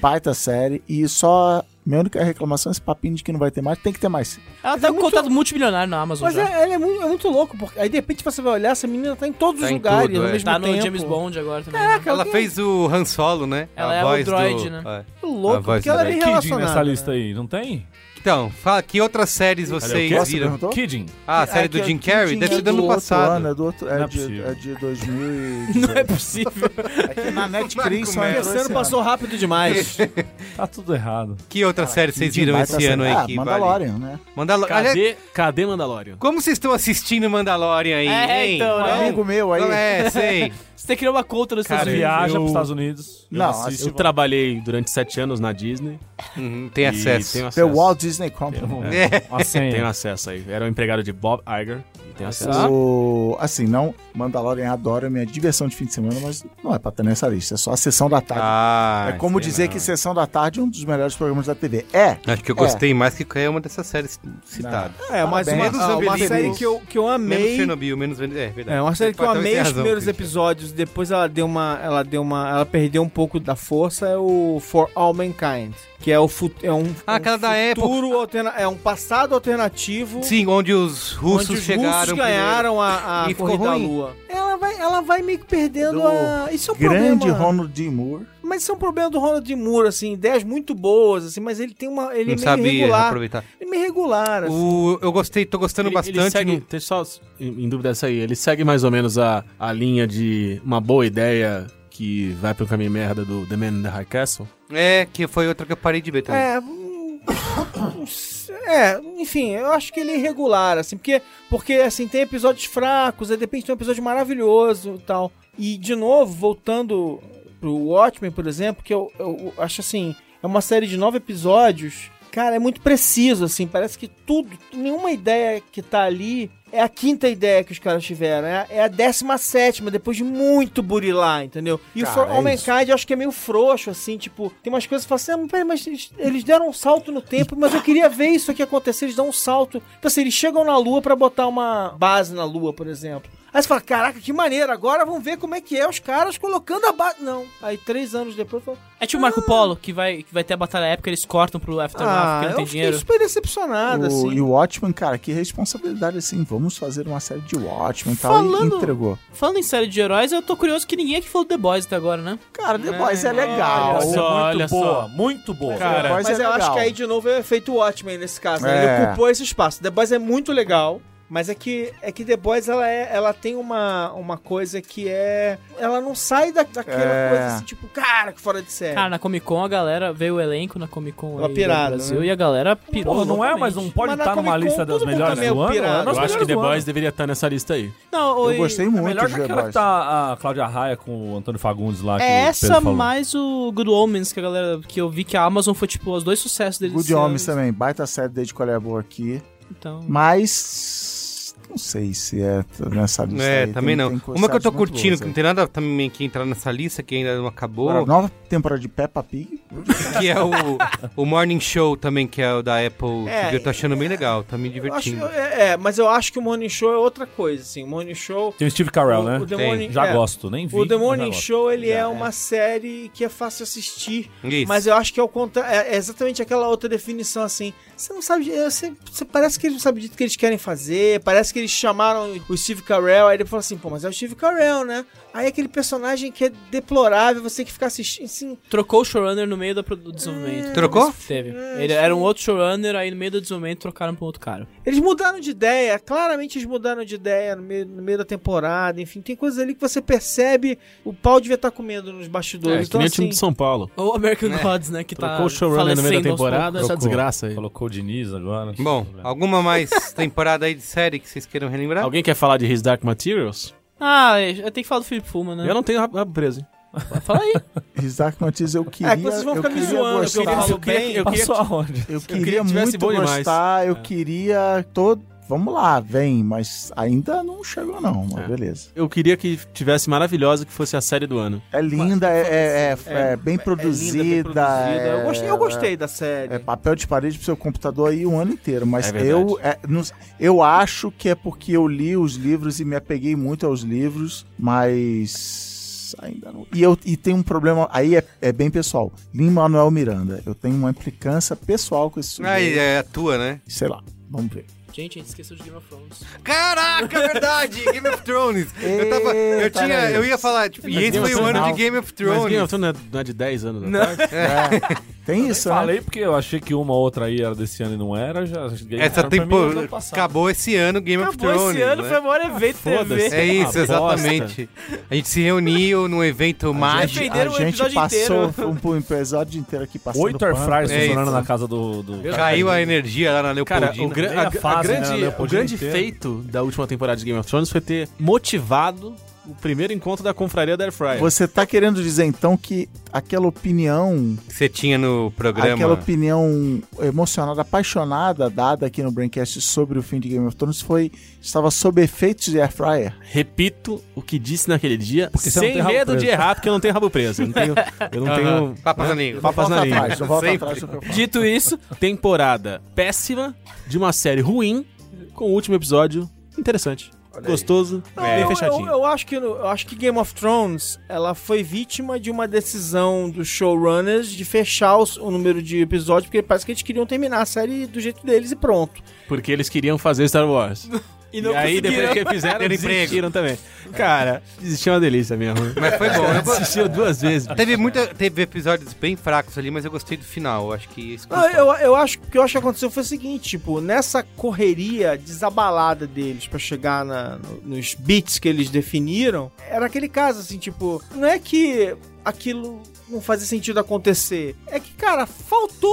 Speaker 2: Baita série. E só. Minha única reclamação é esse papinho de que não vai ter mais. Tem que ter mais.
Speaker 3: Ela tá com
Speaker 5: é muito-
Speaker 3: contrato multimilionário na Amazon
Speaker 5: Mas
Speaker 3: já.
Speaker 5: é, ela é muito, é muito louco, porque aí de repente você vai olhar, essa menina tá em todos
Speaker 1: Tá
Speaker 5: os
Speaker 1: em
Speaker 5: lugares
Speaker 1: tudo,
Speaker 5: no
Speaker 1: é.
Speaker 5: mesmo
Speaker 3: Tá
Speaker 5: tempo. É,
Speaker 3: no James Bond agora também. né?
Speaker 5: Caraca,
Speaker 1: Ela
Speaker 5: alguém-
Speaker 1: fez o Han Solo, né?
Speaker 3: Ela
Speaker 1: a
Speaker 3: é o
Speaker 1: voz
Speaker 3: droid,
Speaker 1: do...
Speaker 3: né?
Speaker 1: é.
Speaker 5: louco,
Speaker 1: A voz
Speaker 5: porque ela
Speaker 1: do
Speaker 5: é
Speaker 1: Kid
Speaker 7: Kidding
Speaker 5: relacionada.
Speaker 7: nessa lista aí, não tem?
Speaker 1: Então, fala que outras séries vocês
Speaker 7: Cadê o quê?
Speaker 1: viram.
Speaker 2: perguntou?
Speaker 7: Kidding.
Speaker 1: Ah, a série
Speaker 2: É
Speaker 1: do
Speaker 2: que
Speaker 1: Jim
Speaker 2: é
Speaker 1: Carrey
Speaker 2: Jim
Speaker 1: deve ser do
Speaker 2: Carrey
Speaker 1: ano
Speaker 2: outro
Speaker 1: passado.
Speaker 2: ano, é do outro,
Speaker 7: Não
Speaker 2: é,
Speaker 7: é
Speaker 2: de,
Speaker 7: possível.
Speaker 2: é de 2000
Speaker 1: [laughs]
Speaker 3: Não é possível.
Speaker 2: na Netflix só
Speaker 1: Marco
Speaker 2: entrou
Speaker 5: Esse ano
Speaker 2: esse
Speaker 5: passou rápido demais.
Speaker 7: Tá tudo errado.
Speaker 1: Que outra série vocês viram
Speaker 2: Baita
Speaker 1: esse ano
Speaker 2: série.
Speaker 1: aí?
Speaker 2: Ah,
Speaker 1: que Vale?
Speaker 2: Mandalorian, né?
Speaker 1: Mandalorian. Aliás,
Speaker 4: Cadê, cadê Mandalorian?
Speaker 1: como vocês estão assistindo Mandalorian aí,
Speaker 3: É,
Speaker 1: hein?
Speaker 3: então,
Speaker 2: Um
Speaker 3: né? Não.
Speaker 2: amigo meu aí.
Speaker 1: É, sei.
Speaker 3: Você tem que criar uma conta nos Estados
Speaker 7: Você
Speaker 3: Unidos.
Speaker 4: eu-
Speaker 7: viaja pros Estados Unidos.
Speaker 2: Não,
Speaker 4: Eu
Speaker 2: assisti-
Speaker 4: trabalhei durante sete anos na Disney.
Speaker 1: Uhum, tem
Speaker 4: e
Speaker 1: acesso.
Speaker 4: Tenho
Speaker 2: The
Speaker 4: acesso.
Speaker 2: Walt Disney Company.
Speaker 1: É.
Speaker 7: Uma senha.
Speaker 4: Tenho acesso aí. Era o empregado de Bob Iger. e Tenho acesso.
Speaker 2: O, assim, não, Mandalorian adora é minha diversão de fim de semana, mas não é pra ter nessa lista, é só a sessão da tarde.
Speaker 1: Ah,
Speaker 2: é como
Speaker 1: sei
Speaker 2: dizer
Speaker 1: não.
Speaker 2: que sessão da tarde é um dos melhores programas da TV. É,
Speaker 1: Acho que eu gostei mais que qualquer uma dessas séries citadas.
Speaker 5: É, mas uma,
Speaker 2: Parabéns.
Speaker 5: ah, uma
Speaker 1: Menos
Speaker 5: série
Speaker 1: Unbelievable.
Speaker 5: que eu, que eu
Speaker 1: Menos
Speaker 5: amei.
Speaker 1: Chernobyl, menos... É, verdade.
Speaker 5: É uma série que eu
Speaker 1: Pode ter
Speaker 5: amei os
Speaker 1: razão,
Speaker 5: primeiros
Speaker 1: Christian.
Speaker 5: episódios, depois ela deu uma. Ela deu uma. Ela perdeu um pouco da força, é o For All Mankind. Que é o futuro. É um,
Speaker 1: Ah,
Speaker 5: um
Speaker 1: aquela da Apple.
Speaker 5: futuro alterna- É um passado alternativo.
Speaker 1: Sim, onde os russos
Speaker 5: onde os
Speaker 1: chegaram
Speaker 5: russos ganharam a, a
Speaker 1: E ficou
Speaker 5: corrida à
Speaker 1: ruim.
Speaker 5: lua. Ela vai, ela vai meio que perdendo
Speaker 2: Do
Speaker 5: a. Isso é um
Speaker 2: grande
Speaker 5: problema.
Speaker 2: Ronald D. Moore.
Speaker 5: Mas isso é um problema do Ronald D. Moore, assim, ideias muito boas, assim, mas ele tem uma. Ele é
Speaker 1: primeiro. Não
Speaker 5: meio
Speaker 1: sabia
Speaker 5: irregular.
Speaker 1: aproveitar.
Speaker 5: Ele é meio irregular, assim.
Speaker 1: O, eu gostei, tô gostando
Speaker 4: Ele-
Speaker 1: bastante.
Speaker 4: Ele segue,
Speaker 1: no-
Speaker 4: deixa eu só em em dúvida essa aí. Ele segue mais ou menos a, a linha de uma boa ideia que vai pro caminho merda do The Man in the High Castle.
Speaker 1: É, que foi outra que eu parei de ver também.
Speaker 5: É. hum, [coughs] É, enfim, eu acho que ele é irregular, assim, porque, porque assim, tem episódios fracos, aí de repente tem um episódio maravilhoso e tal. E, de novo, voltando pro Watchmen, por exemplo, que eu, eu acho assim, é uma série de nove episódios, cara, é muito preciso, assim, parece que tudo, nenhuma ideia que tá ali é a quinta ideia que os caras tiveram, é, é a décima sétima, depois de muito burilar, entendeu? E
Speaker 2: Cara,
Speaker 5: o For
Speaker 2: é
Speaker 5: All
Speaker 2: isso.
Speaker 5: Mankind eu acho que é meio frouxo, assim, tipo, tem umas coisas que você fala assim, ah, peraí, mas eles, eles deram um salto no tempo, mas eu queria ver isso aqui acontecer, eles dão um salto. Tipo assim, eles chegam na Lua pra botar uma base na Lua, por exemplo. Aí você fala, caraca, que maneiro, agora vamos ver como é que é os caras colocando a base. Não. Aí três anos depois eu falo,
Speaker 3: É tipo o Marco Polo, que vai, que vai ter a batalha épica, eles cortam pro Aftermath
Speaker 5: ah,
Speaker 3: porque é não
Speaker 5: eu
Speaker 3: tem
Speaker 5: fiquei
Speaker 3: dinheiro.
Speaker 5: super decepcionado,
Speaker 2: O-
Speaker 5: assim.
Speaker 2: E o Watchmen, cara, que responsabilidade, assim, vamos fazer uma série de Watchmen e tal, e
Speaker 3: Falando-
Speaker 2: entregou.
Speaker 3: Falando em série de heróis, eu tô curioso que ninguém aqui falou do The Boys até agora, né?
Speaker 2: Cara, The Boys é
Speaker 7: Olha
Speaker 2: legal.
Speaker 7: só,
Speaker 4: Muito
Speaker 7: olha
Speaker 4: boa.
Speaker 7: só. Muito boa.
Speaker 4: Cara,
Speaker 2: The Boys
Speaker 5: Mas,
Speaker 2: é
Speaker 5: eu acho
Speaker 2: legal.
Speaker 5: que aí, de novo, é feito o Watchmen nesse caso. né?
Speaker 2: É.
Speaker 5: Ele ocupou esse espaço. The Boys é muito legal, mas é que, é que The Boys, ela, é, ela tem uma, uma coisa que é... Ela não sai da, daquela
Speaker 2: É.
Speaker 5: coisa assim, tipo, cara, que fora de série.
Speaker 3: Cara, na Comic Con a galera veio o elenco na Comic Con
Speaker 5: Ela
Speaker 3: aí
Speaker 5: pirada,
Speaker 3: do Brasil
Speaker 5: né?
Speaker 3: e a galera pirou.
Speaker 7: Porra, não é,
Speaker 3: loucamente.
Speaker 7: mas não pode
Speaker 5: Mas na
Speaker 7: estar numa
Speaker 5: Comic Con
Speaker 7: lista das
Speaker 5: todo mundo
Speaker 7: melhores
Speaker 5: também é
Speaker 7: do ano.
Speaker 5: pirado.
Speaker 7: É uma das
Speaker 4: Eu acho que
Speaker 7: melhores
Speaker 4: The
Speaker 7: do ano.
Speaker 4: Boys deveria estar nessa lista aí.
Speaker 3: Não,
Speaker 2: Eu
Speaker 3: e-
Speaker 2: gostei
Speaker 7: É
Speaker 2: muito
Speaker 7: melhor
Speaker 2: de
Speaker 7: que
Speaker 2: The
Speaker 7: aquela que
Speaker 2: Boys.
Speaker 7: tá a Cláudia Raia com o Antônio Fagundes lá. que
Speaker 3: É
Speaker 7: o Pedro
Speaker 3: essa
Speaker 7: falou.
Speaker 3: mais o Good Omens que a galera que eu vi que a Amazon foi tipo os dois sucessos deles.
Speaker 2: Good Homens também, baita série desde qual é boa aqui.
Speaker 3: Então,
Speaker 2: Mas. Não sei se é t- nessa lista.
Speaker 1: É,
Speaker 2: aí. Tem-
Speaker 1: também não.
Speaker 2: tem coisas
Speaker 1: Uma que eu tô
Speaker 2: muito
Speaker 1: curtindo,
Speaker 2: boas
Speaker 1: que
Speaker 5: é.
Speaker 2: aí.
Speaker 1: não tem nada também que entrar nessa lista, que ainda não acabou,
Speaker 2: Agora, Nova temporada de Peppa Pig.
Speaker 1: [laughs] que é o, o Morning Show também, que é o da Apple
Speaker 5: É,
Speaker 1: TV. Eu tô achando bem legal, tá me
Speaker 5: Eu acho,
Speaker 1: divertindo.
Speaker 5: é, é, mas eu acho que o Morning Show é outra coisa, assim. O Morning Show...
Speaker 7: Tem o Steve Carell,
Speaker 5: o-
Speaker 7: né?
Speaker 5: o The
Speaker 1: Tem.
Speaker 5: Morning-
Speaker 7: Já
Speaker 5: é.
Speaker 7: gosto, nem vi.
Speaker 5: O The
Speaker 7: mas já
Speaker 5: Morning
Speaker 7: gosto.
Speaker 5: Show, ele é uma série que é fácil assistir,
Speaker 1: Isso.
Speaker 5: Mas eu acho que é, o contra... é é exatamente aquela outra definição, assim. Você não sabe. é, Você, você parece que eles não sabem o que eles querem fazer. Parece que eles chamaram o Steve Carell. Aí ele falou assim: pô, mas é o Steve Carell, né? Aí aquele personagem que é deplorável, você tem que ficar assistindo. Assim,
Speaker 3: trocou o showrunner no meio da pro- do desenvolvimento.
Speaker 1: Trocou?
Speaker 3: Teve. Ele era um outro showrunner, aí no meio do desenvolvimento trocaram pra um outro cara.
Speaker 5: eles mudaram de ideia. Claramente eles mudaram de ideia no meio, no meio da temporada. Enfim, tem coisas ali que você percebe. O pau devia estar comendo nos
Speaker 4: É,
Speaker 5: bastidores.
Speaker 4: que
Speaker 5: então,
Speaker 4: nem o
Speaker 5: assim,
Speaker 4: time de São Paulo.
Speaker 3: Ou American Gods, né? Que tá
Speaker 4: É. Trocou o showrunner no meio da
Speaker 3: falecendo aos
Speaker 4: temporada, essa
Speaker 7: Trocou.
Speaker 4: desgraça aí.
Speaker 7: Colocou o Diniz agora.
Speaker 1: Bom, alguma mais temporada aí de série que vocês queiram relembrar?
Speaker 4: Alguém quer falar de His Dark Materials?
Speaker 3: poucos. Ah, eu tenho que falar do Felipe Fuma, né?
Speaker 4: Eu não tenho rabo rabo preso. hein?
Speaker 3: Fala aí.
Speaker 2: Isaac Matiz, eu
Speaker 5: [laughs]
Speaker 2: queria.
Speaker 5: É que vocês vão ficar
Speaker 2: eu
Speaker 5: me
Speaker 2: queria
Speaker 5: zoando, porque eu
Speaker 2: gostar.
Speaker 5: falo bem.
Speaker 4: eu queria-
Speaker 7: Passou aonde?
Speaker 2: Eu
Speaker 4: queria
Speaker 2: queria
Speaker 4: que tivesse
Speaker 2: muito
Speaker 4: bom demais.
Speaker 2: gostar,
Speaker 5: É.
Speaker 2: eu queria todo. Vamos lá, vem, mas ainda não chegou, não. Mas
Speaker 4: É.
Speaker 2: beleza.
Speaker 4: Eu queria que tivesse maravilhosa, que fosse a série do ano.
Speaker 2: É linda, é, é- é- é bem
Speaker 5: é linda,
Speaker 2: produzida.
Speaker 5: bem produzida. eu gostei, eu
Speaker 2: é-
Speaker 5: gostei da série.
Speaker 2: É papel de parede pro seu computador aí o ano inteiro, mas
Speaker 4: É verdade.
Speaker 2: eu, é, não- eu acho que é porque eu li os livros e me apeguei muito aos livros, mas ainda não. E eu e tem um problema, aí é, é bem pessoal. Lin Manuel Miranda, eu tenho uma implicância pessoal com esse
Speaker 1: Ah,
Speaker 2: sujeito.
Speaker 1: é a tua, né?
Speaker 2: Sei lá, vamos ver.
Speaker 3: Gente, a gente esqueceu de Game of [laughs] Thrones.
Speaker 2: [laughs]
Speaker 1: Caraca, é verdade! Game of Thrones! Eu tava. Eu
Speaker 2: Eita,
Speaker 1: tinha.
Speaker 2: olha
Speaker 1: Eu
Speaker 2: aí.
Speaker 1: ia falar, tipo, e esse
Speaker 4: Game of
Speaker 1: foi o ano de
Speaker 4: Thrones-
Speaker 1: Game of
Speaker 4: Mas Game
Speaker 1: Thrones.
Speaker 4: of Thrones não é- não é de 10 anos
Speaker 3: Não.
Speaker 4: atrás?
Speaker 2: Tem isso, né?
Speaker 7: Falei porque eu achei que uma ou outra aí era desse ano e não era. Já Game of
Speaker 1: Essa
Speaker 7: Thrones pra mim era do
Speaker 1: temporada.
Speaker 7: ano passado.
Speaker 1: Acabou esse ano Game of Thrones.
Speaker 3: esse ano,
Speaker 1: né?
Speaker 3: foi o maior evento
Speaker 4: Foda-se.
Speaker 3: TV.
Speaker 1: É isso,
Speaker 4: Ah,
Speaker 1: exatamente. A gente se reuniu num evento
Speaker 2: A
Speaker 1: mágico.
Speaker 2: gente, a
Speaker 3: Defenderam o
Speaker 2: gente
Speaker 3: episódio
Speaker 2: passou
Speaker 3: inteiro.
Speaker 2: [laughs] um, um episódio inteiro aqui passando
Speaker 7: Oito air
Speaker 2: pano.
Speaker 7: fryers
Speaker 1: É
Speaker 7: funcionando
Speaker 1: isso.
Speaker 7: na casa do. do-
Speaker 1: Caiu a energia lá na Leopoldina.
Speaker 4: Cara, o, gran-
Speaker 7: Meia
Speaker 4: a- a
Speaker 7: fase, né,
Speaker 4: grande, o
Speaker 7: Leopoldina
Speaker 4: grande
Speaker 7: inteira.
Speaker 4: feito da última temporada de Game of Thrones foi ter motivado o primeiro encontro da confraria da Air Fryer.
Speaker 2: Você tá querendo dizer então que aquela opinião
Speaker 1: que você tinha no programa.
Speaker 2: Aquela opinião emocionada, apaixonada dada aqui no Braincast sobre o fim de Game of Thrones foi estava sob efeitos de air fryer.
Speaker 4: Repito o que disse naquele dia,
Speaker 7: você não
Speaker 4: sem
Speaker 7: tem rabo
Speaker 4: medo de
Speaker 7: preso.
Speaker 4: errar, porque eu não tenho rabo preso. Eu não tenho.
Speaker 1: [laughs]
Speaker 4: Eu não tenho
Speaker 2: um-
Speaker 1: Papas na
Speaker 4: né,
Speaker 1: língua.
Speaker 4: papas na
Speaker 2: Volta
Speaker 4: língua.
Speaker 2: atrás, não volta
Speaker 1: Sempre.
Speaker 2: atrás do que eu falo.
Speaker 4: Dito isso, temporada péssima de uma série ruim, com o último episódio interessante, gostoso, bem
Speaker 5: Tá, eu,
Speaker 4: fechadinho.
Speaker 5: eu- eu acho que, no- eu acho que Game of Thrones ela foi vítima de uma decisão dos showrunners de fechar os- o número de episódios, porque parece que eles queriam terminar a série do jeito deles e pronto.
Speaker 4: Porque eles queriam fazer Star Wars.
Speaker 3: E
Speaker 4: E,
Speaker 3: não
Speaker 4: aí,
Speaker 3: conseguiram.
Speaker 4: depois que fizeram,
Speaker 1: Deram
Speaker 4: eles
Speaker 1: emprego.
Speaker 4: desistiram também. Cara, desistiu é uma delícia mesmo.
Speaker 1: Mas foi bom. eu go-
Speaker 4: Desistiu duas vezes.
Speaker 1: Teve, muita, teve episódios bem fracos ali, mas eu gostei do final. eu Acho que isso.
Speaker 5: Não, eu, eu acho que o que eu acho que aconteceu foi o seguinte, tipo, nessa correria desabalada deles pra chegar na- no- nos beats que eles definiram, era aquele caso assim, tipo, não é que aquilo não fazia sentido acontecer. É que, cara, faltou.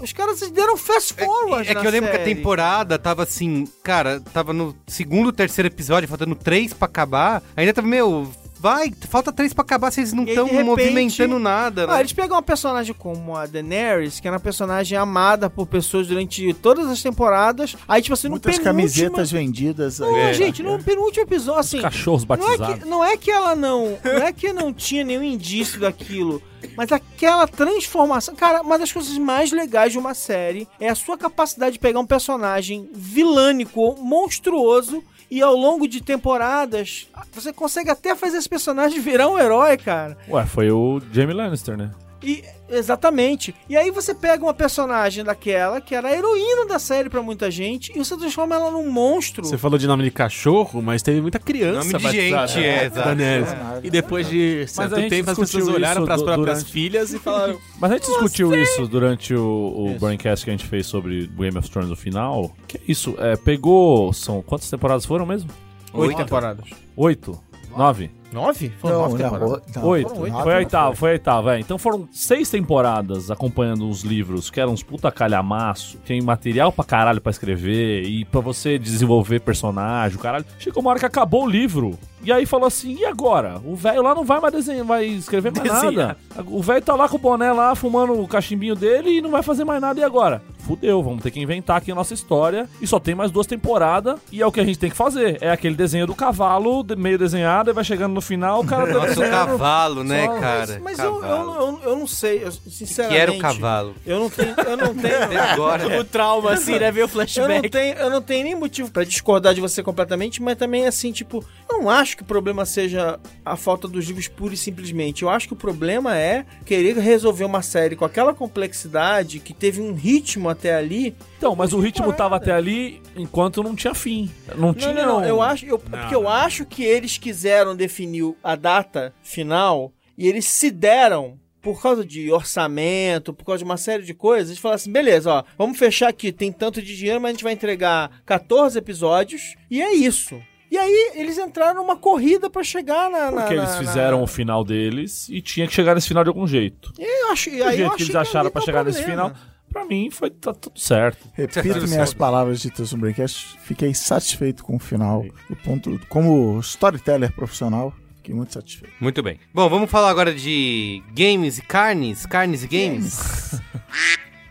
Speaker 5: Os caras deram fast forward.
Speaker 1: É que
Speaker 5: na
Speaker 1: eu lembro que a
Speaker 5: série.
Speaker 1: temporada tava assim, cara, tava no segundo, terceiro episódio, faltando três pra acabar. Ainda tava, meu, vai, falta três pra acabar, vocês não
Speaker 5: E aí,
Speaker 1: estão
Speaker 5: de repente-
Speaker 1: movimentando nada, né?
Speaker 5: Ah, eles pegam uma personagem como a Daenerys, que era uma personagem amada por pessoas durante todas as temporadas. Aí, tipo assim, no
Speaker 2: Muitas
Speaker 5: penúltimo...
Speaker 2: camisetas vendidas
Speaker 5: Não,
Speaker 1: É.
Speaker 2: aí. É.
Speaker 5: gente, no penúltimo episódio, assim...
Speaker 7: Cachorros
Speaker 5: Não é,
Speaker 7: batizados.
Speaker 5: que, não é que ela não... Não é que não tinha nenhum indício daquilo. Mas aquela transformação. Cara, uma das coisas mais legais de uma série é a sua capacidade de pegar um personagem vilânico, monstruoso, e ao longo de temporadas, você consegue até fazer esse personagem virar um herói, cara.
Speaker 7: Ué, foi o Jamie Lannister, né?
Speaker 5: E exatamente. E aí você pega uma personagem daquela que era a heroína da série pra muita gente e você transforma ela num monstro.
Speaker 4: Você falou de nome de cachorro, mas teve muita criança
Speaker 1: Nome de
Speaker 4: batizada.
Speaker 1: gente, é, exato.
Speaker 4: Daenerys.
Speaker 2: Então,
Speaker 4: E depois de
Speaker 7: Mas a
Speaker 4: certo
Speaker 7: gente
Speaker 4: tempo, as
Speaker 7: discutiu
Speaker 4: pessoas olharam
Speaker 7: isso
Speaker 4: para as
Speaker 7: du-
Speaker 4: próprias
Speaker 7: durante-
Speaker 4: filhas e falaram...
Speaker 7: Mas a gente discutiu isso durante o, o Braincast que a gente fez sobre Game of Thrones no final. Que é isso? É, pegou. São quantas temporadas foram mesmo?
Speaker 4: Oito temporadas.
Speaker 7: Oito? Nove?
Speaker 5: Nove?
Speaker 2: Não, não, o- não,
Speaker 7: oito.
Speaker 2: foram
Speaker 7: Foi a
Speaker 2: não
Speaker 7: oitava, foi a oitava. É. Então foram seis temporadas acompanhando uns livros que eram uns puta calhamaço. Tem material pra caralho pra escrever e pra você desenvolver personagem, o caralho. Chegou uma hora que acabou o livro. E aí falou assim: e agora? O velho lá não vai mais desenhar, vai escrever mais nada. O velho tá lá com o boné lá, fumando o cachimbinho dele e não vai fazer mais nada. E agora? Fudeu, vamos ter que inventar aqui a nossa história. E só tem mais duas temporadas. E é o que a gente tem que fazer. É aquele desenho do cavalo, de- meio desenhado, e vai chegando no final,
Speaker 1: [laughs]
Speaker 7: o cara tá
Speaker 1: Nossa, o
Speaker 7: desenhando.
Speaker 1: cavalo, né,
Speaker 7: Só-
Speaker 1: cara?
Speaker 5: Mas eu, eu,
Speaker 1: cavalo.
Speaker 5: eu, eu não sei, eu, sinceramente.
Speaker 1: Que era o cavalo.
Speaker 5: Eu não tenho. Eu
Speaker 1: [laughs]
Speaker 5: não
Speaker 1: Até
Speaker 5: tenho. [laughs]
Speaker 1: agora.
Speaker 3: O trauma, assim, né? Veio o
Speaker 5: Eu não,
Speaker 3: flashback.
Speaker 5: tenho, eu não tenho nem motivo pra discordar de você completamente, mas também, assim, tipo, eu não acho que o problema seja a falta dos livros pura e simplesmente. Eu acho que o problema é querer resolver uma série com aquela complexidade que teve um ritmo até ali.
Speaker 7: Então, mas o ritmo tava até ali enquanto não tinha fim. Não,
Speaker 5: Não,
Speaker 7: tinha.
Speaker 5: não, não,
Speaker 7: um-
Speaker 5: eu acho. Eu, porque eu acho que eles quiseram definir a data final e eles se deram. Por causa de orçamento, por causa de uma série de coisas, eles falaram assim: beleza, ó, vamos fechar aqui, tem tanto de dinheiro, mas a gente vai entregar 14 episódios, e é isso. E aí eles entraram numa corrida pra chegar na. na-
Speaker 7: Porque
Speaker 5: na-
Speaker 7: eles
Speaker 5: na-
Speaker 7: fizeram o final deles e tinha que chegar nesse final de algum jeito.
Speaker 5: Eu acho, e
Speaker 7: Do
Speaker 5: aí eu
Speaker 7: jeito
Speaker 5: achei
Speaker 7: que eles
Speaker 5: ali
Speaker 7: acharam
Speaker 5: tá
Speaker 7: pra
Speaker 5: o
Speaker 7: chegar nesse
Speaker 5: problema.
Speaker 7: final, pra mim foi tá tudo certo.
Speaker 1: [laughs]
Speaker 2: Repito minhas palavras ditas no Braincast. Fiquei satisfeito com o final. Do ponto, como storyteller profissional, fiquei muito satisfeito.
Speaker 1: Muito bem. Bom, vamos falar agora de games e carnes. Carnes e games.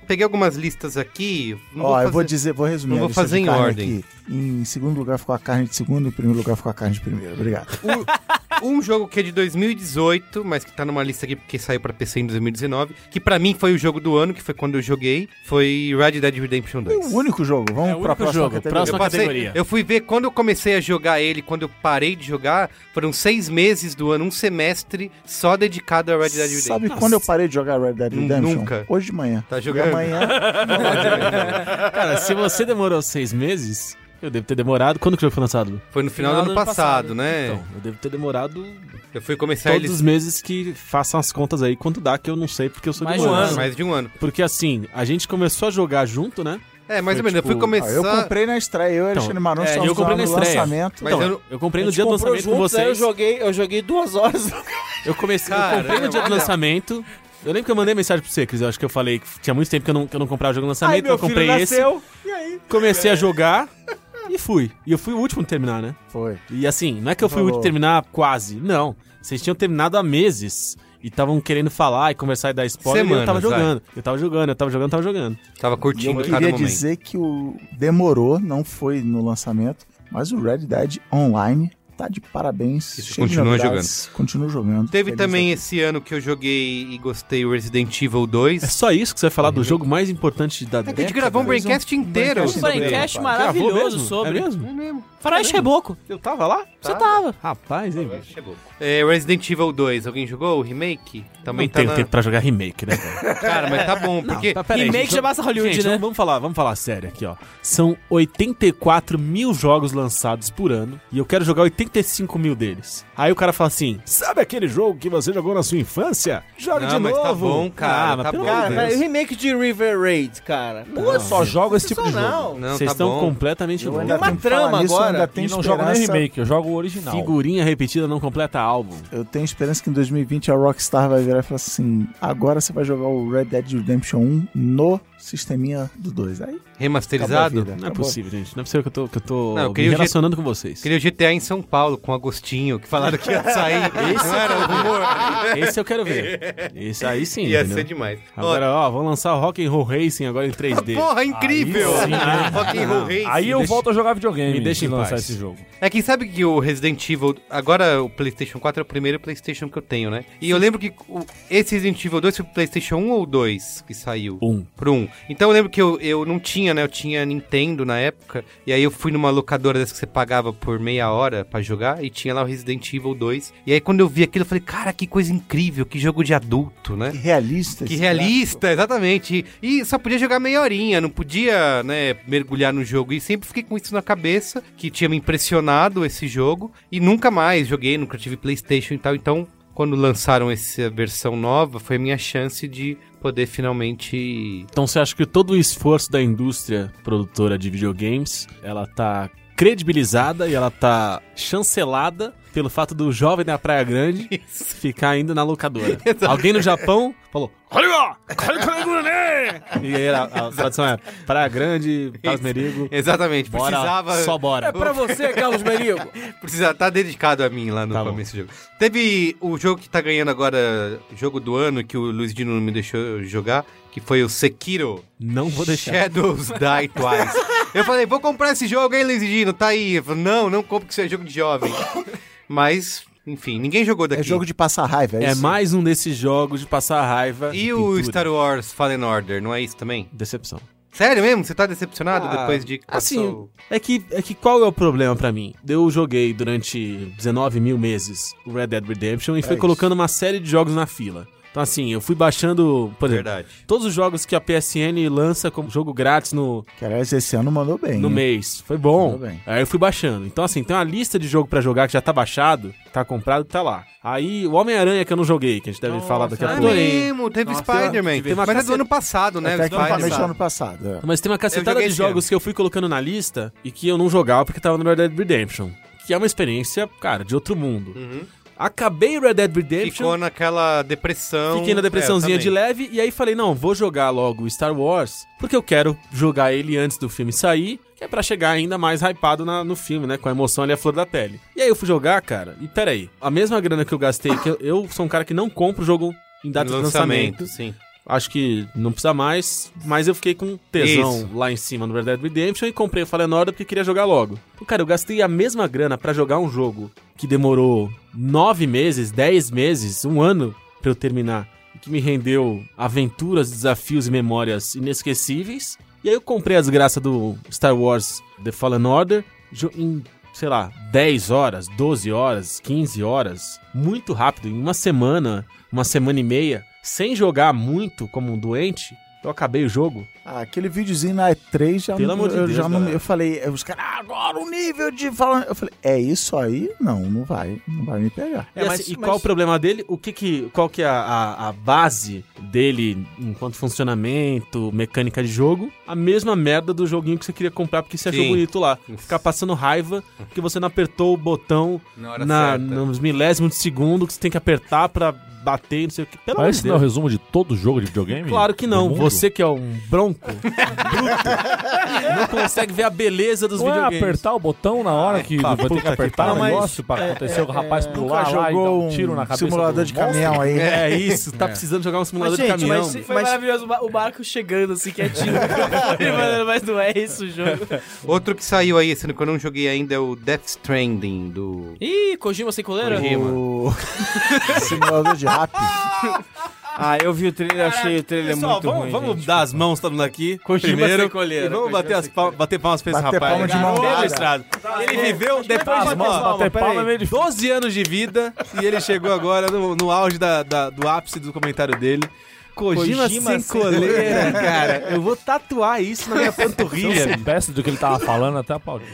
Speaker 1: Peguei algumas listas aqui. não
Speaker 2: Ó, eu vou
Speaker 1: fazer-
Speaker 2: dizer, vou resumir.
Speaker 1: não
Speaker 2: a
Speaker 1: vou
Speaker 2: lista de
Speaker 1: fazer em
Speaker 2: carne
Speaker 1: ordem.
Speaker 2: aqui. Em segundo lugar ficou a carne de segundo, em primeiro lugar ficou a carne de primeiro. Obrigado.
Speaker 1: Um jogo que é de 2018, mas que tá numa lista aqui porque saiu pra PC em 2019, que pra mim foi o jogo do ano, que foi quando eu joguei, foi Red Dead Redemption 2.
Speaker 2: É O único jogo, vamos
Speaker 4: É
Speaker 2: pra
Speaker 4: o único
Speaker 2: próxima
Speaker 4: jogo,
Speaker 2: categoria.
Speaker 4: próxima-
Speaker 1: Eu, passei,
Speaker 4: categoria.
Speaker 1: eu fui ver quando eu comecei a jogar ele, quando eu parei de jogar, foram seis meses do ano, um semestre só dedicado a Red Dead Redemption.
Speaker 2: Sabe quando eu parei de jogar Red Dead Redemption?
Speaker 1: Nunca.
Speaker 2: Hoje de manhã.
Speaker 1: Tá jogando?
Speaker 2: E amanhã,
Speaker 4: Cara, se você demorou seis meses, eu devo ter demorado. Quando que o jogo foi lançado?
Speaker 1: Foi no final, do ano passado, né?
Speaker 4: Então, eu devo ter demorado
Speaker 1: eu fui começar
Speaker 4: todos
Speaker 1: ele
Speaker 4: os meses que façam as contas aí. Quanto dá, que eu não sei, porque eu sou
Speaker 3: Mais
Speaker 4: de
Speaker 3: de um ano.
Speaker 1: mais de um ano.
Speaker 4: Porque assim, a gente começou a jogar junto, né?
Speaker 1: É, mais
Speaker 4: Foi
Speaker 1: ou menos. eu fui
Speaker 4: tipo-
Speaker 2: Ah,
Speaker 1: começar.
Speaker 2: eu comprei na estreia, eu e Alexandre Maron
Speaker 4: é,
Speaker 2: estávamos
Speaker 4: eu comprei
Speaker 2: lá
Speaker 4: na
Speaker 2: no
Speaker 4: estreia.
Speaker 2: lançamento.
Speaker 1: Mas
Speaker 4: então,
Speaker 1: eu
Speaker 4: eu,
Speaker 1: não-
Speaker 4: comprei
Speaker 5: A
Speaker 4: no
Speaker 5: gente
Speaker 4: dia do
Speaker 5: comprou
Speaker 4: lançamento com
Speaker 5: juntos, aí eu
Speaker 4: vocês. Eu,
Speaker 5: joguei, eu joguei duas horas.
Speaker 4: comecei, eu comprei
Speaker 1: Caramba,
Speaker 4: no dia do
Speaker 1: olha.
Speaker 4: lançamento. Eu lembro que eu mandei mensagem pra você, Cris. Eu acho que eu falei que tinha muito tempo que eu não, que eu não comprava jogo no lançamento. eu comprei esse,
Speaker 5: E aí?
Speaker 4: comecei a jogar e fui. E eu fui o último a terminar, né?
Speaker 2: Foi.
Speaker 4: E assim, não é que eu fui o
Speaker 2: Falou.
Speaker 4: último a terminar quase, não. Vocês tinham terminado há meses e estavam querendo falar e conversar e dar spoiler. e eu tava
Speaker 1: Semanas,
Speaker 4: jogando. Eu tava jogando, eu tava jogando, eu tava jogando.
Speaker 1: Tava
Speaker 2: E eu
Speaker 1: curtindo cada
Speaker 2: queria
Speaker 1: momento.
Speaker 2: dizer que o demorou, não foi no lançamento, mas o Red Dead Online tá de parabéns.
Speaker 1: Isso,
Speaker 2: cheio de
Speaker 1: continua
Speaker 2: novidades, Continua jogando.
Speaker 1: Teve
Speaker 2: Feliz
Speaker 1: também esse ano que eu joguei e gostei o Resident Evil 2.
Speaker 4: É só isso que você vai falar do jogo mais importante da
Speaker 1: É
Speaker 4: década.
Speaker 1: que a gente gravou um Braincast inteiro.
Speaker 2: Braincast
Speaker 3: Um
Speaker 4: tá
Speaker 2: inteiro.
Speaker 3: Braincast
Speaker 2: Gravou
Speaker 4: Gravou
Speaker 3: maravilhoso
Speaker 4: mesmo?
Speaker 3: sobre.
Speaker 4: É mesmo?
Speaker 3: Faroeste Reboco.
Speaker 4: Eu tava lá?
Speaker 3: Você tava.
Speaker 4: Rapaz, hein, bicho.
Speaker 1: É, Resident Evil 2, alguém jogou o remake? Também
Speaker 4: não
Speaker 1: tá
Speaker 4: tenho
Speaker 1: na...
Speaker 4: tempo pra jogar remake, né, cara?
Speaker 1: Cara, mas tá bom, porque...
Speaker 4: Tá, pera aí,
Speaker 3: Remake
Speaker 4: gente,
Speaker 3: já basta Hollywood,
Speaker 4: gente,
Speaker 3: né?
Speaker 4: Vamos, vamos falar, vamos falar sério aqui, ó. São 84 mil jogos lançados por ano e eu quero jogar 85 mil deles. Aí o cara fala assim: sabe aquele jogo que você jogou na sua infância? Joga
Speaker 1: Não,
Speaker 4: de
Speaker 1: mas
Speaker 4: novo.
Speaker 1: tá bom, cara,
Speaker 4: Ah, mas
Speaker 1: tá
Speaker 4: pelo
Speaker 1: bom.
Speaker 4: amor
Speaker 5: Cara,
Speaker 4: de
Speaker 1: Meu
Speaker 5: mas
Speaker 4: Deus.
Speaker 5: o remake de River Raid, cara.
Speaker 4: Eu só jogo esse tipo de jogo.
Speaker 5: Sensacional.
Speaker 1: Não,
Speaker 4: Vocês
Speaker 1: tá
Speaker 4: estão
Speaker 1: bom.
Speaker 4: completamente
Speaker 2: Eu
Speaker 4: loucos.
Speaker 2: ainda
Speaker 5: Tem uma
Speaker 2: tenho um que falar
Speaker 5: trama
Speaker 2: nisso, eu
Speaker 5: agora.
Speaker 2: ainda
Speaker 7: E
Speaker 2: tenho
Speaker 7: não jogo nem
Speaker 2: esperança-
Speaker 7: remake, eu jogo o original.
Speaker 4: Figurinha repetida não completa álbum.
Speaker 2: Eu tenho esperança que em 2020 a Rockstar vai virar e falar assim: agora você vai jogar o Red Dead Redemption 1 no sisteminha do 2. Aí acabou a
Speaker 1: Remasterizado?
Speaker 2: vida,
Speaker 4: Não é
Speaker 2: acabou.
Speaker 4: possível, gente. Não é possível que eu tô, que eu tô
Speaker 1: Não, eu
Speaker 4: me
Speaker 1: queria o jeito-
Speaker 4: relacionando com vocês.
Speaker 1: Queria o GTA em São Paulo com Agostinho, que falaram que ia sair.
Speaker 4: Esse
Speaker 1: não era o rumor?
Speaker 4: Esse eu quero
Speaker 1: [laughs]
Speaker 4: ver. Esse aí sim.
Speaker 1: Ia
Speaker 4: entendeu?
Speaker 1: ser demais.
Speaker 4: né? Agora, é ó, vão lançar o Rock and Roll Racing agora em 3D.
Speaker 1: Porra, incrível!
Speaker 7: Aí sim, né?
Speaker 1: Rock and Roll Racing.
Speaker 7: Aí eu
Speaker 4: deixa-
Speaker 7: volto a jogar videogame.
Speaker 4: me deixa
Speaker 7: se
Speaker 4: em
Speaker 7: lançar
Speaker 4: paz.
Speaker 7: esse jogo.
Speaker 1: É quem sabe que o Resident Evil. Agora o PlayStation 4 é o primeiro PlayStation que eu tenho, né? E eu lembro que o- esse Resident Evil 2 foi pro PlayStation 1 ou 2 que saiu?
Speaker 4: Um.
Speaker 1: Pro 1. Então eu lembro que eu, eu não tinha, né? Eu tinha Nintendo na época. E aí eu fui numa locadora dessas que você pagava por meia hora pra jogar. E tinha lá o Resident Evil 2. E aí quando eu vi aquilo, eu falei, cara, que coisa incrível. Que jogo de adulto, né?
Speaker 2: Que
Speaker 4: Tá
Speaker 2: realista.
Speaker 1: Que
Speaker 2: esse é
Speaker 1: realista, exatamente. E e só podia jogar meia horinha, não podia, né, mergulhar no jogo. E sempre fiquei com isso na cabeça, que tinha me impressionado esse jogo. E nunca mais joguei, nunca tive Playstation e tal. Então, quando lançaram essa versão nova, foi a minha chance de poder finalmente... [laughs]
Speaker 4: Então você acha que todo o esforço da indústria produtora de videogames, ela tá credibilizada e ela tá chancelada pelo fato do jovem da Praia Grande ficar indo
Speaker 1: [laughs]
Speaker 4: na locadora. Alguém no Japão falou "Olha, olha o Calegurane!" né?" E aí a, a tradução é Praia Grande, Carlos Merigo,
Speaker 1: Exatamente,
Speaker 4: bora,
Speaker 1: precisava... É
Speaker 4: só bora.
Speaker 5: Pra você, Carlos Merigo.
Speaker 1: Precisa, tá dedicado a mim lá no
Speaker 4: Tá bom.
Speaker 1: começo do jogo. Teve o jogo que tá ganhando agora, jogo do ano, que o Luiz Dino não me deixou jogar, que foi o Sekiro.
Speaker 4: Não vou deixar.
Speaker 1: Shadows Die Twice. Eu falei, vou comprar esse jogo, hein, Luiz Dino? Tá aí. Ele falou, não, não compre que isso é jogo de jovem. Mas, enfim, ninguém jogou
Speaker 2: É
Speaker 1: daqui.
Speaker 2: jogo de passar raiva, é,
Speaker 4: É
Speaker 2: isso?
Speaker 4: mais um desses jogos de passar raiva. de
Speaker 1: E o
Speaker 4: pintura.
Speaker 1: Star Wars Fallen Order, não é isso também?
Speaker 4: Decepção.
Speaker 1: Sério mesmo? Você tá decepcionado
Speaker 4: Ah,
Speaker 1: depois de que
Speaker 4: assim,
Speaker 1: passou?
Speaker 4: É que, é que qual é o problema pra mim? Eu joguei durante 19 mil meses o Red Dead Redemption e fui
Speaker 2: É isso.
Speaker 4: colocando uma série de jogos na fila. Então, assim, eu fui baixando, por exemplo,
Speaker 1: Verdade.
Speaker 4: todos os jogos que a PSN lança como jogo grátis no,
Speaker 2: Que, aliás, esse ano mandou bem.
Speaker 4: no
Speaker 2: hein?
Speaker 4: mês. Foi bom.
Speaker 2: Tudo bem.
Speaker 4: Aí eu fui baixando. Então, assim, tem uma lista de jogo pra jogar que já tá baixado, tá comprado, tá lá. Aí o Homem-Aranha que eu não joguei, que a gente deve falar daqui a
Speaker 1: Ah,
Speaker 4: pouco.
Speaker 1: mesmo, teve
Speaker 4: Nossa,
Speaker 1: Spider-Man.
Speaker 4: teve uma
Speaker 1: Mas é do
Speaker 4: caceta-
Speaker 1: ano passado, né?
Speaker 2: Até que
Speaker 1: Spider-Man.
Speaker 2: finalmente ano passado. é.
Speaker 4: Mas tem uma cacetada
Speaker 1: joguei
Speaker 4: de
Speaker 1: esse
Speaker 4: jogos que eu fui colocando na lista e que eu não jogava porque tava no Red Dead Redemption. Que é uma experiência, cara, de outro mundo. Acabei Red Dead
Speaker 1: Uhum. Ficou
Speaker 4: Redemption,
Speaker 1: naquela depressão.
Speaker 4: fiquei na
Speaker 1: É,
Speaker 4: depressãozinha
Speaker 1: eu
Speaker 4: de
Speaker 1: também.
Speaker 4: leve e aí falei, não, vou jogar logo Star Wars porque eu quero jogar ele antes do filme sair, que é pra chegar ainda mais hypado na- no filme, né? Com a emoção ali à flor da pele. E aí eu fui jogar, cara, e peraí, a mesma grana que eu gastei, que eu, eu sou um cara que não compra o jogo em data de lançamento
Speaker 1: Lançamento, sim.
Speaker 4: acho que não precisa mais, mas eu fiquei com tesão
Speaker 1: Isso.
Speaker 4: lá em cima no Red Dead Redemption e comprei o Fallen Order porque queria jogar logo. Então, cara, eu gastei a mesma grana pra jogar um jogo que demorou nove meses, dez meses, um ano pra eu terminar, e que me rendeu aventuras, desafios e memórias inesquecíveis. E aí eu comprei a desgraça do Star Wars The Fallen Order jo- em, sei lá, 10 horas, 12 horas, 15 horas, muito rápido, em uma semana, uma semana e meia, sem jogar muito como um doente, eu acabei o jogo.
Speaker 2: Ah, aquele videozinho na E3 já
Speaker 4: Pelo
Speaker 2: não,
Speaker 4: amor de
Speaker 2: eu
Speaker 4: Deus,
Speaker 2: já não,
Speaker 4: galera.
Speaker 2: eu falei, os caras, "Ah, agora o nível de falando, eu falei, é isso aí? Não, não vai, não vai me pegar.
Speaker 4: E,
Speaker 5: É, mas-
Speaker 4: assim, e
Speaker 5: mas-
Speaker 4: qual o problema dele? O que que, qual que é a, a- a base dele enquanto funcionamento, mecânica de jogo? A mesma merda do joguinho que você queria comprar porque você achou
Speaker 1: Sim.
Speaker 4: bonito lá.
Speaker 1: Isso.
Speaker 4: Ficar passando raiva porque você não apertou o botão
Speaker 1: Na hora
Speaker 4: na,
Speaker 1: certa.
Speaker 4: nos milésimos de segundo que você tem que apertar pra bater, não sei o que. Pelo amor
Speaker 7: Mas
Speaker 4: de
Speaker 7: esse não é o
Speaker 4: Deus.
Speaker 7: resumo de todo jogo de videogame?
Speaker 4: Claro que não.
Speaker 7: do mundo?
Speaker 4: Você que é um bronco, bruto, [laughs] não consegue ver a beleza dos
Speaker 7: Não é
Speaker 4: videogames.
Speaker 7: apertar o botão na hora que
Speaker 4: pá,
Speaker 7: vai ter que
Speaker 4: puta que
Speaker 7: apertar
Speaker 4: pariu.
Speaker 7: o
Speaker 4: Não, mas,
Speaker 7: negócio pra acontecer o rapaz
Speaker 2: Nunca
Speaker 7: pular lá e dar
Speaker 2: jogou
Speaker 7: um tiro na
Speaker 2: um
Speaker 7: cabeça
Speaker 2: simulador
Speaker 7: do
Speaker 2: de
Speaker 7: monstro?
Speaker 2: caminhão aí. né?
Speaker 4: É isso, tá precisando jogar um simulador de caminhão.
Speaker 5: mas se-
Speaker 3: Foi
Speaker 5: Mas-
Speaker 3: maravilhoso o ba- o barco chegando
Speaker 4: [laughs]
Speaker 3: assim, quietinho. Mano, mas não é isso o jogo.
Speaker 1: Outro que saiu aí, sendo que eu não joguei ainda, é o Death Stranding, do...
Speaker 3: Ih, Kojima sem coleira?
Speaker 1: Kojima.
Speaker 2: O [laughs] simulador de rap.
Speaker 5: Ah, eu vi o trailer, achei o trailer
Speaker 4: Pessoal,
Speaker 5: muito
Speaker 4: É vamos,
Speaker 5: ruim.
Speaker 4: vamos
Speaker 5: gente.
Speaker 4: dar as mãos, todo mundo aqui.
Speaker 5: Kojima
Speaker 4: primeiro,
Speaker 5: sem coleira,
Speaker 4: E vamos
Speaker 5: Kojima
Speaker 4: bater, as palmas, bater palmas pra esse
Speaker 2: Bater
Speaker 4: rapaz.
Speaker 2: palma de mão
Speaker 4: Bem
Speaker 2: dada.
Speaker 4: ilustrado. Ele viveu depois de
Speaker 5: palma,
Speaker 4: mano,
Speaker 5: palma,
Speaker 4: bater
Speaker 5: peraí.
Speaker 4: palma é meio difícil. 12 anos de vida e ele chegou agora no, no auge da- da- do ápice do comentário dele. Kojima,
Speaker 5: Kojima
Speaker 4: sem
Speaker 5: sem [laughs]
Speaker 4: coleira, cara. Eu vou tatuar isso na minha
Speaker 7: Se eu
Speaker 4: panturrilha.
Speaker 7: soubesse do que ele tava falando, até aplaudi.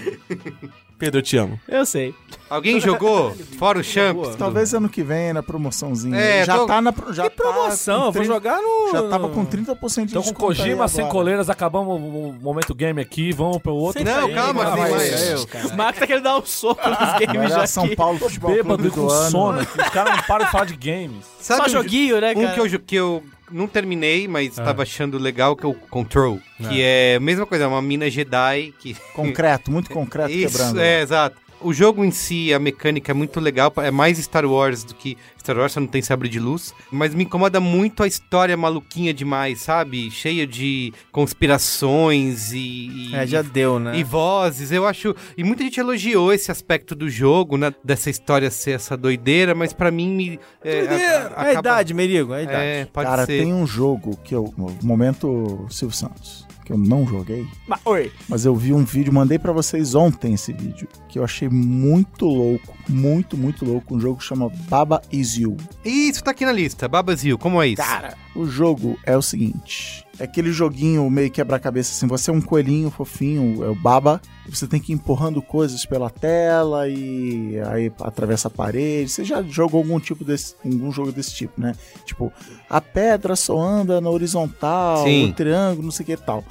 Speaker 4: Pedro, eu te amo.
Speaker 3: Eu sei.
Speaker 1: Alguém jogou? Fora o Champs?
Speaker 2: Talvez ano que vem na promoçãozinha.
Speaker 1: É,
Speaker 2: já
Speaker 1: tô-
Speaker 2: tá na pro- já
Speaker 5: Que promoção,
Speaker 2: tá
Speaker 5: eu vou jogar no...
Speaker 2: com 30 já tava
Speaker 5: no-
Speaker 2: com 30% de
Speaker 7: Então com
Speaker 2: desconto
Speaker 7: Kojima
Speaker 2: aí
Speaker 7: sem
Speaker 2: agora.
Speaker 7: coleiras, acabamos o o momento game aqui, vamos pro outro.
Speaker 1: Não, calma,
Speaker 2: Ah,
Speaker 1: tem
Speaker 2: mas
Speaker 1: mais.
Speaker 2: é eu, cara.
Speaker 3: O Max tá querendo dar um soco nos
Speaker 2: Agora
Speaker 3: games já
Speaker 2: é São
Speaker 3: aqui.
Speaker 2: Paulo Futebol
Speaker 7: Bêbado
Speaker 2: Clube
Speaker 7: e com
Speaker 2: do ano. né?
Speaker 7: sono. aqui. Os caras não param de falar de games.
Speaker 1: Sabe
Speaker 3: Só
Speaker 1: um jo-
Speaker 3: joguinho, né,
Speaker 1: Um
Speaker 3: cara?
Speaker 1: que eu, jo- que eu não terminei, mas
Speaker 5: Ah.
Speaker 1: tava achando legal, que é o Control. Que é a mesma coisa, uma mina Jedi que.
Speaker 2: Concreto, muito concreto
Speaker 5: tá
Speaker 1: Isso,
Speaker 5: né?
Speaker 2: quebrando.
Speaker 1: é, exato. O jogo em si, a mecânica é muito legal, é mais Star Wars do que Star Wars, só não tem sabre de luz, mas me incomoda muito a história maluquinha demais, sabe? Cheia de conspirações e, e-
Speaker 5: É, já deu, né?
Speaker 1: e vozes. Eu acho. E muita gente elogiou esse aspecto do jogo, né? Dessa história ser essa doideira, mas pra mim me. É, a-
Speaker 5: É a idade, Merigo, é a idade.
Speaker 1: É, pode
Speaker 2: Cara,
Speaker 1: ser.
Speaker 2: tem um jogo que eu. Momento Silvio Santos. Que eu não joguei.
Speaker 5: Mas, oi,
Speaker 2: Mas eu vi um vídeo, mandei pra vocês ontem esse vídeo. Que eu achei muito louco. Muito, muito louco. Um jogo que chama Baba Is You.
Speaker 1: Isso tá aqui na lista. Babazil, como é isso?
Speaker 2: Cara, o jogo é o seguinte: é aquele joguinho meio quebra-cabeça, assim. Você é um coelhinho fofinho, é o baba. e Você tem que ir empurrando coisas pela tela e aí atravessa a parede. Você já jogou algum tipo desse, algum jogo desse tipo, né? Tipo, a pedra só anda na horizontal,
Speaker 1: Sim.
Speaker 2: o triângulo, não sei o que e tal.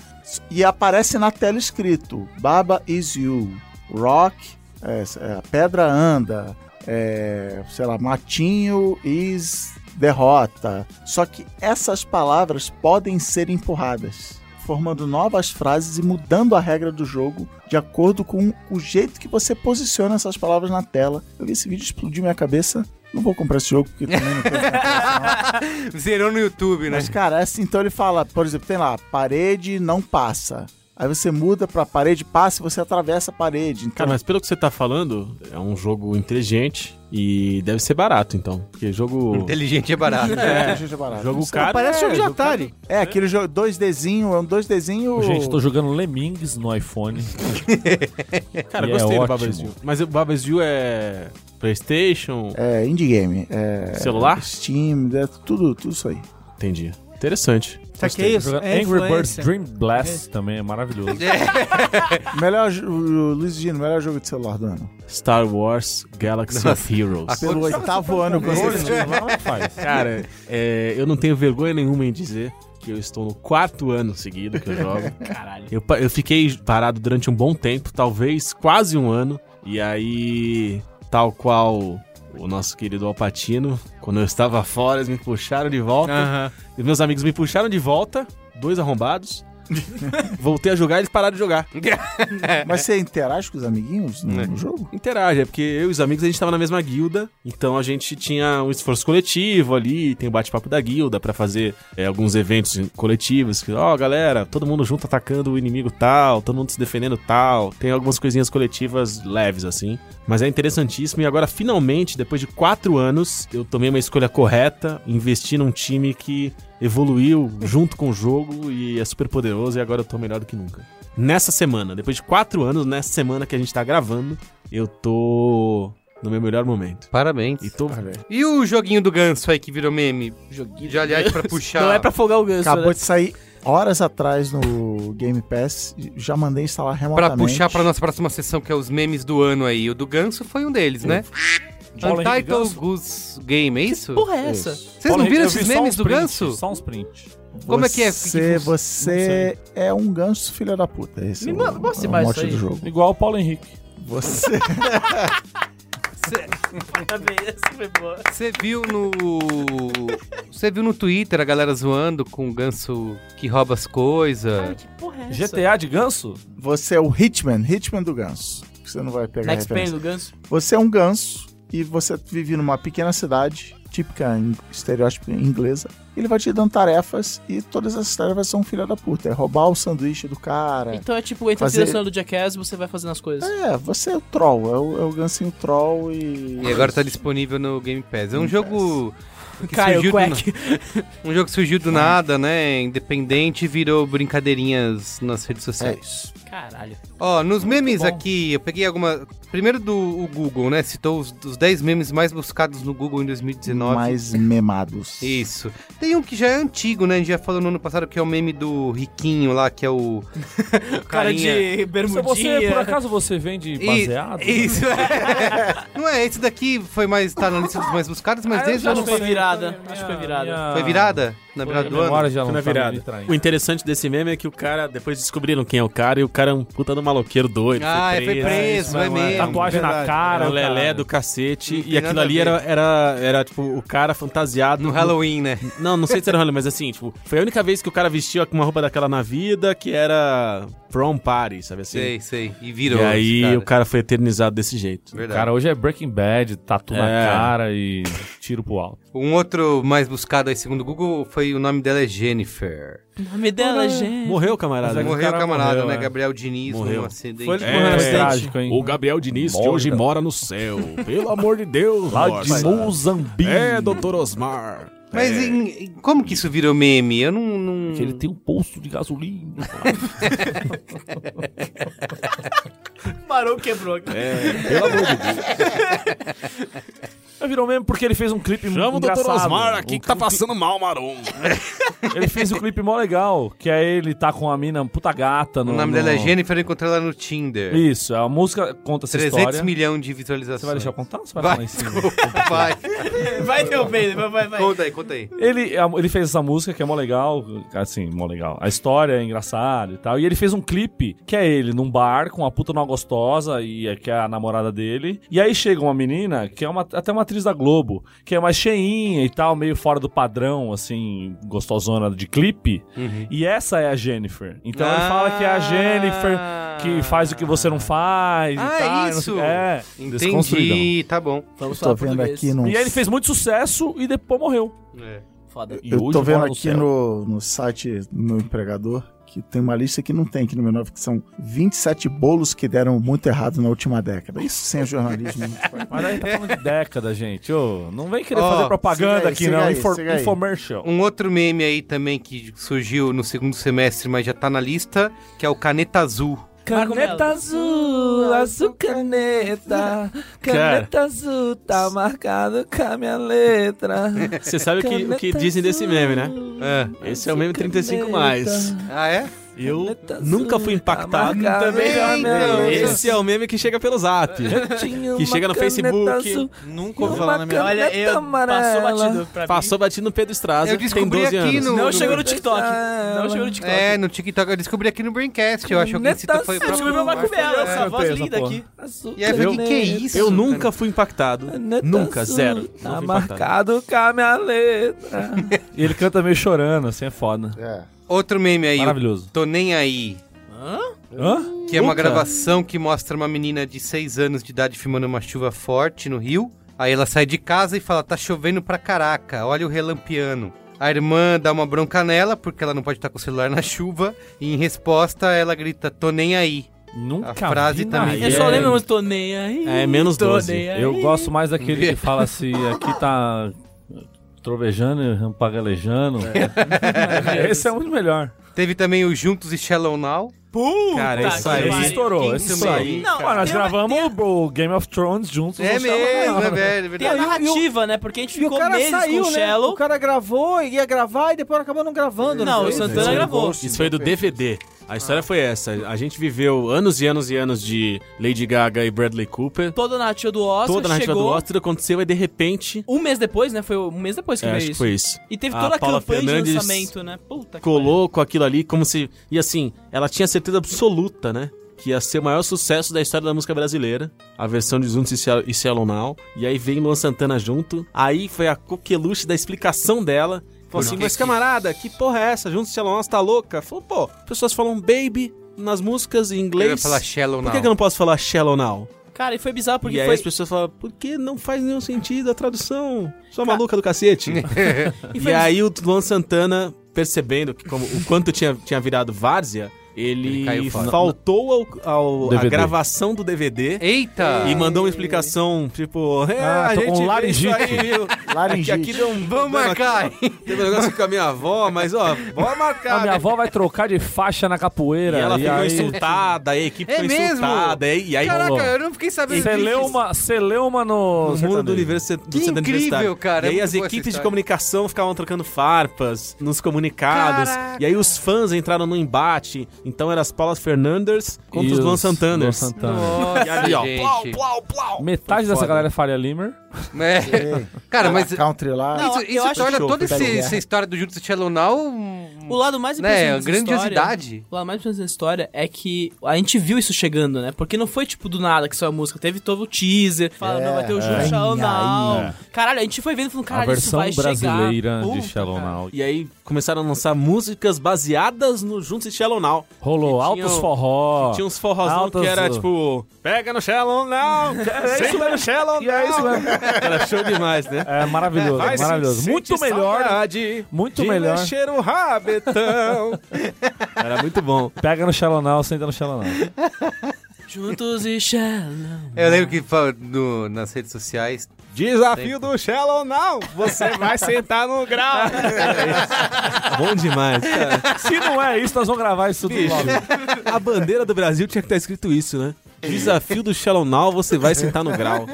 Speaker 2: E aparece na tela escrito: Baba is you, rock, é, é, a pedra anda, é, sei lá, matinho is derrota. Só que essas palavras podem ser empurradas, formando novas frases e mudando a regra do jogo de acordo com o jeito que você posiciona essas palavras na tela. Eu vi esse vídeo explodiu minha cabeça. Não vou comprar esse jogo porque também não tem.
Speaker 1: Zerou no YouTube, né?
Speaker 2: Mas, cara, é assim, então ele fala, por exemplo, tem lá, parede não passa. Aí você muda pra parede passa e você atravessa a parede. Então,
Speaker 4: Cara, mas pelo que você tá falando, é um jogo inteligente e deve ser barato, então. Porque jogo.
Speaker 1: Inteligente é barato.
Speaker 5: [laughs]
Speaker 2: é, é, barato.
Speaker 4: Jogo
Speaker 2: Não
Speaker 4: caro.
Speaker 5: parece
Speaker 4: é,
Speaker 5: jogo de
Speaker 4: jogo caro.
Speaker 5: Atari.
Speaker 2: sei. É, aquele jogo 2Dzinho, é um 2Dzinho.
Speaker 7: Gente, tô jogando Lemmings no iPhone.
Speaker 4: Cara,
Speaker 7: E é
Speaker 4: gostei do
Speaker 7: ótimo.
Speaker 4: Babas View. Mas o Babas View é. PlayStation,
Speaker 2: É, indie game. É,
Speaker 4: celular?
Speaker 2: Steam, é tudo, tudo isso aí.
Speaker 4: Entendi. Interessante.
Speaker 5: sabe o que é isso?
Speaker 7: Jogando
Speaker 5: É
Speaker 7: Angry Birds
Speaker 5: influência.
Speaker 7: Dream Blast também é maravilhoso.
Speaker 2: Melhor, jo- o Luiz Gino, melhor jogo de celular do ano.
Speaker 4: Star Wars Galaxy of Heroes.
Speaker 2: Pelo oitavo ano consecutivo.
Speaker 7: Faz.
Speaker 4: Cara, é, eu não tenho vergonha nenhuma em dizer que eu estou no quarto ano seguido que eu jogo. Caralho. Eu, pa- eu fiquei parado durante um bom tempo, talvez quase um ano. E aí, tal qual o nosso querido Alpatino, quando eu estava [laughs] fora, eles me puxaram de volta.
Speaker 5: Aham.
Speaker 4: E meus amigos me puxaram de volta, dois arrombados. Voltei a jogar e eles pararam de jogar.
Speaker 1: É.
Speaker 2: Mas você interage com os amiguinhos no, no jogo?
Speaker 4: Interage, é porque eu e os amigos a gente tava na mesma guilda, então a gente tinha um esforço coletivo ali, tem o bate-papo da guilda pra fazer é, alguns eventos coletivos, que, ó, galera, todo mundo junto atacando o inimigo tal, todo mundo se defendendo tal, tem algumas coisinhas coletivas leves assim, mas é interessantíssimo e agora finalmente, depois de quatro anos, eu tomei uma escolha correta, investi num time que evoluiu junto com o jogo e é super poderoso e agora eu tô melhor do que nunca. Nessa semana, depois de quatro anos, nessa semana que a gente tá gravando, eu tô no meu melhor momento.
Speaker 1: Parabéns.
Speaker 4: E tô.
Speaker 1: E o joguinho do ganso aí que virou meme? Joguinho. Já aliás, pra puxar.
Speaker 3: Não é pra folgar o ganso,
Speaker 2: Acabou
Speaker 3: né?
Speaker 2: de sair horas atrás no Game Pass. Já mandei instalar
Speaker 1: Pra
Speaker 2: remotamente.
Speaker 1: puxar pra nossa próxima sessão, que é os memes do ano aí. O do ganso foi um deles, né?
Speaker 7: Bola de
Speaker 1: Untitled
Speaker 7: ganso.
Speaker 1: Goose Game, é isso?
Speaker 3: Porra, é essa?
Speaker 1: Vocês não
Speaker 7: Bola de-
Speaker 1: viram
Speaker 7: eu
Speaker 1: esses
Speaker 7: vi só
Speaker 1: memes
Speaker 7: uns
Speaker 1: do
Speaker 7: print,
Speaker 1: ganso?
Speaker 7: Só um uns print.
Speaker 1: Como é que é?
Speaker 2: Você,
Speaker 1: Que- que-
Speaker 2: você é um ganso, filha da puta. Esse
Speaker 3: Me
Speaker 2: é o-
Speaker 3: manda- mostra
Speaker 2: é o
Speaker 3: mais
Speaker 2: mote
Speaker 3: isso aí.
Speaker 2: do jogo.
Speaker 7: Igual o Paulo Henrique.
Speaker 2: Você.
Speaker 3: Parabéns, essa foi boa.
Speaker 1: Você viu no. Você viu no Twitter a galera zoando com o ganso que rouba as coisas.
Speaker 7: GTA de ganso?
Speaker 2: Você é o Hitman, Hitman do ganso. Você não vai pegar
Speaker 3: Max Payne
Speaker 2: referência.
Speaker 3: do ganso.
Speaker 2: Você é um ganso e você vive numa pequena cidade, típica em- estereótipo inglesa. Ele vai te dando tarefas e todas essas tarefas são filha da puta. É roubar o sanduíche do cara.
Speaker 3: Então é tipo, entra
Speaker 2: Fazer-
Speaker 3: Fazer... a trilha sonora do Jackass e você vai fazendo as coisas.
Speaker 2: É, você é o troll, é o, é o gansinho troll e.
Speaker 1: E agora tá disponível no Game Pass. É um jogo.
Speaker 4: Ah,
Speaker 1: que
Speaker 3: Caio
Speaker 1: surgiu do na-
Speaker 3: Quack.
Speaker 1: Um jogo que surgiu do nada, né? Independente, virou brincadeirinhas nas redes
Speaker 2: É
Speaker 1: sociais.
Speaker 2: isso.
Speaker 3: Caralho.
Speaker 1: Ó, nos memes
Speaker 3: bom.
Speaker 1: aqui, eu peguei alguma. Primeiro do o Google, né? Citou os, os 10 memes mais buscados no Google em 2019.
Speaker 2: Mais memados.
Speaker 1: Isso. Tem um que já é antigo, né? A gente já falou no ano passado que é o meme do Riquinho lá, que é o. [laughs] o
Speaker 3: Cara
Speaker 1: carinha-
Speaker 4: é.
Speaker 3: de
Speaker 7: Você,
Speaker 3: bermudinha.
Speaker 5: [laughs]
Speaker 7: você, por acaso você vende
Speaker 1: Tipo, E-
Speaker 7: baseado? né?
Speaker 1: Isso, é. Não é, esse daqui foi mais. tá na lista dos mais buscados,
Speaker 7: Ah,
Speaker 1: mas desde o
Speaker 3: já
Speaker 1: ano
Speaker 3: não foi
Speaker 1: passado.
Speaker 3: virada. Acho que foi virada.
Speaker 1: Foi virada? Na virada do ano?
Speaker 7: já
Speaker 4: Foi
Speaker 7: não
Speaker 4: na
Speaker 7: tá me
Speaker 4: virada.
Speaker 7: traindo.
Speaker 4: O interessante desse meme é que o cara, depois descobriram quem é o cara e o cara é um puta do maloqueiro doido.
Speaker 1: Ah,
Speaker 4: foi
Speaker 1: foi
Speaker 4: preso.
Speaker 1: preso, é mesmo.
Speaker 7: Tatuagem na
Speaker 1: verdade.
Speaker 7: cara.
Speaker 4: Era um
Speaker 7: cara.
Speaker 4: lelé do cacete.
Speaker 1: Não tem
Speaker 4: E aquilo
Speaker 1: nada a
Speaker 4: ali
Speaker 1: ver.
Speaker 4: era, era, era, tipo, o cara fantasiado.
Speaker 1: No Halloween, né?
Speaker 4: Não, não sei se era Halloween, mas assim, tipo, foi a única vez que o cara vestiu uma roupa daquela na vida que era prom party, sabe assim?
Speaker 1: Sei, sei. E
Speaker 4: E
Speaker 1: virou.
Speaker 4: aí
Speaker 1: esse
Speaker 4: o cara foi eternizado desse jeito.
Speaker 7: O
Speaker 1: Verdade.
Speaker 7: cara hoje é Breaking Bad, tatu na
Speaker 4: É.
Speaker 7: cara e tiro pro alto.
Speaker 1: Um outro mais buscado aí, segundo o Google, foi o nome dela é Jennifer.
Speaker 3: O nome dela, Tá gente.
Speaker 4: Morreu, camarada.
Speaker 7: Mas é
Speaker 1: morreu o
Speaker 7: cara
Speaker 1: camarada,
Speaker 7: morreu,
Speaker 1: né?
Speaker 7: é.
Speaker 1: Gabriel Diniz
Speaker 4: Morreu.
Speaker 1: num acidente.
Speaker 3: Foi ele que
Speaker 4: É,
Speaker 3: morreu no
Speaker 4: é
Speaker 3: acidente.
Speaker 7: trágico, hein?
Speaker 4: O Gabriel Diniz, que
Speaker 7: Morta.
Speaker 4: hoje mora no céu. Pelo amor de Deus,
Speaker 7: Lá de
Speaker 4: Osmar.
Speaker 7: Mozambique.
Speaker 4: É, doutor Osmar.
Speaker 1: Mas
Speaker 4: é.
Speaker 1: em- em- como que isso virou meme? Eu não. não...
Speaker 7: Que ele tem um posto de gasolina.
Speaker 3: Parou, quebrou. aqui.
Speaker 4: É, pelo amor de Deus.
Speaker 7: Mas Virou mesmo porque ele fez um clipe
Speaker 4: Chama o
Speaker 7: engraçado.
Speaker 4: doutor Osmar aqui
Speaker 7: Um
Speaker 4: que tá
Speaker 7: clipe-
Speaker 4: passando mal, Marom.
Speaker 7: Ele fez um clipe mó legal, que é ele tá com a mina puta gata. No,
Speaker 1: O nome
Speaker 7: no...
Speaker 1: dela é Jennifer, eu encontrei ela no Tinder.
Speaker 7: Isso, a música conta essa
Speaker 1: 300
Speaker 7: história.
Speaker 1: milhões de visualizações.
Speaker 7: Você vai deixar eu contar ou você vai,
Speaker 1: Vai,
Speaker 7: falar em cima?
Speaker 1: desculpa, vai.
Speaker 3: Vai, meu bem, vai, vai, vai.
Speaker 1: Conta aí, conta aí.
Speaker 7: Ele, a- ele fez essa música que é mó legal, assim, mó legal. A história é engraçada e tal. E ele fez um clipe que é ele num bar com uma puta não gostosa e é- que é a namorada dele. E aí chega uma menina que é uma, até uma atriz da Globo, que é mais cheinha e tal, meio fora do padrão, assim, gostosona de clipe. E essa é a Jennifer. Então ele fala
Speaker 1: Ah.
Speaker 7: que é a Jennifer que faz o que você não faz
Speaker 1: Ah,
Speaker 7: e
Speaker 1: é
Speaker 7: tal. e
Speaker 1: isso.
Speaker 7: Não sei, é, desconstruída.
Speaker 1: Entendi, tá bom.
Speaker 3: Vamos
Speaker 2: Estou vendo aqui no.
Speaker 7: E aí ele fez muito sucesso e depois morreu.
Speaker 1: É.
Speaker 3: Foda.
Speaker 7: E
Speaker 2: Eu
Speaker 7: hoje
Speaker 2: tô vendo
Speaker 7: mora no
Speaker 2: aqui
Speaker 7: céu.
Speaker 2: no, no site do meu empregador que tem uma lista que não tem aqui no meu nome, que são 27 bolos que deram muito errado na última década. Isso sem jornalismo.
Speaker 7: Mas aí tá falando de década, gente. Ô, não vem querer
Speaker 1: Ó,
Speaker 7: fazer propaganda
Speaker 2: siga aí,
Speaker 7: aqui,
Speaker 2: siga
Speaker 7: não.
Speaker 2: aí,
Speaker 7: Infor-
Speaker 2: siga aí.
Speaker 7: infomercial.
Speaker 1: Um outro meme aí também que surgiu no segundo semestre, mas já tá na lista, que é o Caneta Azul.
Speaker 8: Caneta azul, azul caneta. Caneta azul tá marcado com a minha letra.
Speaker 4: Você sabe o que, o que
Speaker 8: Caneta
Speaker 4: dizem desse
Speaker 8: azul.
Speaker 4: meme, né?
Speaker 1: É.
Speaker 4: Esse é o meme 35 mais.
Speaker 1: Ah, é?
Speaker 4: Eu
Speaker 8: Caneta azul,
Speaker 4: nunca fui impactado.
Speaker 8: tá marcado
Speaker 1: Também
Speaker 8: com a
Speaker 1: não,
Speaker 8: minha
Speaker 1: não.
Speaker 8: letra.
Speaker 4: Esse é o meme que chega pelo zap.
Speaker 8: Tinha
Speaker 4: que
Speaker 8: uma
Speaker 4: chega
Speaker 8: caneta
Speaker 4: no Facebook.
Speaker 8: azul,
Speaker 6: Nunca
Speaker 8: uma
Speaker 6: ouvi falar na minha vida.
Speaker 3: Olha, eu passou
Speaker 8: amarela.
Speaker 3: batido pra mim.
Speaker 4: Passou batido no Pedro Estrada.
Speaker 1: Eu descobri
Speaker 4: tem 12
Speaker 1: aqui
Speaker 4: anos.
Speaker 1: no-
Speaker 3: Não chegou no TikTok.
Speaker 8: Ela.
Speaker 3: Não chegou no TikTok.
Speaker 1: É, no TikTok. Eu descobri aqui no Braincast. Eu acho que alguém
Speaker 8: Caneta
Speaker 1: citou foi o
Speaker 8: azul.
Speaker 3: Eu descobri meu Marco Melo,
Speaker 1: É,
Speaker 3: essa
Speaker 7: eu
Speaker 3: voz
Speaker 7: tenho essa
Speaker 3: linda
Speaker 7: porra.
Speaker 3: aqui.
Speaker 4: Tá
Speaker 8: Azul
Speaker 1: E aí eu falei, que
Speaker 8: caneta.
Speaker 1: que é isso?
Speaker 4: Eu nunca fui impactado.
Speaker 3: É, né, tá
Speaker 8: Caneta
Speaker 4: Nunca,
Speaker 8: azul,
Speaker 4: zero. Não
Speaker 8: Tá
Speaker 4: fui impactado.
Speaker 8: marcado com a minha letra.
Speaker 7: E ele canta meio chorando, assim, é foda.
Speaker 1: Outro meme aí. o
Speaker 7: Maravilhoso.
Speaker 1: Tô nem aí.
Speaker 7: Hã?
Speaker 1: Que é uma
Speaker 7: Nunca.
Speaker 1: gravação que mostra uma menina de 6 anos de idade filmando uma chuva forte no Rio. Aí ela sai de casa e fala: tá chovendo pra caraca, olha o relampiano. A irmã dá uma bronca nela, porque ela não pode estar com o celular na chuva. E em resposta, ela grita: tô nem aí.
Speaker 7: Nunca
Speaker 1: A frase
Speaker 7: vi na
Speaker 1: também.
Speaker 7: vida.
Speaker 3: Eu só lembro, mas tô nem aí.
Speaker 4: É, menos
Speaker 3: tô
Speaker 4: 12.
Speaker 3: nem aí.
Speaker 7: Eu gosto mais daquele que fala assim, aqui tá trovejando, rampagalejando. Esse é muito melhor.
Speaker 1: Teve também o Juntos e Shallow Now.
Speaker 3: Puta
Speaker 4: Cara,
Speaker 3: Tá, que
Speaker 4: isso aí.
Speaker 3: pariu.
Speaker 7: Esse estourou,
Speaker 1: Quem
Speaker 7: esse
Speaker 1: também?
Speaker 7: estourou.
Speaker 3: Não,
Speaker 7: Ué, nós
Speaker 3: tem uma-
Speaker 7: gravamos o Game of Thrones juntos.
Speaker 1: É
Speaker 7: no Shallow
Speaker 1: mesmo,
Speaker 7: Now.
Speaker 1: é velho, é
Speaker 3: Tem a
Speaker 1: verdade.
Speaker 3: narrativa, né? Porque a gente
Speaker 5: E o
Speaker 3: ficou
Speaker 5: cara
Speaker 3: meses
Speaker 5: saiu,
Speaker 3: com o
Speaker 5: né?
Speaker 3: Shallow.
Speaker 5: O cara gravou, ia gravar e depois acabou não gravando. né?
Speaker 3: Não, o
Speaker 5: foi?
Speaker 3: Santana gravou.
Speaker 4: Isso foi do DVD. A
Speaker 3: Ah.
Speaker 4: história foi essa. A gente viveu anos e anos e anos de Lady Gaga e Bradley Cooper.
Speaker 3: Toda a narrativa do Oscar
Speaker 4: Toda a narrativa
Speaker 3: chegou
Speaker 4: do Oscar aconteceu e de repente.
Speaker 3: um mês depois, né? Foi um mês depois que
Speaker 4: É,
Speaker 3: veio
Speaker 4: acho que
Speaker 3: isso.
Speaker 4: foi isso.
Speaker 3: E teve
Speaker 4: A
Speaker 3: toda a,
Speaker 4: Paula
Speaker 3: campanha
Speaker 4: Fernandes
Speaker 3: de lançamento, né? Puta que
Speaker 4: Colou com aquilo ali como se. E assim, ela tinha certeza absoluta, né? Que ia ser o maior sucesso da história da música brasileira. A versão de Juntos e Shallow- e Shallow Now. E aí vem Luan Santana junto. Aí foi a coqueluche da explicação dela. Falou assim,
Speaker 1: que
Speaker 4: mas
Speaker 1: que-
Speaker 4: camarada, que porra é essa? Juntos e Shallow Now, você tá louca? Falou, pô, pessoas falam baby nas músicas em
Speaker 1: Eu ia
Speaker 4: inglês.
Speaker 1: falar Shallow
Speaker 4: Por
Speaker 1: Now.
Speaker 4: que, que eu não posso falar Shallow Now?
Speaker 3: pariu. Cara, e foi bizarro porque
Speaker 4: e aí
Speaker 3: foi.
Speaker 4: as pessoas falam, porque não faz nenhum sentido a tradução? Sua maluca do
Speaker 7: [laughs]
Speaker 4: cacete.
Speaker 3: e
Speaker 4: e
Speaker 3: foi-
Speaker 4: aí o Luan Santana, percebendo que como, o quanto tinha, tinha virado várzea, ele,
Speaker 1: Ele caiu fora.
Speaker 4: faltou ao, ao- a
Speaker 7: DVD.
Speaker 4: gravação do DVD.
Speaker 1: Eita!
Speaker 4: E mandou uma explicação, tipo, é,
Speaker 7: Ah,
Speaker 4: a
Speaker 7: tô com
Speaker 4: gente vê isso
Speaker 7: laringite.
Speaker 4: aí,
Speaker 7: [laughs]
Speaker 4: viu?
Speaker 2: Laringite.
Speaker 4: Aqui, aqui deu um...
Speaker 1: Vamos marcar!
Speaker 4: Aqui, ó, teve um negócio com a minha avó, mas ó, bora marcar. né?
Speaker 7: A minha avó vai trocar de faixa na
Speaker 4: E
Speaker 7: capoeira.
Speaker 4: ela ficou
Speaker 7: aí-
Speaker 4: insultada, a equipe
Speaker 1: É
Speaker 4: ficou
Speaker 1: mesmo?
Speaker 4: insultada. E, e aí
Speaker 1: [laughs] Caraca,
Speaker 7: rolou.
Speaker 1: eu não fiquei sabendo
Speaker 7: Você
Speaker 1: disso.
Speaker 7: leu uma, você leu uma no.
Speaker 4: no mundo do
Speaker 7: sertanejo.
Speaker 4: universo do
Speaker 1: Que
Speaker 4: centro
Speaker 1: incrível,
Speaker 4: universitário.
Speaker 1: cara, é
Speaker 4: E aí
Speaker 1: muito
Speaker 4: as
Speaker 1: boa essa
Speaker 4: equipes de
Speaker 1: história.
Speaker 4: comunicação ficavam trocando farpas nos comunicados.
Speaker 1: Caraca.
Speaker 4: E aí os fãs entraram no embate. Então eram as Paulas Fernandes contra
Speaker 7: E
Speaker 4: os Luan
Speaker 7: Luan
Speaker 4: Santanas.
Speaker 7: Santana.
Speaker 1: Nossa,
Speaker 4: E ali, ó,
Speaker 1: gente.
Speaker 4: plau, plau, plau.
Speaker 7: Metade
Speaker 4: Foi
Speaker 7: dessa
Speaker 4: foda.
Speaker 7: galera é Faria Limer.
Speaker 1: É. Cara, mas isso,
Speaker 2: Country lá.
Speaker 3: Não, eu
Speaker 1: isso
Speaker 3: acho tá
Speaker 1: torna
Speaker 2: show,
Speaker 1: toda
Speaker 2: foi
Speaker 1: esse-
Speaker 2: da
Speaker 1: essa
Speaker 2: guerra.
Speaker 1: história do Júlio Chelonal um,
Speaker 3: O lado mais
Speaker 1: né,
Speaker 3: impressionante da história-
Speaker 1: grandiosidade.
Speaker 3: O lado mais impressionante da história é que a gente viu isso chegando, né? Porque não foi, tipo, do nada que saiu a música. Teve todo o teaser, falando, não, vai
Speaker 7: É.
Speaker 3: ter o Júlio Shalonal. Caralho, a gente foi vendo e falando,
Speaker 7: A
Speaker 3: caralho, isso
Speaker 7: versão
Speaker 3: vai
Speaker 7: brasileira
Speaker 3: chegar.
Speaker 7: de
Speaker 3: Puta,
Speaker 7: Shallow Now.
Speaker 4: E aí começaram a lançar músicas baseadas no Juntos e Shallow Now.
Speaker 7: Rolou
Speaker 4: Que tinha
Speaker 7: altos
Speaker 4: o-
Speaker 7: forró.
Speaker 4: Tinha uns forrozão
Speaker 7: Altas-
Speaker 4: que era tipo... Pega no Shallow
Speaker 7: [laughs]
Speaker 4: Now!
Speaker 7: É
Speaker 4: Senta no Shallow Now!
Speaker 6: é
Speaker 1: né?
Speaker 6: isso mesmo.
Speaker 4: [laughs] Era show demais, né?
Speaker 7: É maravilhoso,
Speaker 4: Vai,
Speaker 7: maravilhoso.
Speaker 4: sim,
Speaker 7: Muito
Speaker 4: sente
Speaker 7: melhor.
Speaker 4: saudade
Speaker 7: Muito
Speaker 4: de
Speaker 7: melhor.
Speaker 4: mexer o rabetão. [laughs] Era muito bom.
Speaker 7: Pega no Shallow Now, senta no Shallow Now.
Speaker 4: [laughs]
Speaker 3: Juntos
Speaker 7: [laughs]
Speaker 3: e Shallow.
Speaker 1: Eu lembro que fa- no- nas redes sociais
Speaker 4: Desafio do Shallow Now. Você vai sentar no [laughs] grau. É bom demais, cara.
Speaker 7: Se não é isso, nós vamos gravar isso tudo
Speaker 4: Bicho,
Speaker 7: logo.
Speaker 4: a bandeira do Brasil tinha que estar escrito isso, né? Desafio do Shallow Now, você vai sentar no grau.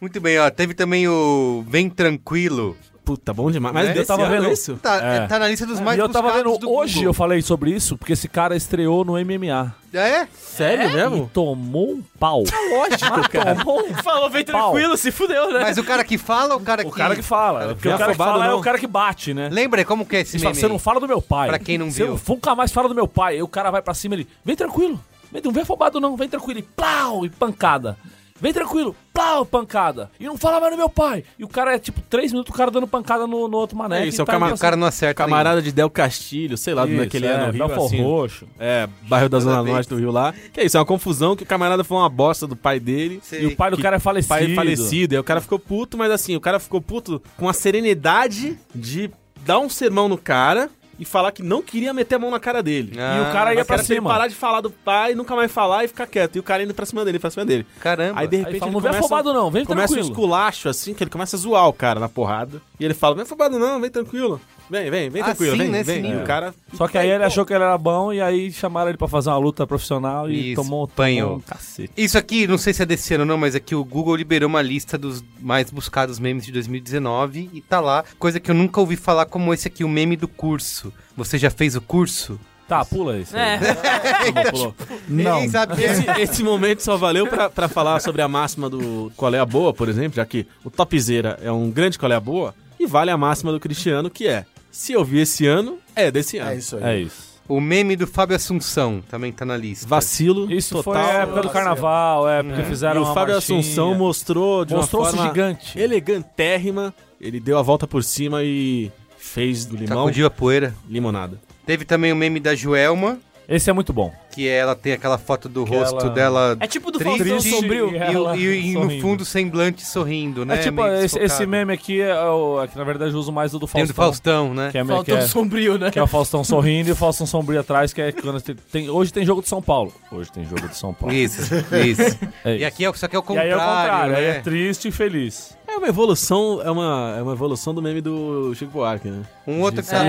Speaker 1: Muito bem, ó. Teve também o Bem Tranquilo.
Speaker 4: Puta, bom demais. Mas
Speaker 1: Né?
Speaker 4: eu tava vendo isso.
Speaker 1: Tá,
Speaker 7: É.
Speaker 1: tá na lista dos mais
Speaker 7: e eu tava
Speaker 1: buscados
Speaker 7: vendo
Speaker 1: do
Speaker 7: hoje, eu
Speaker 1: Google.
Speaker 7: falei sobre isso, porque esse cara estreou no MMA.
Speaker 1: [laughs] É?
Speaker 4: Sério
Speaker 7: E tomou um pau.
Speaker 4: Lógico, cara.
Speaker 7: tomou um
Speaker 3: Falou, vem tranquilo, se fudeu, né?
Speaker 1: Mas o cara que fala ou o cara que...
Speaker 7: O cara que fala. Porque
Speaker 4: Não é
Speaker 7: o cara que
Speaker 4: afobado,
Speaker 7: fala é
Speaker 4: não.
Speaker 7: o cara que bate, né?
Speaker 1: Lembra aí como que é esse
Speaker 7: Ele fala,
Speaker 1: meme
Speaker 7: você
Speaker 1: aí?
Speaker 7: não fala do meu pai.
Speaker 1: Pra quem não
Speaker 7: Você
Speaker 1: viu.
Speaker 7: nunca mais fala do meu pai. Aí o cara vai pra cima ele, vem tranquilo. Vem, não vem afobado não, vem tranquilo. E plau, e pancada. Vem tranquilo, plau, pancada. E não fala mais do meu pai. E o cara é tipo três minutos, o cara dando pancada no, no outro mané.
Speaker 4: É isso, é o
Speaker 7: cama
Speaker 4: camar-
Speaker 1: O cara não acerta
Speaker 4: Camarada de Del Castilho, sei lá,
Speaker 7: Isso,
Speaker 4: onde é que ele é, no
Speaker 7: é,
Speaker 4: Rio,
Speaker 7: Belfor
Speaker 4: assim.
Speaker 7: Roxo.
Speaker 4: É, bairro da Zona
Speaker 1: Nada a ver.
Speaker 4: Norte do Rio lá. Que é isso, é uma confusão que o camarada foi uma bosta do pai dele.
Speaker 1: Sei.
Speaker 7: E o pai do
Speaker 4: Que
Speaker 7: cara é falecido.
Speaker 4: Pai falecido. Aí o cara ficou puto, mas assim, o cara ficou puto com a serenidade de dar um sermão no cara e falar que não queria meter a mão na cara dele.
Speaker 1: Ah,
Speaker 7: E o cara
Speaker 4: Mas
Speaker 7: ia pra
Speaker 4: era pra ele
Speaker 7: cima.
Speaker 4: parar de falar do pai, nunca mais falar e ficar quieto. E o cara indo pra cima dele, pra cima dele.
Speaker 1: ninguém. Caramba.
Speaker 4: Aí de
Speaker 7: Aí
Speaker 4: repente
Speaker 7: fala,
Speaker 4: ele
Speaker 7: não vem
Speaker 4: começa,
Speaker 7: afobado não, vem
Speaker 4: começa um
Speaker 7: tranquilo.
Speaker 4: esculacho assim, que ele começa a zoar o cara na porrada. E ele fala: "Não é afobado não, vem tranquilo. Vem, vem, vem
Speaker 1: Ah,
Speaker 4: tranquilo,
Speaker 1: sim,
Speaker 4: vem,
Speaker 1: nesse
Speaker 4: vem".
Speaker 1: nível.
Speaker 4: E o cara
Speaker 7: Só que aí ele achou que ele era bom e aí chamaram ele pra fazer uma luta profissional e
Speaker 1: Isso,
Speaker 7: tomou,
Speaker 1: apanhou.
Speaker 7: tomou um cacete.
Speaker 1: Isso aqui, não sei se é desse ano ou não, mas é que o Google liberou uma lista dos mais buscados memes de 2019 e tá lá. Coisa que eu nunca ouvi falar como esse aqui, o meme do curso. Você já fez o curso?
Speaker 7: Tá, pula isso. aí.
Speaker 3: É,
Speaker 7: Pula, pulou.
Speaker 2: Não.
Speaker 1: Ninguém sabe quem é.
Speaker 4: Esse, esse momento só valeu pra, pra falar sobre a máxima do qual é a boa, por exemplo, já que o Topzera é um grande qual é a boa, e vale a máxima do Cristiano, que é, se eu vi esse ano, é desse ano.
Speaker 2: É isso aí.
Speaker 7: É isso.
Speaker 1: [laughs] O meme do Fábio Assunção também tá na lista.
Speaker 4: Vacilo
Speaker 7: Isso
Speaker 4: total.
Speaker 7: foi a época do carnaval, é, porque
Speaker 4: E
Speaker 7: fizeram
Speaker 4: o
Speaker 7: uma
Speaker 4: Fábio
Speaker 7: marchinha.
Speaker 4: Assunção mostrou de uma
Speaker 7: Mostrou-se
Speaker 4: forma
Speaker 7: gigante.
Speaker 4: elegantérrima, ele deu a volta por cima e fez do limão
Speaker 1: Sacudiu a poeira.
Speaker 4: limonada.
Speaker 1: Teve também o meme da Joelma,
Speaker 7: Esse é muito bom.
Speaker 1: que ela tem aquela foto do rosto
Speaker 7: ela-
Speaker 1: dela
Speaker 3: é tipo do
Speaker 1: Triste.
Speaker 3: Faustão
Speaker 1: Triste.
Speaker 3: Sombrio.
Speaker 1: e, o- e- e no fundo semblante sorrindo, né?
Speaker 7: É tipo,
Speaker 1: Meio
Speaker 7: esse, esse
Speaker 1: desfocado.
Speaker 7: meme aqui é, o- é que na verdade eu uso mais o do
Speaker 1: Tem
Speaker 7: Faustão.
Speaker 1: o do Faustão, né?
Speaker 7: Que é, que,
Speaker 3: Faustão
Speaker 7: é,
Speaker 3: Sombrio, né?
Speaker 7: que é o Faustão sorrindo e o Faustão sombrio atrás, que é quando tem, tem- hoje tem jogo de São Paulo. Hoje tem jogo de São Paulo.
Speaker 1: Isso, isso.
Speaker 7: É
Speaker 1: E
Speaker 7: isso.
Speaker 1: aqui é, o- só que é o
Speaker 7: [laughs] E aí
Speaker 1: contrário,
Speaker 7: é o contrário, aí
Speaker 1: né?
Speaker 7: é triste e feliz.
Speaker 4: É uma evolução, é uma, é uma evolução do meme do Chico Buarque, né?
Speaker 1: Um outro que tá...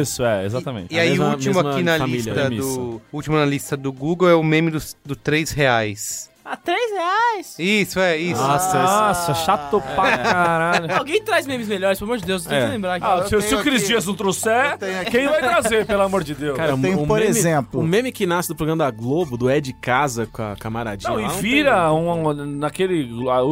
Speaker 7: Isso, é, exatamente.
Speaker 1: E aí
Speaker 4: mesma-
Speaker 1: o último
Speaker 4: mesma
Speaker 1: aqui na
Speaker 4: família,
Speaker 1: lista
Speaker 4: premissa.
Speaker 1: do... o último na lista do Google é o meme do, do 3 reais.
Speaker 3: A 3 reais.
Speaker 1: Isso, é, isso.
Speaker 7: Nossa, nossa, chato pra
Speaker 3: [laughs]
Speaker 7: caralho.
Speaker 3: Alguém traz memes melhores, pelo amor de Deus, eu tenho que lembrar aqui.
Speaker 7: Ah, se,
Speaker 2: eu
Speaker 7: se
Speaker 2: tenho
Speaker 7: o Cris
Speaker 2: aqui-
Speaker 7: Dias não trouxer,
Speaker 2: eu tenho aqui-
Speaker 7: quem vai trazer, pelo amor de Deus?
Speaker 4: Cara,
Speaker 2: Eu tenho, por exemplo-
Speaker 4: O meme que nasce do programa da Globo, do Ed Casa com a camaradinha.
Speaker 7: não, e
Speaker 4: lá, tem-
Speaker 7: vira um, um- naquele.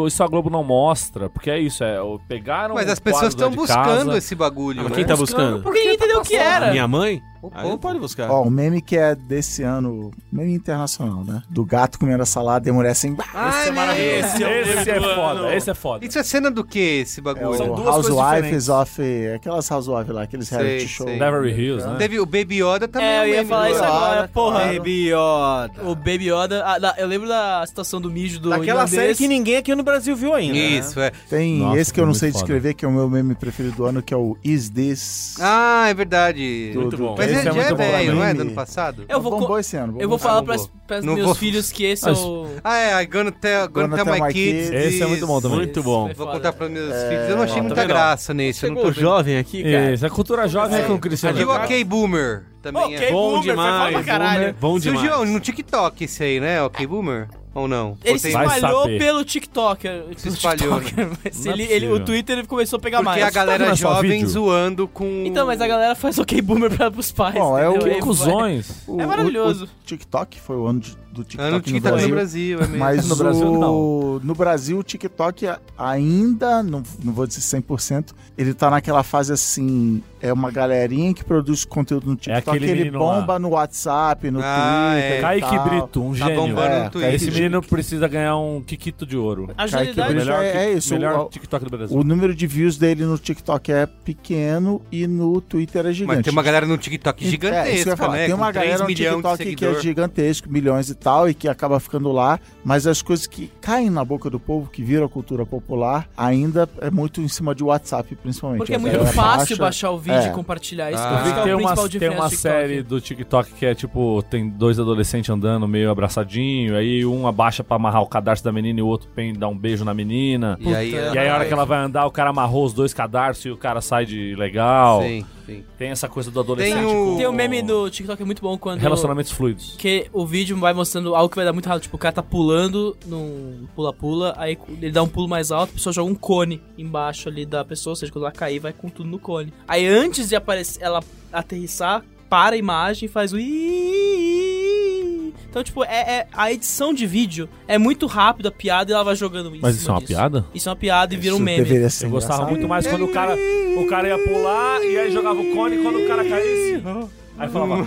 Speaker 7: Isso a Globo não mostra, porque é isso, é. o- Pegaram.
Speaker 1: Mas
Speaker 7: o
Speaker 1: as pessoas
Speaker 7: quadro lá
Speaker 1: estão
Speaker 7: de
Speaker 1: buscando
Speaker 7: casa,
Speaker 1: esse bagulho,
Speaker 4: Ah, mas
Speaker 1: né?
Speaker 4: quem tá buscando?
Speaker 3: Porque ninguém entendeu o que era.
Speaker 4: Minha mãe?
Speaker 1: Opa,
Speaker 4: Aí não pode buscar.
Speaker 2: Ó, o meme que é desse ano, meme internacional, né? Do gato comendo a assim, salada e emurece em...
Speaker 7: é
Speaker 1: Ai, meu...
Speaker 7: Esse, esse é foda, esse é foda.
Speaker 1: Isso é cena do que, esse
Speaker 2: É o
Speaker 1: bagulho?
Speaker 2: Housewives of... Aquelas Housewives lá, aqueles
Speaker 1: Sei,
Speaker 2: reality
Speaker 1: sei.
Speaker 2: show.
Speaker 7: Beverly Hills, né?
Speaker 1: Teve o Baby Yoda também.
Speaker 3: É,
Speaker 1: é um
Speaker 3: eu ia
Speaker 1: meme,
Speaker 3: falar
Speaker 1: né?
Speaker 3: isso agora,
Speaker 2: Yoda,
Speaker 3: porra.
Speaker 5: Baby Yoda.
Speaker 3: O Baby Yoda, ah, da- eu lembro da situação do mijo do
Speaker 5: Daquela
Speaker 3: irlandês.
Speaker 5: série que ninguém aqui no Brasil viu ainda. né?
Speaker 1: Isso, é.
Speaker 2: Tem
Speaker 7: Nossa,
Speaker 2: esse que eu não
Speaker 7: muito
Speaker 2: sei
Speaker 7: foda.
Speaker 2: descrever, que é o meu meme preferido do ano, que é o Is This...
Speaker 1: Ah, é verdade.
Speaker 4: Muito bom.
Speaker 1: Mas
Speaker 7: Esse
Speaker 1: é,
Speaker 7: é
Speaker 1: já é
Speaker 7: muito bom
Speaker 1: velho, não é?
Speaker 2: também.
Speaker 1: Do ano passado?
Speaker 3: Eu vou, co-
Speaker 2: Bombou Tá esse ano.
Speaker 3: eu
Speaker 2: bombou.
Speaker 3: vou falar pras, pras
Speaker 1: Não
Speaker 3: meus
Speaker 1: vou-
Speaker 3: filhos que esse
Speaker 7: Mas-
Speaker 3: é o...
Speaker 1: Ah, é, I gonna tell, gonna tell my, kids.
Speaker 7: Esse é muito bom também.
Speaker 4: Muito bom.
Speaker 3: Esse foi
Speaker 1: Vou
Speaker 3: foda.
Speaker 1: contar para meus
Speaker 2: É,
Speaker 1: filhos. Eu não achei
Speaker 4: tá
Speaker 1: muita
Speaker 4: vendo?
Speaker 1: graça nesse. Eu não tô
Speaker 4: Chegou
Speaker 1: vendo.
Speaker 4: jovem aqui, cara.
Speaker 7: Isso, a cultura jovem é com o
Speaker 1: Eu
Speaker 7: Cristiano.
Speaker 1: digo
Speaker 7: Ronaldo.
Speaker 1: ok, boomer. Também
Speaker 3: Ok,
Speaker 1: é.
Speaker 4: Bom
Speaker 3: Boomer, foi
Speaker 4: demais.
Speaker 3: foda pra caralho.
Speaker 4: Bom demais.
Speaker 1: Surgiu no TikTok esse aí, né? Ok, boomer? Ou não?
Speaker 3: Ele
Speaker 1: Ou
Speaker 3: se
Speaker 1: tem-
Speaker 7: Vai
Speaker 3: espalhou
Speaker 7: saber.
Speaker 3: pelo TikToker.
Speaker 1: Se espalhou, né?
Speaker 3: TikToker, mas
Speaker 7: Não é
Speaker 3: ele, ele-
Speaker 7: possível.
Speaker 3: o Twitter começou a pegar
Speaker 1: Porque
Speaker 3: mais.
Speaker 1: a galera
Speaker 7: vendo só
Speaker 1: jovem
Speaker 7: vídeo?
Speaker 1: zoando com...
Speaker 3: Então, mas a galera faz ok boomer pra, pros pais.
Speaker 2: Bom, é o-
Speaker 3: entendeu?
Speaker 7: Que
Speaker 3: Aí vai-
Speaker 7: cuzões.
Speaker 2: O-
Speaker 3: né? É
Speaker 2: o-
Speaker 3: maravilhoso.
Speaker 2: O, TikTok foi o ano de do TikTok
Speaker 1: Ah, no
Speaker 2: no
Speaker 1: TikTok no
Speaker 2: Brasil.
Speaker 1: Brasil, é mesmo.
Speaker 2: Mas
Speaker 7: No Brasil,
Speaker 2: o... no Brasil, o TikTok a- ainda, não, não vou dizer 100%, ele tá naquela fase assim, é uma galerinha que produz conteúdo no TikTok,
Speaker 7: aquele
Speaker 2: ele
Speaker 7: menino lá.
Speaker 2: bomba no WhatsApp, no
Speaker 1: Ah,
Speaker 2: Twitter
Speaker 1: é.
Speaker 2: e
Speaker 7: Kaique
Speaker 2: tal.
Speaker 7: Brito, um
Speaker 1: Tá
Speaker 7: gênio.
Speaker 1: bombando
Speaker 2: É,
Speaker 1: no
Speaker 2: cara,
Speaker 7: Esse
Speaker 1: Twitter.
Speaker 7: menino precisa ganha um Kikito de ouro.
Speaker 3: Agilidade.
Speaker 2: Kaique Brito.
Speaker 7: Melhor,
Speaker 2: é- é
Speaker 7: Kik-
Speaker 2: isso,
Speaker 7: melhor
Speaker 2: o-
Speaker 7: TikTok do Brasil.
Speaker 2: O número de views dele no TikTok é pequeno e no Twitter é gigante.
Speaker 1: Mas tem uma galera no TikTok
Speaker 2: É, isso que eu ia
Speaker 1: gigantesca,
Speaker 2: falar.
Speaker 1: né?
Speaker 2: Tem
Speaker 1: Com
Speaker 2: uma
Speaker 1: 3
Speaker 2: galera no
Speaker 1: milhões de
Speaker 2: TikTok que é
Speaker 1: seguidor.
Speaker 2: gigantesco, milhões e tal, e que acaba ficando lá, mas as coisas que caem na boca do povo, que viram a cultura popular, ainda é muito em cima de WhatsApp, principalmente.
Speaker 3: Porque
Speaker 2: A
Speaker 3: é muito
Speaker 2: galera
Speaker 3: fácil
Speaker 2: baixa.
Speaker 3: baixar o vídeo
Speaker 2: É.
Speaker 3: e compartilhar isso.
Speaker 1: Ah.
Speaker 3: que eu
Speaker 7: Eu
Speaker 3: acho
Speaker 7: vi que
Speaker 3: que é
Speaker 7: tem
Speaker 3: o
Speaker 7: uma,
Speaker 3: principal
Speaker 7: tem
Speaker 3: diferença
Speaker 7: uma
Speaker 3: do TikTok.
Speaker 7: série do TikTok que é tipo, tem dois adolescentes andando meio abraçadinho, aí um abaixa pra amarrar o cadastro da menina e o outro vem dar um beijo na menina.
Speaker 1: E aí, é,
Speaker 7: E aí a hora que ela vai andar, o cara amarrou os dois cadastros e o cara sai de legal.
Speaker 1: Sim, sim.
Speaker 7: Tem essa coisa do adolescente
Speaker 1: Tem o-
Speaker 7: com-
Speaker 3: Tem um meme do TikTok que é muito bom quando.
Speaker 7: Relacionamentos fluidos.
Speaker 3: Que o vídeo vai mostrando algo que vai dar muito errado. Tipo, o cara tá pulando num pula-pula, aí ele dá um pulo mais alto, a pessoa joga um cone embaixo ali da pessoa, ou seja, quando ela cair, vai com tudo no cone. Aí antes de aparecer, ela aterrissar, para a imagem e faz o iiii. Então, tipo, é, é- a edição de vídeo é muito rápida, a piada, e ela vai jogando isso.
Speaker 7: Mas isso é uma piada?
Speaker 3: Isso é uma piada e vira um
Speaker 2: Isso
Speaker 3: meme.
Speaker 2: Deveria ser
Speaker 7: Eu gostava
Speaker 2: engraçado.
Speaker 7: muito mais quando o cara, o cara ia pular e aí jogava o cone e quando o cara caísse. Aí falava,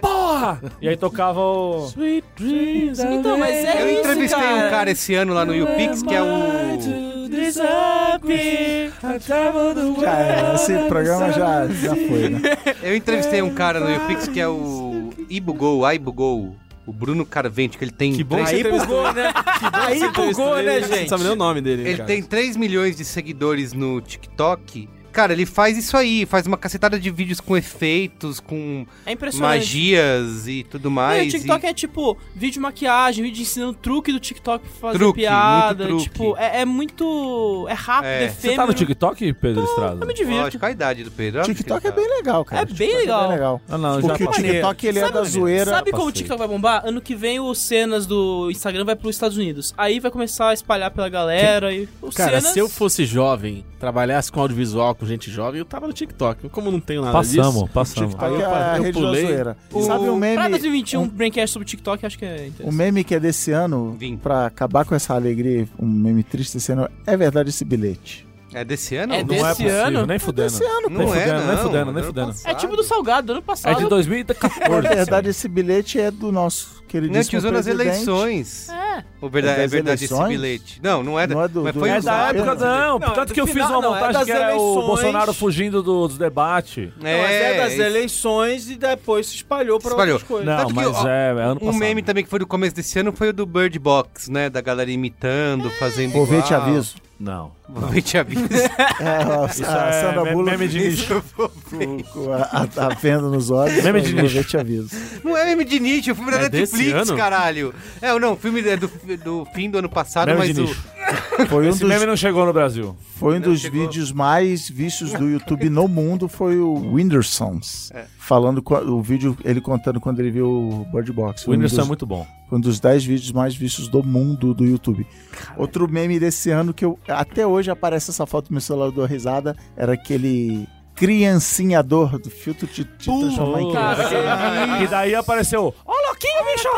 Speaker 7: porra! E aí tocava o.
Speaker 3: Então, mas é
Speaker 1: Eu
Speaker 3: isso,
Speaker 1: entrevistei
Speaker 3: cara.
Speaker 1: um cara esse ano lá no YouPix, que é o...
Speaker 2: Já
Speaker 3: [laughs]
Speaker 2: era, esse programa já, já foi, [laughs] né?
Speaker 1: Eu entrevistei um cara no YouPix que é o... Ibugou, ah, Ibugou. O Bruno Carvente, que ele tem...
Speaker 4: Que bom
Speaker 1: três-
Speaker 4: que você entrevistou
Speaker 7: né?
Speaker 5: Aí bugou, né,
Speaker 4: Você não
Speaker 5: gente?
Speaker 4: sabe nem o nome dele,
Speaker 1: Ele
Speaker 4: cara.
Speaker 1: tem 3 milhões de seguidores no TikTok. Cara, ele faz isso aí, faz uma cacetada de vídeos com efeitos, com
Speaker 3: É impressionante.
Speaker 1: magias e tudo
Speaker 3: É,
Speaker 1: mais.
Speaker 3: o TikTok é tipo vídeo de maquiagem, vídeo ensinando truque do TikTok pra fazer
Speaker 1: Truque,
Speaker 3: piada.
Speaker 1: muito truque.
Speaker 3: Tipo, é, é muito. É rápido,
Speaker 1: É.
Speaker 3: é,
Speaker 7: Você
Speaker 3: efêmero.
Speaker 7: tá no TikTok, Pedro Estrada?
Speaker 3: Eu me
Speaker 1: e...
Speaker 3: divirto.
Speaker 1: Lógico, a idade do Pedro. óbvio que
Speaker 2: TikTok é
Speaker 1: ele tá.
Speaker 2: bem legal, cara.
Speaker 3: É bem
Speaker 2: TikTok
Speaker 3: legal.
Speaker 7: Ah, não,
Speaker 2: Porque o
Speaker 7: passei.
Speaker 2: TikTok, ele é
Speaker 7: Sabe,
Speaker 2: da
Speaker 7: menino?
Speaker 2: zoeira...
Speaker 3: Sabe como o
Speaker 7: passei.
Speaker 3: TikTok vai bombar? Ano que vem os cenas do Instagram vai pros Estados Unidos. Aí vai começar a espalhar pela galera e os
Speaker 4: Cara,
Speaker 3: cenas.
Speaker 4: se eu fosse jovem, trabalhasse com audiovisual, com gente jovem, eu tava no TikTok. Como não tenho nada disso...
Speaker 7: Passamos, passamos.
Speaker 2: TikTok
Speaker 4: Aí eu
Speaker 2: é
Speaker 4: pa-
Speaker 2: a
Speaker 4: eu
Speaker 2: rede da
Speaker 4: pulei.
Speaker 2: zoeira.
Speaker 1: O-
Speaker 2: Sabe um meme...
Speaker 3: Pra 2021, um
Speaker 2: um-
Speaker 3: braincast sobre TikTok, acho que é interessante.
Speaker 2: O meme que é desse ano,
Speaker 1: Vim.
Speaker 2: pra acabar com essa alegria, um meme triste desse ano, é verdade esse bilhete.
Speaker 1: É desse ano?
Speaker 3: É
Speaker 7: Não é
Speaker 3: desse
Speaker 7: possível,
Speaker 3: ano?
Speaker 7: nem fudendo.
Speaker 2: Desse ano,
Speaker 1: Não é,
Speaker 7: fudendo, nem
Speaker 1: não.
Speaker 7: fudendo, nem
Speaker 1: Ano
Speaker 7: fudendo.
Speaker 3: É tipo do
Speaker 1: passado.
Speaker 3: Salgado, do ano
Speaker 7: É
Speaker 3: passado.
Speaker 7: de 2014.
Speaker 2: Na É verdade,
Speaker 7: assim.
Speaker 2: esse bilhete é do nosso queridíssimo
Speaker 1: Não, é que usou nas
Speaker 2: presidente.
Speaker 1: eleições.
Speaker 3: É.
Speaker 1: O verdade,
Speaker 2: É
Speaker 1: é
Speaker 2: das
Speaker 1: verdade esse
Speaker 2: eleições?
Speaker 1: bilhete. Não, não é. da-
Speaker 2: Não é do-
Speaker 1: mas
Speaker 2: do-
Speaker 1: foi
Speaker 2: É
Speaker 7: É da
Speaker 1: usado.
Speaker 7: época, não.
Speaker 5: Não, é
Speaker 7: Tanto
Speaker 5: do
Speaker 7: que eu fiz
Speaker 5: final-
Speaker 7: uma
Speaker 5: não, é
Speaker 7: montagem
Speaker 5: das
Speaker 7: que era o
Speaker 5: eleições.
Speaker 7: Bolsonaro fugindo do- dos debates.
Speaker 5: Não,
Speaker 3: Então,
Speaker 5: mas é das
Speaker 1: isso.
Speaker 5: eleições e depois se espalhou pra
Speaker 1: Espalhou.
Speaker 5: outras coisas.
Speaker 7: Não,
Speaker 1: Tanto que,
Speaker 7: mas
Speaker 1: ó,
Speaker 7: é, é ano
Speaker 1: Um
Speaker 7: passado.
Speaker 1: meme também que foi do começo desse ano foi o do Bird Box, né? Da galera imitando, fazendo.
Speaker 2: Ouvinte
Speaker 1: igual.
Speaker 2: aviso.
Speaker 7: Não.
Speaker 1: Ouvinte aviso.
Speaker 2: É,
Speaker 7: [laughs]
Speaker 2: a, a
Speaker 7: é
Speaker 2: Sandra
Speaker 7: me-
Speaker 2: Bullock
Speaker 7: meme de nicho.
Speaker 2: com, com a, a, a venda nos olhos.
Speaker 7: Meme de
Speaker 2: mas
Speaker 7: nicho.
Speaker 2: Ouvinte aviso.
Speaker 1: Não é meme de nicho, o filme da
Speaker 4: É desse
Speaker 1: Netflix,
Speaker 4: ano?
Speaker 1: caralho. É, não, o filme é do, do fim do ano passado,
Speaker 7: Meme
Speaker 1: mas
Speaker 7: é de
Speaker 1: o.
Speaker 7: nicho.
Speaker 2: Foi um
Speaker 7: Esse meme
Speaker 2: dos,
Speaker 7: não chegou no Brasil.
Speaker 2: foi um
Speaker 1: não
Speaker 2: dos
Speaker 1: chegou.
Speaker 2: vídeos mais vistos do YouTube no mundo, foi o Whindersons.
Speaker 7: É.
Speaker 2: Falando com a- o vídeo, ele contando quando ele viu o Bird Box.
Speaker 7: O
Speaker 2: Foi um
Speaker 7: Whindersson
Speaker 2: dos-
Speaker 7: é muito bom.
Speaker 2: Foi um dos 10 vídeos mais vistos do mundo do YouTube. Outro meme desse ano que eu até hoje aparece essa foto no meu celular do risada era aquele criancinhador do filtro de, de transformar em criança.
Speaker 7: E daí apareceu. Ó, louquinho, bicho!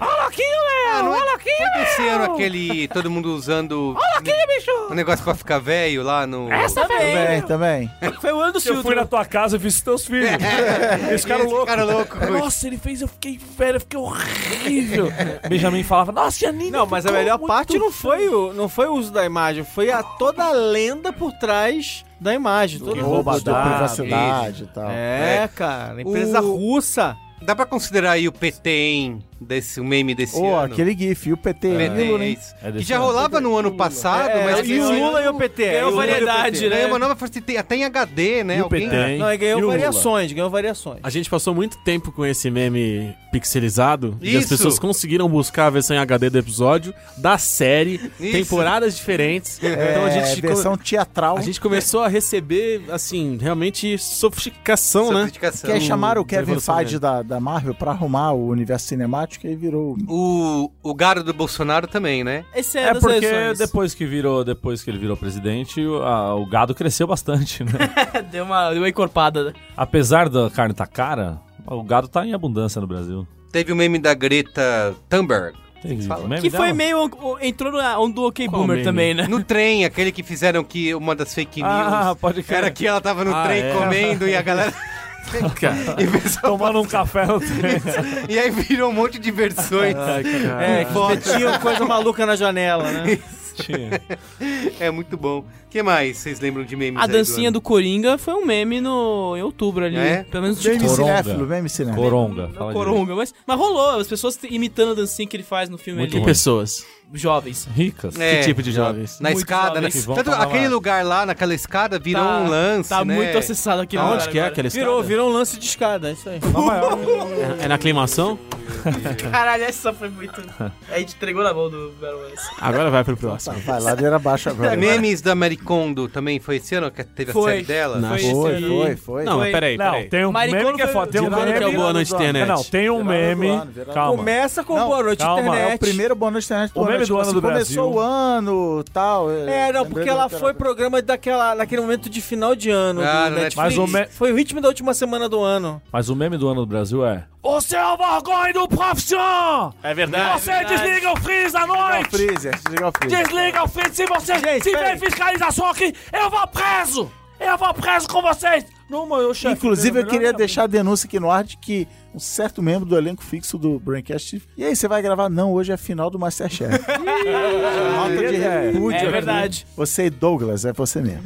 Speaker 7: Ó, louquinho,
Speaker 1: Ah,
Speaker 7: meu!
Speaker 1: não
Speaker 7: Ó,
Speaker 1: é-
Speaker 7: louquinho,
Speaker 1: Foi desse
Speaker 7: meu!
Speaker 1: ano aquele. Todo mundo usando.
Speaker 7: bicho!
Speaker 1: Um negócio pra ficar velho lá no.
Speaker 3: Essa vez
Speaker 2: Também, também.
Speaker 3: foi o ano do
Speaker 7: Eu fui na
Speaker 3: filtro.
Speaker 7: tua casa e fiz teus filhos. [laughs] Esse cara é
Speaker 1: Esse
Speaker 7: louco.
Speaker 1: cara louco.
Speaker 7: Nossa, ele fez, eu fiquei velho, eu fiquei horrível. Benjamin falava, nossa, Janine.
Speaker 5: Não, mas a
Speaker 7: ficou
Speaker 5: melhor
Speaker 7: muito
Speaker 5: parte não foi, o, não foi o uso da imagem, foi a toda a lenda por trás da imagem. Todo
Speaker 7: rouba
Speaker 2: Roubo da
Speaker 7: dado,
Speaker 2: privacidade e tal.
Speaker 5: É, cara, empresa
Speaker 1: O-
Speaker 5: russa.
Speaker 1: Dá pra considerar aí o PT, hein? Desse, o meme desse
Speaker 2: Ou
Speaker 1: ano.
Speaker 2: aquele GIF, e o PT.
Speaker 1: É,
Speaker 2: e o Lula,
Speaker 1: é
Speaker 2: hein?
Speaker 1: isso.
Speaker 7: É
Speaker 1: que
Speaker 7: desse
Speaker 1: já
Speaker 7: ano.
Speaker 1: rolava no ano passado, mas.
Speaker 5: É,
Speaker 1: assim,
Speaker 5: e o
Speaker 1: esse
Speaker 5: Lula
Speaker 1: ano
Speaker 5: e o PT.
Speaker 3: ganhou
Speaker 5: e
Speaker 1: é
Speaker 5: o Lula e o
Speaker 3: variedade,
Speaker 5: PT.
Speaker 3: né?
Speaker 1: Ganhou uma nova força, tem- até em HD, né?
Speaker 7: E o é
Speaker 1: Alguém-
Speaker 7: PT, hein?
Speaker 5: Não, e
Speaker 7: E o
Speaker 5: ganhou
Speaker 7: Lula?
Speaker 5: variações, ganhou variações.
Speaker 4: A gente passou muito tempo com esse meme pixelizado e as
Speaker 1: Isso.
Speaker 4: pessoas conseguiram buscar a versão em HD do episódio, da série, temporadas diferentes.
Speaker 2: É,
Speaker 4: então a gente,
Speaker 2: versão teatral.
Speaker 4: a gente começou a receber, assim, realmente sofisticação, né?
Speaker 1: Sofisticação.
Speaker 2: Que aí chamaram o
Speaker 4: da
Speaker 2: Kevin
Speaker 4: evolução
Speaker 2: Feige
Speaker 4: dele.
Speaker 2: da, da Marvel pra arrumar o universo cinemático e aí virou...
Speaker 1: O, o garo do Bolsonaro também, né?
Speaker 3: Esse
Speaker 7: É
Speaker 3: é, das
Speaker 7: porque
Speaker 3: eleições.
Speaker 7: depois que virou, depois que ele virou presidente, o, a- o gado cresceu bastante, [laughs] né?
Speaker 3: Deu uma, deu uma encorpada.
Speaker 7: Apesar da carne tá cara, o gado tá em abundância no Brasil.
Speaker 1: Teve o meme da Greta Thunberg.
Speaker 7: Entendi. O meme
Speaker 3: Que foi
Speaker 7: dela?
Speaker 3: meio. o- Entrou na onda do OK
Speaker 4: Qual
Speaker 3: Boomer
Speaker 4: meme?
Speaker 3: também, né?
Speaker 1: No trem, aquele que fizeram que uma das fake news
Speaker 6: Ah, pode crer.
Speaker 1: era que ela tava no
Speaker 7: Ah,
Speaker 1: trem
Speaker 7: é.
Speaker 1: comendo e a galera. [laughs] e, o pessoal-
Speaker 7: [laughs] Tomando um café no [laughs] trem.
Speaker 1: e aí virou um monte de versões.
Speaker 3: É,
Speaker 1: Foto.
Speaker 3: tinha coisa maluca na janela, né?
Speaker 1: É muito bom. O que mais vocês lembram de memes?
Speaker 3: A
Speaker 1: aí
Speaker 3: dancinha
Speaker 1: ano?
Speaker 3: do Coringa foi um meme no em outubro ali.
Speaker 1: É?
Speaker 3: Pelo menos tipo,
Speaker 2: Meme
Speaker 7: Coronga.
Speaker 2: cinéfilo, meme cinéfilo.
Speaker 7: Coronga. Fala
Speaker 3: Coronga. Mas, mas rolou, as pessoas t- imitando a dancinha que ele faz no filme
Speaker 7: Muito
Speaker 3: ali.
Speaker 7: ruim.
Speaker 4: Pessoas.
Speaker 3: Jovens.
Speaker 7: direito. Ricas.
Speaker 1: É,
Speaker 4: que tipo de jovens?
Speaker 1: Na
Speaker 3: Muito
Speaker 1: escada, né?
Speaker 3: jovens.
Speaker 7: Vão
Speaker 1: Tanto
Speaker 7: pra lá.
Speaker 1: aquele lugar lá, naquela escada, virou
Speaker 3: Tá-
Speaker 1: um lance.
Speaker 3: Tá
Speaker 1: né?
Speaker 3: muito acessado aqui
Speaker 4: Aonde
Speaker 3: lugar
Speaker 4: que é
Speaker 3: agora.
Speaker 4: aquela escada?
Speaker 5: Virou, virou um lance de escada, é isso aí.
Speaker 4: É, é na aclimação?
Speaker 3: Caralho, essa foi muito. A gente entregou na mão do Garoto.
Speaker 4: Agora vai pro próximo.
Speaker 2: Vai, ladeira abaixo agora.
Speaker 1: Memes da Maricondo também foi esse ano que teve a
Speaker 3: Foi.
Speaker 1: série dela?
Speaker 4: Não.
Speaker 2: Foi,
Speaker 3: esse
Speaker 2: foi,
Speaker 3: aí.
Speaker 2: foi.
Speaker 4: Não, mas peraí,
Speaker 6: Não,
Speaker 4: peraí.
Speaker 6: tem um
Speaker 3: Maricona
Speaker 6: meme que é
Speaker 3: foi-
Speaker 6: foda. Tem um
Speaker 4: Virada
Speaker 6: meme.
Speaker 4: que é o Boa Noite Internet.
Speaker 6: Não, tem um
Speaker 2: Virada do
Speaker 6: meme.
Speaker 2: ano, virada do
Speaker 4: Um
Speaker 6: Calma.
Speaker 5: Começa com
Speaker 2: Não,
Speaker 5: Boa Noite
Speaker 6: calma, é o
Speaker 5: Internet.
Speaker 2: É o primeiro Boa Noite Internet.
Speaker 6: O meme
Speaker 2: Noite,
Speaker 6: do
Speaker 2: tipo
Speaker 6: ano
Speaker 2: assim,
Speaker 6: do Brasil.
Speaker 2: Começou o ano tal.
Speaker 5: É, não, porque ela foi programa daquela, daquele momento de final de ano
Speaker 1: Ah,
Speaker 5: do
Speaker 1: no
Speaker 5: Netflix.
Speaker 1: Netflix.
Speaker 6: Mas o me-
Speaker 5: Foi o ritmo da última semana do ano.
Speaker 7: Mas o meme do ano do Brasil é.
Speaker 6: Você é o vergonha do profissional!
Speaker 4: É verdade.
Speaker 6: Você desliga o freeze à
Speaker 2: Desliga o
Speaker 6: noite!
Speaker 2: freezer, desliga o freezer.
Speaker 6: Desliga o freezer! Se você
Speaker 5: Gente,
Speaker 6: tiver
Speaker 5: peraí.
Speaker 6: fiscalização aqui, eu vou preso! Eu vou preso com vocês! Não, mas eu chefe,
Speaker 2: Inclusive, eu
Speaker 6: melhor
Speaker 2: queria
Speaker 6: não.
Speaker 2: deixar a denúncia aqui no ar de que um certo membro do elenco fixo do Braincast. E aí, você vai gravar? Não, hoje é a final do Masterchef.
Speaker 6: [laughs]
Speaker 2: Nota de repúdio.
Speaker 5: né?
Speaker 3: É verdade.
Speaker 2: Você e Douglas, é você mesmo.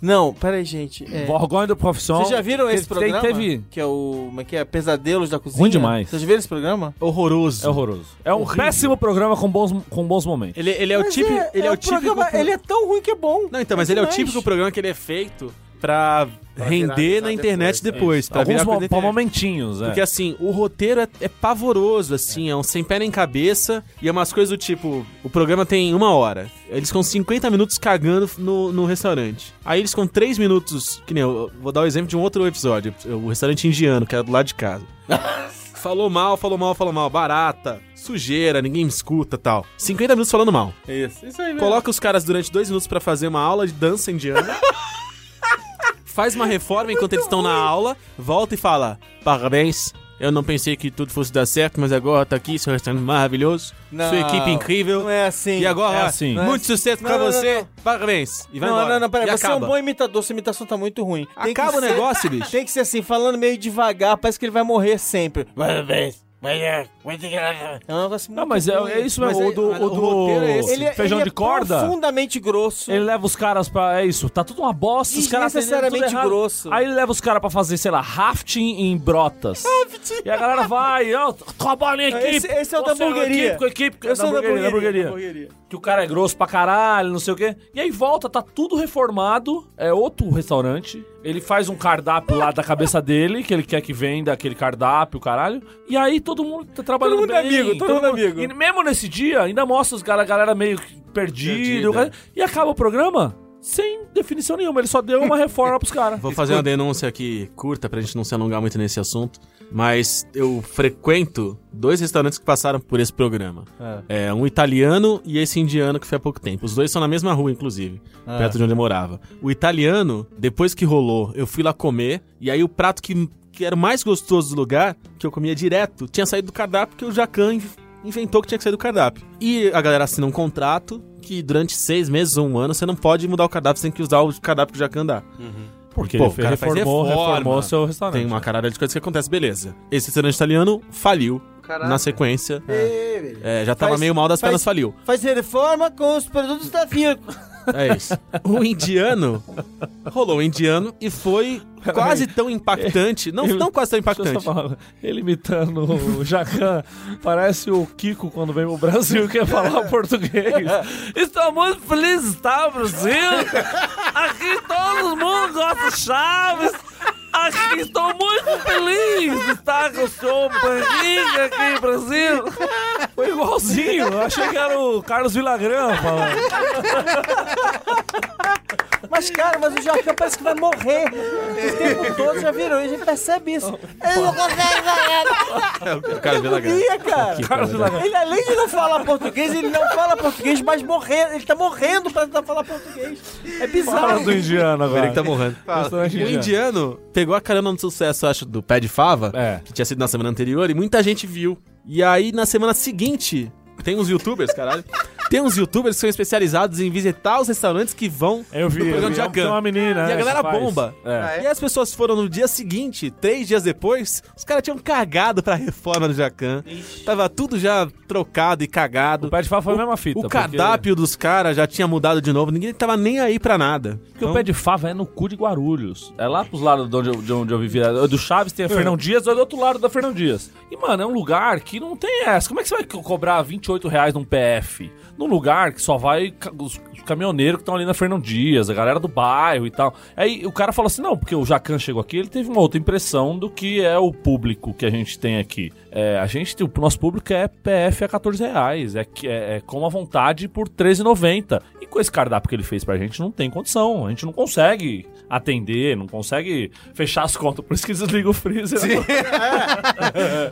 Speaker 5: Não, peraí, gente. É...
Speaker 7: Vergonha do profissional.
Speaker 5: Vocês já viram esse
Speaker 7: Teve-
Speaker 5: programa?
Speaker 7: Teve.
Speaker 5: Que é o. Como é que é? Pesadelos da cozinha?
Speaker 7: Ruim demais.
Speaker 5: Vocês já viram esse programa?
Speaker 7: É
Speaker 4: Horroroso.
Speaker 7: horroroso. É um péssimo programa com bons, com bons momentos.
Speaker 4: Ele, ele é o
Speaker 5: Mas
Speaker 4: típico. ele é,
Speaker 5: um
Speaker 4: o típico.
Speaker 5: programa-
Speaker 4: pro-
Speaker 5: Ele é tão ruim que é bom.
Speaker 4: Não, então, mas ele é o
Speaker 5: demais.
Speaker 4: típico programa que ele é feito pra, render na internet depois. é pra
Speaker 7: é. Alguns
Speaker 4: virar coisa
Speaker 7: mo
Speaker 4: da
Speaker 7: pra
Speaker 4: internet.
Speaker 7: momentinhos, é.
Speaker 4: Porque assim, o roteiro é, é pavoroso, assim, é. um sem pé nem cabeça, e é umas coisas do tipo, o programa tem uma hora. Eles com 50 minutos cagando no, no restaurante. Aí eles com 3 minutos, que nem eu, eu vou dar o exemplo de um outro episódio, o restaurante indiano, que era do lado de casa. Falou mal, falou mal, falou mal. Barata, sujeira, ninguém me escuta tal. 50 minutos falando mal.
Speaker 6: Isso, isso aí mesmo.
Speaker 4: É. Coloca os caras durante dois minutos pra fazer uma aula de dança indiana. Faz uma reforma enquanto eles estão na aula, volta e fala: Parabéns, eu não pensei que tudo fosse dar certo, mas agora tá aqui, seu restaurante maravilhoso,
Speaker 5: Não.
Speaker 4: sua equipe incrível.
Speaker 5: Não é assim.
Speaker 4: E agora,
Speaker 7: É assim.
Speaker 4: muito sucesso
Speaker 5: Não,
Speaker 4: pra
Speaker 5: não, não,
Speaker 4: você,
Speaker 5: não.
Speaker 4: parabéns. E vai
Speaker 5: não,
Speaker 4: embora.
Speaker 5: não, não, peraí.
Speaker 4: E
Speaker 5: Você
Speaker 4: acaba.
Speaker 5: é um bom imitador, sua imitação tá muito ruim. Tem que
Speaker 4: Acaba o
Speaker 5: ser-
Speaker 4: negócio, bicho.
Speaker 5: Tem que ser assim, falando meio devagar, parece que ele vai morrer sempre. É um negócio muito
Speaker 7: Não, mas é,
Speaker 5: ruim.
Speaker 7: é isso mesmo.
Speaker 5: Mas
Speaker 7: o do,
Speaker 5: é-
Speaker 7: o do
Speaker 5: roteiro é esse. Ele é-
Speaker 7: feijão
Speaker 5: ele
Speaker 7: de corda,
Speaker 5: É profundamente grosso.
Speaker 7: ele leva os caras pra. É isso, tá tudo uma bosta, os caras atendendo tudo
Speaker 5: Desnecessariamente
Speaker 7: errado.
Speaker 5: grosso.
Speaker 7: Aí ele leva os caras pra fazer, sei lá, rafting
Speaker 6: [laughs]
Speaker 7: em brotas. e a galera vai, ó, trabalha em equipe.
Speaker 5: Esse- esse é o da
Speaker 7: você
Speaker 5: hamburgueria.
Speaker 7: equipe, com
Speaker 5: [laughs]
Speaker 7: equipe,
Speaker 5: Eu sou da
Speaker 7: hamburgueria,
Speaker 5: hamburgueria.
Speaker 7: é hamburgueria. Que o cara é grosso pra caralho, não sei o quê. E aí volta, tá tudo reformado, é outro restaurante. Ele faz um cardápio lá da cabeça dele, que ele quer que venda aquele cardápio, caralho. E aí todo mundo tá trabalhando
Speaker 5: Todo mundo é
Speaker 7: bem.
Speaker 5: amigo, todo mundo é amigo.
Speaker 7: E mesmo nesse dia, ainda mostra os cara, a galera meio que perdido. E acaba o programa sem definição nenhuma. Ele só
Speaker 5: [laughs]
Speaker 7: deu uma reforma pros caras.
Speaker 4: Vou fazer uma denúncia aqui curta pra gente não se alongar muito nesse assunto, mas eu frequento dois restaurantes que passaram por esse programa. É, um italiano e esse indiano que foi há pouco tempo. Os dois são na mesma rua, inclusive, perto de onde eu morava. O italiano, depois que rolou, eu fui lá comer e aí o prato que, que era o mais gostoso do lugar, que eu comia direto, tinha saído do cardápio que o Jacan inv- inventou que tinha que sair do cardápio. E a galera assina um contrato que durante seis meses ou um ano você não pode mudar o cardápio, você tem que usar o cardápio que o Jacan dá.
Speaker 7: Porque
Speaker 4: Pô,
Speaker 7: ele
Speaker 4: o cara faz
Speaker 7: reformou,
Speaker 4: reforma.
Speaker 7: reformou seu restaurante.
Speaker 4: Tem uma caralho de coisas que acontece, beleza. Esse restaurante italiano faliu
Speaker 1: Caraca.
Speaker 4: na sequência.
Speaker 5: Ei,
Speaker 4: É, já tava
Speaker 5: Faz-
Speaker 4: meio mal das
Speaker 5: faz-
Speaker 4: pernas, faliu.
Speaker 5: Faz reforma com os produtos da Firco.
Speaker 4: É isso. o indiano. Rolou o indiano e foi quase tão impactante. Não,
Speaker 7: eu-
Speaker 4: não quase tão
Speaker 7: Deixa eu
Speaker 4: impactante.
Speaker 7: só falar, ele imitando
Speaker 4: [laughs]
Speaker 7: o Jacan, parece o Kiko quando vem pro Brasil e quer
Speaker 4: [laughs]
Speaker 7: falar português. Estou muito feliz de estar no Brasil. Aqui todo mundo gosta de Chaves. Aqui estou muito feliz de estar com o senhor Barriga aqui no Brasil. Foi igualzinho, eu achei que era o Carlos Villagrán falando.
Speaker 5: Mas, cara, mas o Jorcão parece que vai morrer. O tempo todo já virou, e a gente percebe isso. Ele não consegue
Speaker 10: é,
Speaker 5: ganhar.
Speaker 1: O cara de lagarto.
Speaker 5: Sabia, cara. Ele, além de não falar português, ele não fala português, mas morrer, ele tá morrendo pra tentar falar português. É
Speaker 6: Fala
Speaker 5: bizarro.
Speaker 6: do indiano agora.
Speaker 4: Ele tá morrendo.
Speaker 6: Personagem
Speaker 4: O
Speaker 6: indiano.
Speaker 4: indiano pegou a carona no sucesso, acho, do Pé de Fava,
Speaker 7: É.
Speaker 4: que tinha sido na semana anterior, e muita gente viu. E aí, na semana seguinte, tem uns youtubers,
Speaker 7: [laughs]
Speaker 4: caralho. Tem uns youtubers que são especializados em visitar os restaurantes que vão.
Speaker 7: Eu vi,
Speaker 4: Do programa
Speaker 7: eu
Speaker 4: de
Speaker 7: vi.
Speaker 4: Jacan.
Speaker 7: Tem uma menina.
Speaker 4: E a
Speaker 7: é,
Speaker 4: galera
Speaker 7: que faz.
Speaker 4: bomba.
Speaker 7: É.
Speaker 3: Ah,
Speaker 4: E as pessoas foram no dia seguinte, três dias depois, os caras tinham cagado pra reforma do Jacan. Tava tudo já trocado e cagado.
Speaker 7: O pé de fava foi a mesma fita.
Speaker 4: O
Speaker 7: porque-
Speaker 4: cardápio dos caras já tinha mudado de novo, ninguém tava nem aí pra nada.
Speaker 7: Porque o pé de fava é no cu de Guarulhos. É lá pros lados de onde eu, de onde eu vivia. É Do Chaves tem a Fernão Dias, é do outro lado da Fernão Dias. E, mano, é um lugar que não tem essa. Como é que você vai co- cobrar 28 reais num PF? Num lugar que só vai ca- os os caminhoneiros que estão ali na Fernão Dias, a galera do bairro e tal. Aí o cara fala assim, não, porque o Jacan chegou aqui, ele teve uma outra impressão do que é o público que a gente tem aqui. É, a gente, o nosso público é PF a 14 reais, é, que- é, é com a vontade por 13,90. E com esse cardápio que ele fez pra gente, não tem condição. A gente não consegue atender, não consegue fechar as contas. Por isso que desliga o freezer.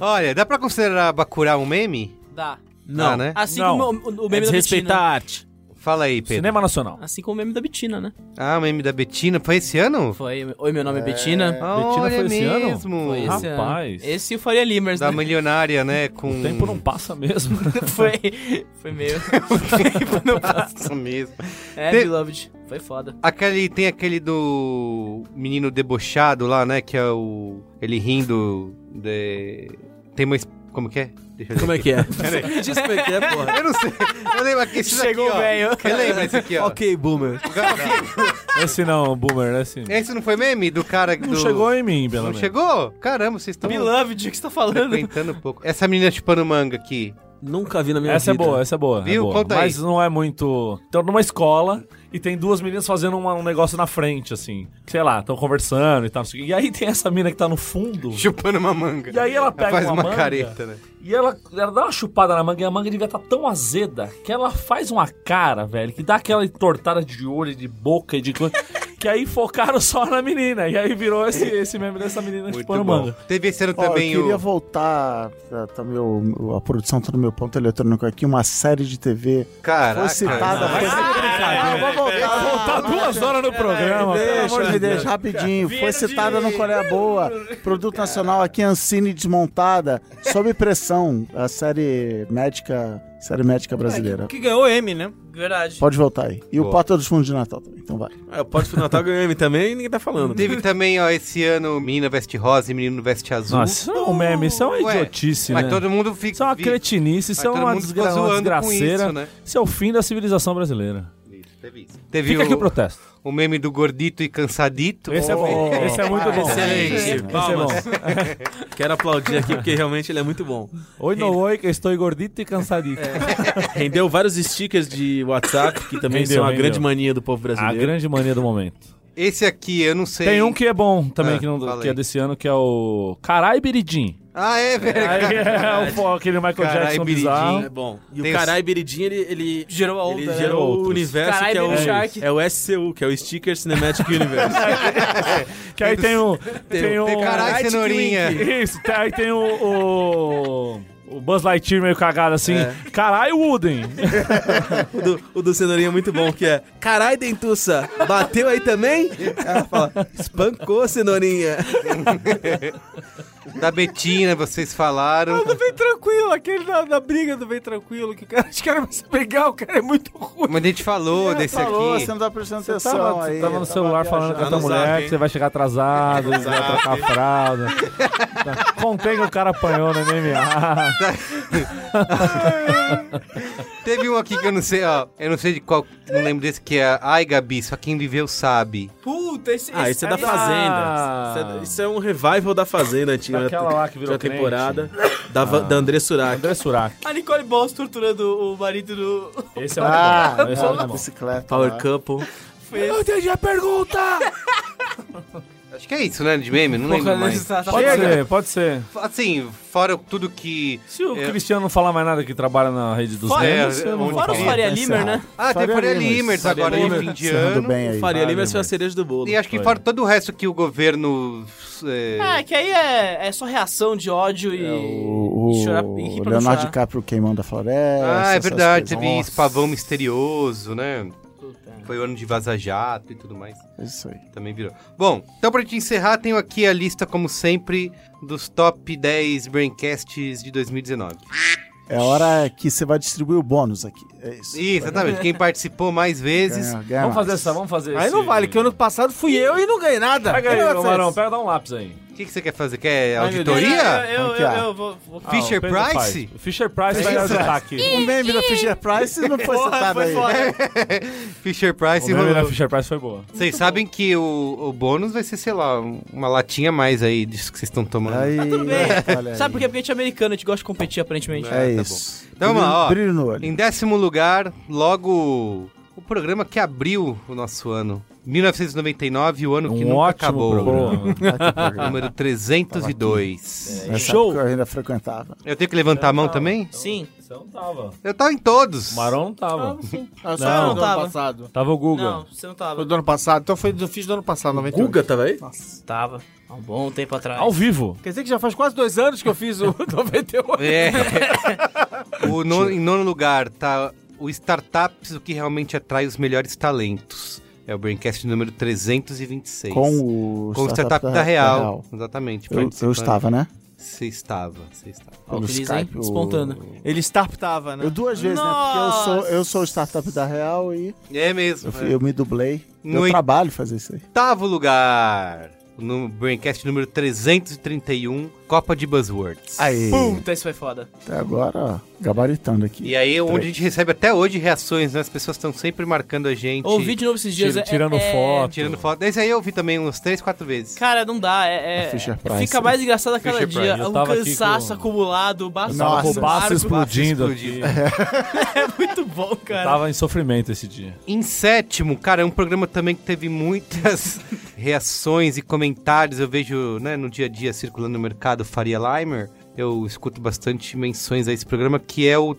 Speaker 1: Olha, dá pra considerar Bacurau um meme?
Speaker 3: Dá.
Speaker 4: Não.
Speaker 1: Dá, né?
Speaker 3: Assim
Speaker 7: Não.
Speaker 3: como o, o
Speaker 4: É
Speaker 3: meme da
Speaker 4: desrespeitar
Speaker 3: Betina.
Speaker 4: a arte.
Speaker 1: Fala aí, Pedro.
Speaker 7: [laughs] Cinema Nacional.
Speaker 3: Assim como o meme da Betina, né?
Speaker 1: Ah, o meme da Betina. Foi esse ano?
Speaker 3: Foi, oi, meu nome é, Betina.
Speaker 1: Olha
Speaker 7: foi esse ano?
Speaker 1: mesmo.
Speaker 3: Foi esse ano.
Speaker 7: Rapaz.
Speaker 3: Esse e o Faria Limers,
Speaker 1: Da
Speaker 3: né?
Speaker 1: milionária, né? Com...
Speaker 7: O
Speaker 1: [laughs]
Speaker 7: tempo não passa mesmo.
Speaker 3: Foi, [laughs] foi meio... Foi no passo.
Speaker 1: Isso mesmo.
Speaker 3: é,
Speaker 1: Te-
Speaker 3: Beloved. Foi foda.
Speaker 1: Aquele, tem aquele do menino debochado lá, né? Que é o... Ele rindo de... Tem uma... es- Como que é? Deixa eu ver
Speaker 4: Como é
Speaker 1: aqui.
Speaker 4: que é? Me diz como é que é, porra.
Speaker 1: Eu não sei. Eu lembro aqui. esse daqui,
Speaker 3: Chegou
Speaker 1: ó.
Speaker 3: velho.
Speaker 1: Eu lembro esse aqui, ó.
Speaker 4: Ok, boomer.
Speaker 7: Esse não, Boomer, esse.
Speaker 1: Esse não foi meme? Do cara do...
Speaker 7: Não chegou em mim, pelo
Speaker 1: Não
Speaker 7: menos.
Speaker 1: chegou? Caramba, vocês estão...
Speaker 3: Beloved, o que você tá falando?
Speaker 1: Frequentando um pouco. Essa menina chupando manga aqui.
Speaker 4: Nunca vi na minha
Speaker 7: Essa é
Speaker 4: vida.
Speaker 7: boa, essa é boa. é
Speaker 1: Viu?
Speaker 7: boa.
Speaker 1: Conta aí.
Speaker 7: Mas não é muito. Então, numa escola e tem duas meninas fazendo uma- um negócio na frente, assim. Sei lá, estão conversando e tal. não sei o quê. E aí tem essa mina que tá no fundo.
Speaker 1: Chupando uma manga.
Speaker 7: E aí ela pega
Speaker 1: faz
Speaker 7: uma
Speaker 1: uma
Speaker 7: manga.
Speaker 1: careta, né?
Speaker 7: E ela, ela dá uma chupada na manga e a manga devia estar tão azeda que ela faz uma cara, velho, que dá aquela entortada de olho, de boca e
Speaker 1: [laughs]
Speaker 7: de coisa. que aí focaram só na menina. E aí virou esse, esse meme dessa menina
Speaker 1: Muito
Speaker 7: chupando
Speaker 1: bom.
Speaker 7: manga.
Speaker 1: Teve esse ano
Speaker 2: Ó, eu
Speaker 1: também
Speaker 2: queria
Speaker 1: o...
Speaker 2: voltar, tá, tá meu, a produção tá no meu ponto eletrônico aqui, uma série de TV
Speaker 1: Caraca.
Speaker 2: foi citada.
Speaker 1: não.
Speaker 2: Ah, vou voltar.
Speaker 7: Tá duas horas no programa.
Speaker 2: Deixa, me deixa rapidinho. Foi citada no Coreia Boa. Produto nacional aqui, Ancine desmontada. Sob pressão, a série médica, série
Speaker 1: É,
Speaker 2: médica brasileira.
Speaker 5: Que ganhou M, né?
Speaker 3: Verdade.
Speaker 2: Pode voltar aí. E o
Speaker 1: Boa.
Speaker 2: Porta dos Fundos de Natal também. Então vai.
Speaker 4: É, o Pote do Natal ganhou M também e ninguém tá falando.
Speaker 1: Teve também, ó, esse ano, menina veste rosa e menino veste azul.
Speaker 7: Nossa, isso não é um meme, isso é uma
Speaker 1: Ué,
Speaker 7: idiotice,
Speaker 1: Mas
Speaker 7: né?
Speaker 1: todo mundo fica...
Speaker 7: Isso é uma
Speaker 1: vi-
Speaker 7: cretinice,
Speaker 1: mas
Speaker 7: isso é
Speaker 1: todo
Speaker 7: uma,
Speaker 1: mundo
Speaker 7: desgra
Speaker 1: ficou
Speaker 7: uma
Speaker 1: zoando com
Speaker 7: desgraceira.
Speaker 1: Isso,
Speaker 7: Isso,
Speaker 1: né?
Speaker 7: é o fim da civilização brasileira.
Speaker 1: Teve isso. Teve
Speaker 7: Fica aqui o
Speaker 1: o,
Speaker 7: protesto.
Speaker 1: o meme do gordito e cansadito.
Speaker 7: Esse é bom. Esse é muito bom.
Speaker 4: Excelente.
Speaker 7: Esse é bom.
Speaker 4: Palmas. Quero aplaudir aqui porque realmente ele é muito bom.
Speaker 7: Oi, no oi, que eu estou gordito e cansadito.
Speaker 4: Rendeu vários stickers de WhatsApp, que também
Speaker 7: Rendeu,
Speaker 4: são a
Speaker 7: rendeu.
Speaker 4: grande mania do povo
Speaker 7: A
Speaker 4: brasileiro.
Speaker 7: grande mania do momento.
Speaker 1: Esse aqui, eu não sei.
Speaker 7: Tem um que é bom também,
Speaker 1: Ah,
Speaker 7: que, não-
Speaker 1: fala
Speaker 7: que é
Speaker 1: aí.
Speaker 7: desse ano, que é o Carai Biridim.
Speaker 1: Ah, é, velho.
Speaker 7: Aí é o, pô, aquele Michael
Speaker 1: Carai
Speaker 7: Jackson
Speaker 1: Biridim.
Speaker 4: É
Speaker 7: bizarro.
Speaker 4: bom. E
Speaker 1: Tem
Speaker 4: o
Speaker 1: os-
Speaker 4: Carai Beridinho, ele, ele,
Speaker 3: Gerou a
Speaker 4: ele
Speaker 3: onda, né?
Speaker 4: gerou
Speaker 7: Outros.
Speaker 4: o universo
Speaker 3: Carai
Speaker 4: que é o,
Speaker 3: Beridinho Shark.
Speaker 4: é o SCU, que é o Sticker Cinematic
Speaker 7: [laughs]
Speaker 4: Universe.
Speaker 7: É Que aí tem o... Tem o...
Speaker 1: Tem carai
Speaker 4: Karate
Speaker 1: cenourinha.
Speaker 7: Isso, tem- aí tem o... o... O Buzz Lightyear meio cagado assim. Carai, Wooden.
Speaker 4: o, do, o do Cenourinha é muito bom, que é Carai, Dentuça, bateu aí também? Ela fala, espancou, Cenourinha.
Speaker 1: Da Betina, vocês falaram.
Speaker 5: Bem tranquilo, aquele da, da briga do bem tranquilo, que o cara, os caras vão se pegar, o cara é muito ruim.
Speaker 1: Mas a gente falou desse
Speaker 2: Falou,
Speaker 1: aqui.
Speaker 2: você não tá prestando
Speaker 7: Você
Speaker 2: atenção
Speaker 7: tava, você
Speaker 2: aí.
Speaker 7: [laughs] tava no celular falando com a
Speaker 4: Ah,
Speaker 7: tua
Speaker 4: no
Speaker 7: mulher
Speaker 4: zap,
Speaker 7: que você vai chegar atrasado, vai trocar a [laughs] fralda. Tá. Contei que o cara apanhou no MMA.
Speaker 1: Teve um aqui que eu não sei, ó. Eu não sei de qual. Não lembro desse que é. Ai, Gabi, só quem viveu sabe.
Speaker 3: Puta, esse...
Speaker 4: Ah,
Speaker 3: esse-
Speaker 4: isso é da Fazenda. Isso é, isso é um revival da Fazenda antiga.
Speaker 7: Ah. Daquela lá que virou Ah.
Speaker 4: da
Speaker 7: crente.
Speaker 4: temporada. Da, Va- da André Surak.
Speaker 7: André é Surak.
Speaker 3: A Nicole Balls torturando o marido do...
Speaker 7: Esse é muito
Speaker 2: Ah,
Speaker 7: bom. Esse é muito bom.
Speaker 2: bicicleta.
Speaker 4: Power
Speaker 2: lá.
Speaker 4: Couple.
Speaker 7: Eu entendi a pergunta!
Speaker 1: Acho que é isso, né? De meme, não lembro mais.
Speaker 7: tá
Speaker 6: Pode ser, pode ser.
Speaker 1: Assim, fora tudo que.
Speaker 6: Se o
Speaker 1: É.
Speaker 6: Cristiano não falar mais nada que trabalha na rede dos
Speaker 1: Fora-
Speaker 6: memes,
Speaker 1: é,
Speaker 6: eu não-
Speaker 1: onde
Speaker 3: Fora os
Speaker 1: queria
Speaker 3: Faria
Speaker 2: pensar.
Speaker 3: Limer, né?
Speaker 1: Ah, tem
Speaker 2: Faria
Speaker 1: Faria
Speaker 2: Limers.
Speaker 1: Limers
Speaker 6: Faria
Speaker 1: agora, de
Speaker 6: Limers.
Speaker 1: fim de
Speaker 2: Encerrando
Speaker 1: ano.
Speaker 2: bem aí.
Speaker 3: Faria Lima vai
Speaker 6: Limer.
Speaker 3: ser a cereja do bolo.
Speaker 1: E acho que
Speaker 6: Foi.
Speaker 1: fora todo o resto que o governo. é,
Speaker 3: Ah, que aí é, é só reação de ódio e.
Speaker 2: É, o,
Speaker 3: e
Speaker 2: o,
Speaker 3: chorar- e rir
Speaker 2: o
Speaker 3: pra não
Speaker 2: Leonardo
Speaker 3: chorar.
Speaker 2: DiCaprio queimando a floresta.
Speaker 1: Ah, é
Speaker 2: essas
Speaker 1: verdade,
Speaker 2: coisas.
Speaker 1: teve
Speaker 2: Nossa,
Speaker 1: isso, pavão misterioso, né? Foi o ano de Vaza Jato e tudo mais.
Speaker 2: é Isso aí.
Speaker 1: Também virou. Bom, então pra gente encerrar, tenho aqui a lista, como sempre, dos top 10 Braincasts de 2019.
Speaker 2: É hora que você vai distribuir o bônus aqui. É isso.
Speaker 1: Isso, exatamente. Quem participou mais vezes.
Speaker 2: Ganhar- ganhar
Speaker 7: Vamos
Speaker 2: mais.
Speaker 7: fazer essa, vamos fazer
Speaker 5: Aí
Speaker 7: esse-
Speaker 5: não vale, que ano passado fui eu e não ganhei nada.
Speaker 7: Pega
Speaker 5: Que
Speaker 7: aí,
Speaker 5: negócio é
Speaker 7: Marão,
Speaker 5: esse?
Speaker 7: pega dá um lápis aí.
Speaker 1: O que, que você quer fazer? Quer
Speaker 5: Ai, meu Deus.
Speaker 1: auditoria?
Speaker 3: Eu, eu, eu, eu vou. vou-
Speaker 7: É, Ah,
Speaker 1: Fisher
Speaker 7: o Pedro
Speaker 1: Price?
Speaker 7: faz. O Fisher Price vai ajudar aqui.
Speaker 5: O um meme da Fisher Price não foi citado aí.
Speaker 1: Fisher Price
Speaker 7: O meme da
Speaker 1: rolou.
Speaker 7: Fisher Price foi boa.
Speaker 1: Vocês sabem que o, o bônus vai ser, sei lá, um- uma latinha a mais aí disso que vocês estão tomando.
Speaker 2: Aí,
Speaker 3: tudo bem.
Speaker 2: olha aí.
Speaker 3: Sabe por quê? Porque a gente é americano, a gente gosta de competir, aparentemente.
Speaker 2: É
Speaker 1: tá
Speaker 2: isso.
Speaker 1: Então, vamos lá, ó.
Speaker 2: Brilho no olho.
Speaker 1: Em décimo lugar, logo o programa que abriu o nosso ano. 1999, o ano que
Speaker 7: Um
Speaker 1: nunca
Speaker 7: ótimo
Speaker 1: acabou. né?
Speaker 7: programa.
Speaker 2: Ah,
Speaker 1: [laughs]
Speaker 2: que programa.
Speaker 1: Número
Speaker 2: [laughs]
Speaker 1: 302.
Speaker 2: Nessa
Speaker 7: Show.
Speaker 2: época eu ainda frequentava.
Speaker 1: Eu tenho que levantar a mão também?
Speaker 3: Sim.
Speaker 7: Você não tava.
Speaker 1: Eu tava em todos.
Speaker 7: O Maron não [laughs] tava.
Speaker 5: Ah, só
Speaker 7: Não.
Speaker 5: do ano
Speaker 3: Tava.
Speaker 5: passado.
Speaker 7: Tava o Guga.
Speaker 3: Não, você não tava.
Speaker 5: Foi do ano passado, então foi do fiz do ano passado, um. 98.
Speaker 4: tá
Speaker 7: tava aí?
Speaker 3: Tava. Há um bom tempo atrás.
Speaker 7: Ao vivo.
Speaker 5: Quer dizer que já faz quase dois anos que eu fiz [laughs] o 98.
Speaker 1: É.
Speaker 2: É.
Speaker 1: [laughs] o nono- em nono lugar tá o Startups, o que realmente atrai os melhores talentos. É o Braincast número 326.
Speaker 2: Com o
Speaker 1: Com o Startup da, Real. Exatamente.
Speaker 2: Eu, eu
Speaker 1: participando.
Speaker 2: estava, né?
Speaker 1: Você estava, você estava.
Speaker 3: Ó, o
Speaker 2: pelo
Speaker 3: Cris, hein?
Speaker 2: Skype, o-
Speaker 3: Espontâneo.
Speaker 5: Ele startava, né?
Speaker 2: Eu duas vezes, né? Porque eu sou, eu sou o Startup da Real e
Speaker 1: É mesmo.
Speaker 2: eu, fui-
Speaker 1: é.
Speaker 2: eu me dublei.
Speaker 1: No
Speaker 2: eu
Speaker 1: oit-
Speaker 2: trabalho fazer isso aí.
Speaker 1: oitavo lugar, no Braincast número 331, Copa de Buzzwords.
Speaker 2: Aí,
Speaker 3: Puta, isso foi foda.
Speaker 2: até agora, ó, gabaritando aqui.
Speaker 1: E aí é onde a gente recebe até hoje reações, né? As pessoas estão sempre marcando a gente.
Speaker 3: Ouvi de novo esses dias.
Speaker 7: Tira-
Speaker 3: é-
Speaker 7: tirando
Speaker 3: é-
Speaker 7: foto.
Speaker 1: Tirando foto. Esse aí eu vi também umas três, quatro vezes.
Speaker 3: Cara, não dá. É, é-
Speaker 2: A Fisher Price.
Speaker 3: fica mais engraçado a cada
Speaker 1: Fisher
Speaker 3: dia.
Speaker 7: Price. Eu
Speaker 3: Um
Speaker 7: tava aqui
Speaker 3: cansaço
Speaker 7: com-
Speaker 3: acumulado, basta
Speaker 7: Tava
Speaker 2: Nossa,
Speaker 7: com o baço
Speaker 3: barco.
Speaker 7: explodindo aqui.
Speaker 1: explodindo.
Speaker 3: É muito bom, cara.
Speaker 7: Tava em sofrimento esse dia.
Speaker 1: Em sétimo, cara, é um programa também que teve
Speaker 3: [laughs]
Speaker 1: muitas reações e comentários. Eu vejo, né, no dia a dia circulando no mercado Faria Limer. Eu escuto bastante menções a esse programa, que é o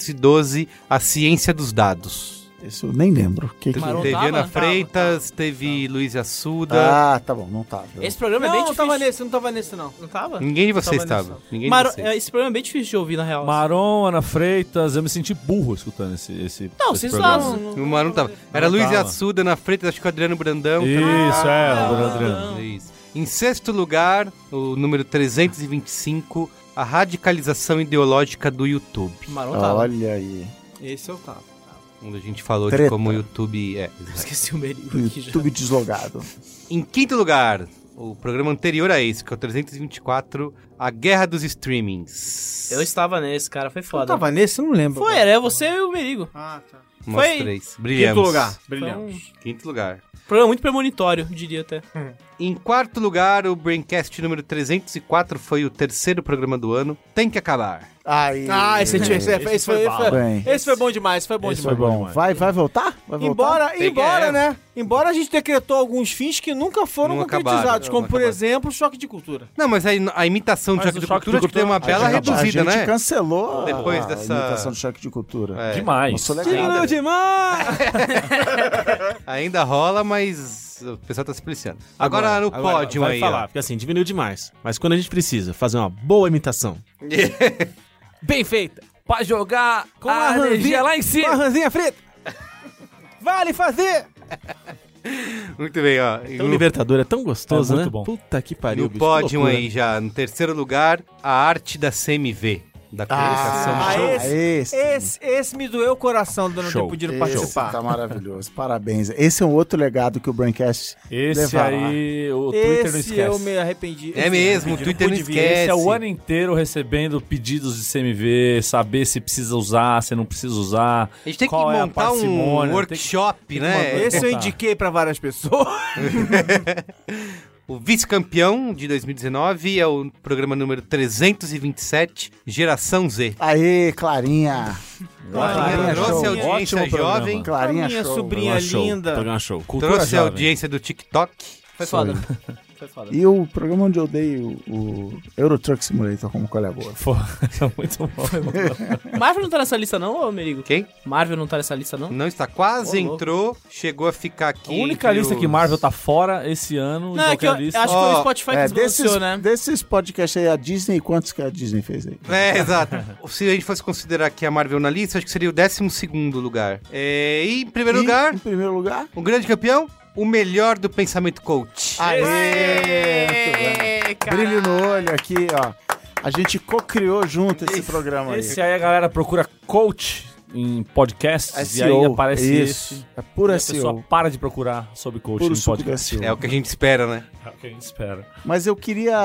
Speaker 1: 312 A Ciência dos Dados.
Speaker 2: Isso eu nem lembro. O Que é? que...
Speaker 3: Maroto. Não
Speaker 1: teve
Speaker 3: tava?
Speaker 1: Ana
Speaker 3: Tava,
Speaker 1: Freitas, teve Luiz Assuda.
Speaker 2: Ah, tá bom, não tava.
Speaker 3: Esse programa é
Speaker 5: não,
Speaker 3: bem
Speaker 5: não
Speaker 3: difícil.
Speaker 5: tava nesse, não tava nesse, não.
Speaker 3: Não tava?
Speaker 1: Ninguém de vocês
Speaker 5: Tava
Speaker 1: estava. Ninguém
Speaker 3: Maro-
Speaker 1: de vocês.
Speaker 3: é, Esse programa é bem difícil de ouvir, na real.
Speaker 7: Maron, Ana Freitas, eu me senti burro escutando esse. esse
Speaker 3: Não,
Speaker 7: esse
Speaker 3: vocês
Speaker 7: programa.
Speaker 3: não.
Speaker 1: O Manu não tava. Era
Speaker 7: Não
Speaker 1: Luiz
Speaker 7: tava.
Speaker 1: Assuda na frente, acho que o Adriano Brandão.
Speaker 7: Isso, é, o Adriano.
Speaker 1: É isso. Em sexto lugar, o número 325, a radicalização ideológica do YouTube.
Speaker 3: Maron tava.
Speaker 2: Olha aí.
Speaker 5: Esse eu tava.
Speaker 1: Onde a gente falou de
Speaker 2: Treta.
Speaker 1: como o YouTube é.
Speaker 3: Esqueci o Merigo aqui já.
Speaker 2: YouTube deslogado.
Speaker 1: Em quinto lugar, o programa anterior a esse, que é o 324, a guerra dos streamings.
Speaker 3: Eu estava nesse, cara. Foi
Speaker 5: Não
Speaker 3: foda.
Speaker 5: tava nesse, eu não lembro.
Speaker 3: Foi, era você e o Merigo.
Speaker 5: Ah, tá.
Speaker 1: Nós
Speaker 3: foi-
Speaker 1: três. Brilhamos. Quinto lugar.
Speaker 3: Brilhante.
Speaker 1: Quinto lugar.
Speaker 3: Programa muito premonitório, diria até.
Speaker 1: Em quarto lugar, o Braincast número 304 foi o terceiro programa do ano. Tem que acabar.
Speaker 2: Aí.
Speaker 5: Ah,
Speaker 2: Uhum.
Speaker 5: esse, esse, esse, esse foi, esse foi,
Speaker 2: Bem,
Speaker 5: esse foi bom demais, foi bom
Speaker 7: Esse
Speaker 5: demais.
Speaker 7: foi bom. demais.
Speaker 2: vai, vai voltar? Vai voltar?
Speaker 5: Embora,
Speaker 1: que-
Speaker 5: embora
Speaker 1: é.
Speaker 5: né? Embora a gente decretou alguns fins que nunca foram
Speaker 1: Não acabaram,
Speaker 5: concretizados,
Speaker 1: não
Speaker 5: como, por
Speaker 1: acabaram.
Speaker 5: exemplo, o choque de cultura.
Speaker 1: Não, mas a, a imitação do
Speaker 7: Mas
Speaker 1: Choque
Speaker 7: o
Speaker 1: de
Speaker 7: Choque de
Speaker 1: Cultura acho que tem
Speaker 7: Cultura-
Speaker 1: uma
Speaker 7: a
Speaker 1: bela
Speaker 2: Acabou.
Speaker 1: reduzida,
Speaker 2: a gente
Speaker 1: né?
Speaker 2: cancelou
Speaker 1: Depois
Speaker 2: a,
Speaker 1: dessa-
Speaker 2: a imitação do choque de cultura.
Speaker 1: É.
Speaker 7: Demais.
Speaker 2: Nossa, legal.
Speaker 5: Meu demais!
Speaker 1: Ainda rola, mas o pessoal tá se policiando. Agora, no pódio
Speaker 4: vai
Speaker 1: aí.
Speaker 4: falar, porque assim, diminuiu demais. Mas quando a gente precisa fazer uma boa imitação.
Speaker 8: Bem feita. Pra jogar com
Speaker 5: a
Speaker 8: a, energia
Speaker 5: ranzinha-
Speaker 8: lá em cima.
Speaker 5: Uma ranzinha frita! Vale fazer!
Speaker 1: ó. Muito bem, ó. E
Speaker 4: Tão
Speaker 1: no-
Speaker 4: libertador, é tão gostoso,
Speaker 7: É
Speaker 4: né?
Speaker 7: muito bom.
Speaker 4: Puta que
Speaker 1: No,
Speaker 4: pariu, bicho, que
Speaker 1: pódio
Speaker 4: loucura.
Speaker 1: aí já, no terceiro lugar, a arte da CMV. Da comunicação
Speaker 5: ah,
Speaker 1: visual.
Speaker 5: esse-
Speaker 2: Esse,
Speaker 5: Esse, esse me doeu o coração do não ter
Speaker 7: Show.
Speaker 5: podido
Speaker 2: esse
Speaker 5: participar.
Speaker 2: tá maravilhoso. Parabéns. Esse é um outro legado que o Braincast
Speaker 7: Esse
Speaker 2: levar lá.
Speaker 7: aí, o Twitter não
Speaker 5: Esse
Speaker 7: esquece.
Speaker 5: eu me arrependi.
Speaker 1: É mesmo, o Twitter não
Speaker 7: Esse é o ano
Speaker 1: esquece.
Speaker 7: inteiro recebendo pedidos de CMV, saber se precisa usar, se não precisa usar.
Speaker 1: A gente tem que
Speaker 7: qual é a
Speaker 1: montar um
Speaker 7: parcimônia, tem
Speaker 1: workshop, né?
Speaker 7: mandar-
Speaker 5: Esse eu
Speaker 7: Tá.
Speaker 5: indiquei pra várias pessoas.
Speaker 1: O vice-campeão de 2019 é o programa número 327, Geração Z.
Speaker 2: Aê, Clarinha.
Speaker 1: Clarinha
Speaker 2: Clarinha
Speaker 1: trouxe a
Speaker 2: show.
Speaker 1: audiência
Speaker 7: Ótimo
Speaker 1: jovem,
Speaker 2: Clarinha
Speaker 5: minha
Speaker 2: show.
Speaker 5: sobrinha
Speaker 7: Programa show,
Speaker 5: linda.
Speaker 7: Programa show. Cultura
Speaker 1: trouxe a
Speaker 7: jovem.
Speaker 1: audiência do TikTok.
Speaker 3: Foi foda.
Speaker 11: foi foda.
Speaker 2: E o programa onde eu dei o, o Eurotruck Simulator como colaborador.
Speaker 7: [laughs] tá Muito bom. [laughs]
Speaker 3: Marvel não tá nessa lista, não, ô Merigo?
Speaker 1: Quem?
Speaker 3: Marvel não tá nessa lista, não?
Speaker 1: Não está, quase
Speaker 3: Ô, louco.
Speaker 1: entrou, chegou a ficar aqui.
Speaker 7: A única
Speaker 1: entre
Speaker 7: lista
Speaker 1: os-
Speaker 7: que Marvel tá fora esse ano,
Speaker 3: Não,
Speaker 7: de
Speaker 3: é que eu,
Speaker 7: qualquer
Speaker 3: eu
Speaker 7: lista.
Speaker 3: acho que foi o
Speaker 2: Ó,
Speaker 3: Spotify que
Speaker 2: é,
Speaker 3: desbalanceou,
Speaker 2: desses,
Speaker 3: né?
Speaker 2: desses podcasts aí, a Disney, quantos que a Disney fez aí?
Speaker 1: [laughs] É, exato. Se a gente fosse considerar aqui a Marvel na lista, acho que seria o 12 lugar. É, e em primeiro
Speaker 2: E,
Speaker 1: lugar,
Speaker 2: Em primeiro lugar?
Speaker 1: o grande campeão, o melhor do pensamento coach.
Speaker 2: Ah, Aê!
Speaker 3: Ei, cara.
Speaker 2: Brilho no olho aqui, ó. A gente co-criou junto esse programa aí.
Speaker 7: Esse aí a galera procura coach em podcasts É e
Speaker 2: SEO,
Speaker 7: aí aparece
Speaker 2: isso.
Speaker 7: esse.
Speaker 2: É pura
Speaker 7: e a pessoa
Speaker 2: SEO.
Speaker 7: para de procurar sobre coach
Speaker 2: Puro
Speaker 7: em
Speaker 2: suco da
Speaker 7: podcast.
Speaker 2: SEO.
Speaker 1: É o que a gente espera, né?
Speaker 7: [laughs] É o que a gente espera.
Speaker 2: Mas eu queria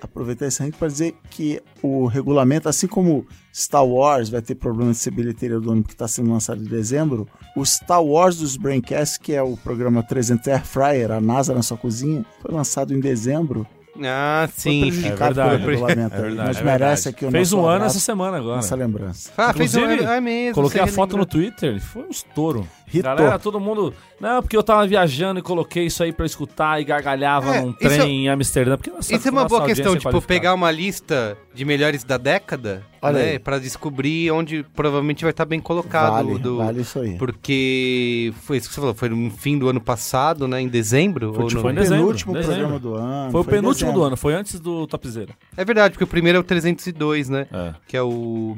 Speaker 2: aproveitar esse ranking para dizer que o regulamento, assim como Star Wars vai ter problema de ser bilheteria do ano que está sendo lançado em dezembro, o Star Wars dos Braincasts, que é o programa 300 Air Fryer, a NASA na sua cozinha, foi lançado em dezembro.
Speaker 1: Ah,
Speaker 2: Foi
Speaker 1: sim.
Speaker 2: prejudicado
Speaker 7: É verdade,
Speaker 2: pelo regulamento.
Speaker 7: é verdade,
Speaker 2: mas
Speaker 7: é
Speaker 2: merece aqui o
Speaker 7: Fez
Speaker 2: nosso
Speaker 7: um ano
Speaker 2: abraço,
Speaker 7: essa semana agora.
Speaker 2: essa lembrança.
Speaker 1: Ah, fez um
Speaker 7: Inclusive,
Speaker 1: ano. Ah, mesmo,
Speaker 7: Coloquei a
Speaker 1: você
Speaker 7: foto no
Speaker 1: relembrou.
Speaker 7: Twitter, foi um estouro.
Speaker 2: Hitou.
Speaker 7: Galera, todo mundo. Não, porque eu tava viajando e coloquei isso aí pra eu escutar e gargalhava
Speaker 1: É,
Speaker 7: num
Speaker 1: isso é-
Speaker 7: trem em Amsterdã. Porque nossa,
Speaker 1: Isso é uma
Speaker 7: nossa
Speaker 1: boa
Speaker 7: audiência
Speaker 1: questão,
Speaker 7: é
Speaker 1: tipo,
Speaker 7: qualificada.
Speaker 1: pegar uma lista de melhores da década,
Speaker 2: Olha
Speaker 1: né?
Speaker 2: aí.
Speaker 1: Pra descobrir onde provavelmente vai estar bem colocado.
Speaker 2: Vale,
Speaker 1: do-
Speaker 2: vale isso aí.
Speaker 1: Porque foi isso que você falou, foi no fim do ano passado, né? Em dezembro?
Speaker 7: Foi,
Speaker 1: ou
Speaker 7: tipo,
Speaker 1: no-
Speaker 7: em dezembro,
Speaker 2: penúltimo
Speaker 7: dezembro.
Speaker 2: programa do
Speaker 1: um
Speaker 2: ano.
Speaker 7: Foi o penúltimo do
Speaker 2: dezembro.
Speaker 7: ano, foi antes do Topzera.
Speaker 1: É verdade, porque o primeiro é o 302, né?
Speaker 7: É.
Speaker 1: Que é o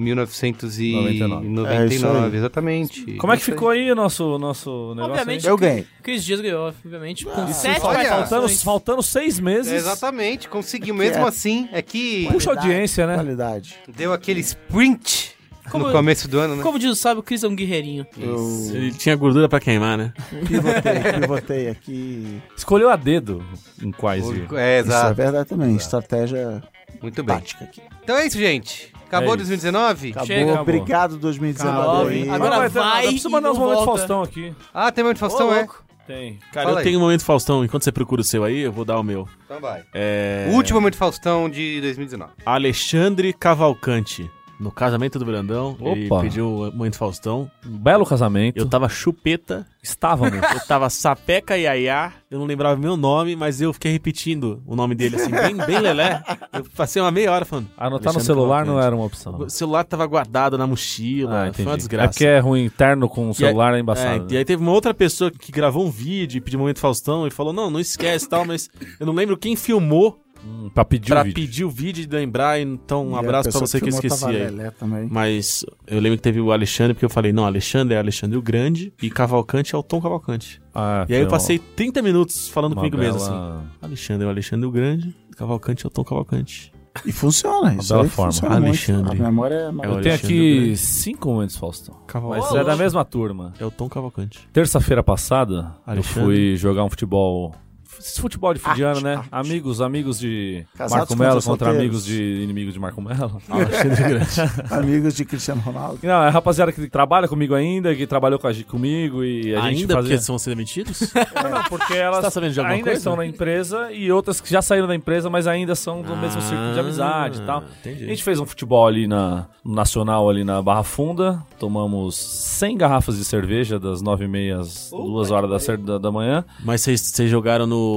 Speaker 1: 1999.
Speaker 2: 99. É isso aí.
Speaker 1: exatamente.
Speaker 7: Como é que ficou aí o nosso, nosso negócio?
Speaker 3: Obviamente.
Speaker 2: Eu ganhei.
Speaker 3: Chris Dias ganhou, obviamente. Com sete
Speaker 1: olha,
Speaker 7: aí? Faltando,
Speaker 3: participações.
Speaker 7: faltando seis meses.
Speaker 1: É, exatamente, conseguiu mesmo
Speaker 2: É.
Speaker 1: assim. É que
Speaker 7: Puxa audiência, né?
Speaker 2: Qualidade.
Speaker 1: deu aquele sprint
Speaker 3: Como
Speaker 1: no
Speaker 3: eu-
Speaker 1: começo do ano, né?
Speaker 3: Como diz o sábio, o Chris é um guerreirinho.
Speaker 2: Eu
Speaker 4: Ele tinha gordura pra queimar, né?
Speaker 2: pivotei, pivotei aqui.
Speaker 7: Escolheu a dedo em quais.
Speaker 1: É,
Speaker 7: ir.
Speaker 2: Isso é
Speaker 1: exato.
Speaker 2: verdade também. Estratégia
Speaker 1: Muito bem.
Speaker 2: tática aqui.
Speaker 1: Então é isso, gente. Acabou
Speaker 7: É isso.
Speaker 1: 2019?
Speaker 2: Acabou.
Speaker 7: Chega, amor.
Speaker 2: Obrigado, 2019. aí.
Speaker 3: Acabou. Agora
Speaker 7: Não, mas eu-
Speaker 3: vai
Speaker 7: Eu preciso mandar
Speaker 3: e
Speaker 7: uns
Speaker 3: não
Speaker 7: momentos
Speaker 3: volta.
Speaker 7: Faustão aqui.
Speaker 1: Ah, tem uma Faustão, é?
Speaker 7: Tem.
Speaker 4: Cara,
Speaker 1: Fala
Speaker 4: eu
Speaker 1: aí.
Speaker 4: tenho um momento Faustão. Enquanto você procura o seu aí, eu vou dar o meu.
Speaker 1: Então vai.
Speaker 4: É...
Speaker 1: O último momento Faustão de 2019.
Speaker 4: Alexandre Cavalcante. No casamento do Brandão, ele
Speaker 7: Opa.
Speaker 4: pediu o momento Faustão.
Speaker 7: Um belo casamento.
Speaker 4: Eu tava chupeta, [laughs]
Speaker 7: Estávamos.
Speaker 4: eu tava sapeca iaiá, eu não lembrava meu nome, mas eu fiquei repetindo o nome dele, assim, bem, bem lelé. Eu passei uma meia hora falando.
Speaker 7: Anotar no
Speaker 4: Alexandre
Speaker 7: celular não
Speaker 4: Cavalcante.
Speaker 7: era uma opção.
Speaker 4: O celular tava guardado na mochila, foi uma desgraça.
Speaker 7: É porque é ruim interno com o celular é
Speaker 4: É,
Speaker 7: embaçado.
Speaker 4: e aí teve uma outra pessoa que gravou um vídeo e pediu momento Faustão e falou: não, não esquece e tal, mas eu não lembro quem filmou
Speaker 7: Hum, pra pedir
Speaker 4: pra
Speaker 7: o vídeo.
Speaker 4: pedir o vídeo e lembrar. Então, um
Speaker 2: E a
Speaker 4: abraço pra
Speaker 2: pessoa
Speaker 4: você que eu
Speaker 2: filmou tá
Speaker 4: esqueci
Speaker 2: tava
Speaker 4: aí.
Speaker 2: lelé também.
Speaker 4: Mas eu lembro que teve o Alexandre, porque eu falei, não, Alexandre é Alexandre o Grande e Cavalcante é o Tom Cavalcante.
Speaker 7: Ah,
Speaker 4: E aí eu
Speaker 7: foi
Speaker 4: passei 30 minutos falando
Speaker 7: uma
Speaker 4: comigo mesmo, assim.
Speaker 7: bela-
Speaker 4: Alexandre é o Alexandre o Grande, Cavalcante é o Tom Cavalcante.
Speaker 2: E funciona isso.
Speaker 7: bela
Speaker 2: aí
Speaker 7: forma.
Speaker 2: Funciona muito.
Speaker 4: Alexandre.
Speaker 2: A memória é
Speaker 4: É o
Speaker 7: Eu tenho
Speaker 4: Alexandre
Speaker 7: aqui
Speaker 4: Grande.
Speaker 7: cinco momentos, Faustão.
Speaker 4: Cavalcante.
Speaker 7: Mas é da mesma turma.
Speaker 4: É o Tom Cavalcante.
Speaker 7: Terça-feira passada,
Speaker 4: Alexandre.
Speaker 7: eu fui jogar um futebol. Esse futebol de fim de ano, né? Amigos, amigos de
Speaker 2: Casados
Speaker 7: Marco
Speaker 2: contra
Speaker 7: Melo contra
Speaker 2: solteiros.
Speaker 7: amigos de inimigos de Marco Melo.
Speaker 4: Ah, Alexandre [laughs] Grande.
Speaker 2: Amigos de Cristiano Ronaldo.
Speaker 7: Não, é a rapaziada que trabalha comigo ainda, que trabalhou com a gente- comigo e a gente
Speaker 4: Ainda
Speaker 7: fazia...
Speaker 4: porque são ser demitidos?
Speaker 7: Não, porque elas
Speaker 4: Você tá sabendo de alguma
Speaker 7: ainda
Speaker 4: coisa?
Speaker 7: estão na empresa e outras que já saíram da empresa, mas ainda são do
Speaker 4: um
Speaker 7: mesmo círculo
Speaker 4: Ah.
Speaker 7: de amizade e tal.
Speaker 4: Entendi.
Speaker 7: A gente fez um futebol ali na no Nacional, ali na Barra Funda. Tomamos 100 garrafas de cerveja das 9h30 às 2 horas da, cer- da, da manhã.
Speaker 4: Mas vocês- vocês jogaram no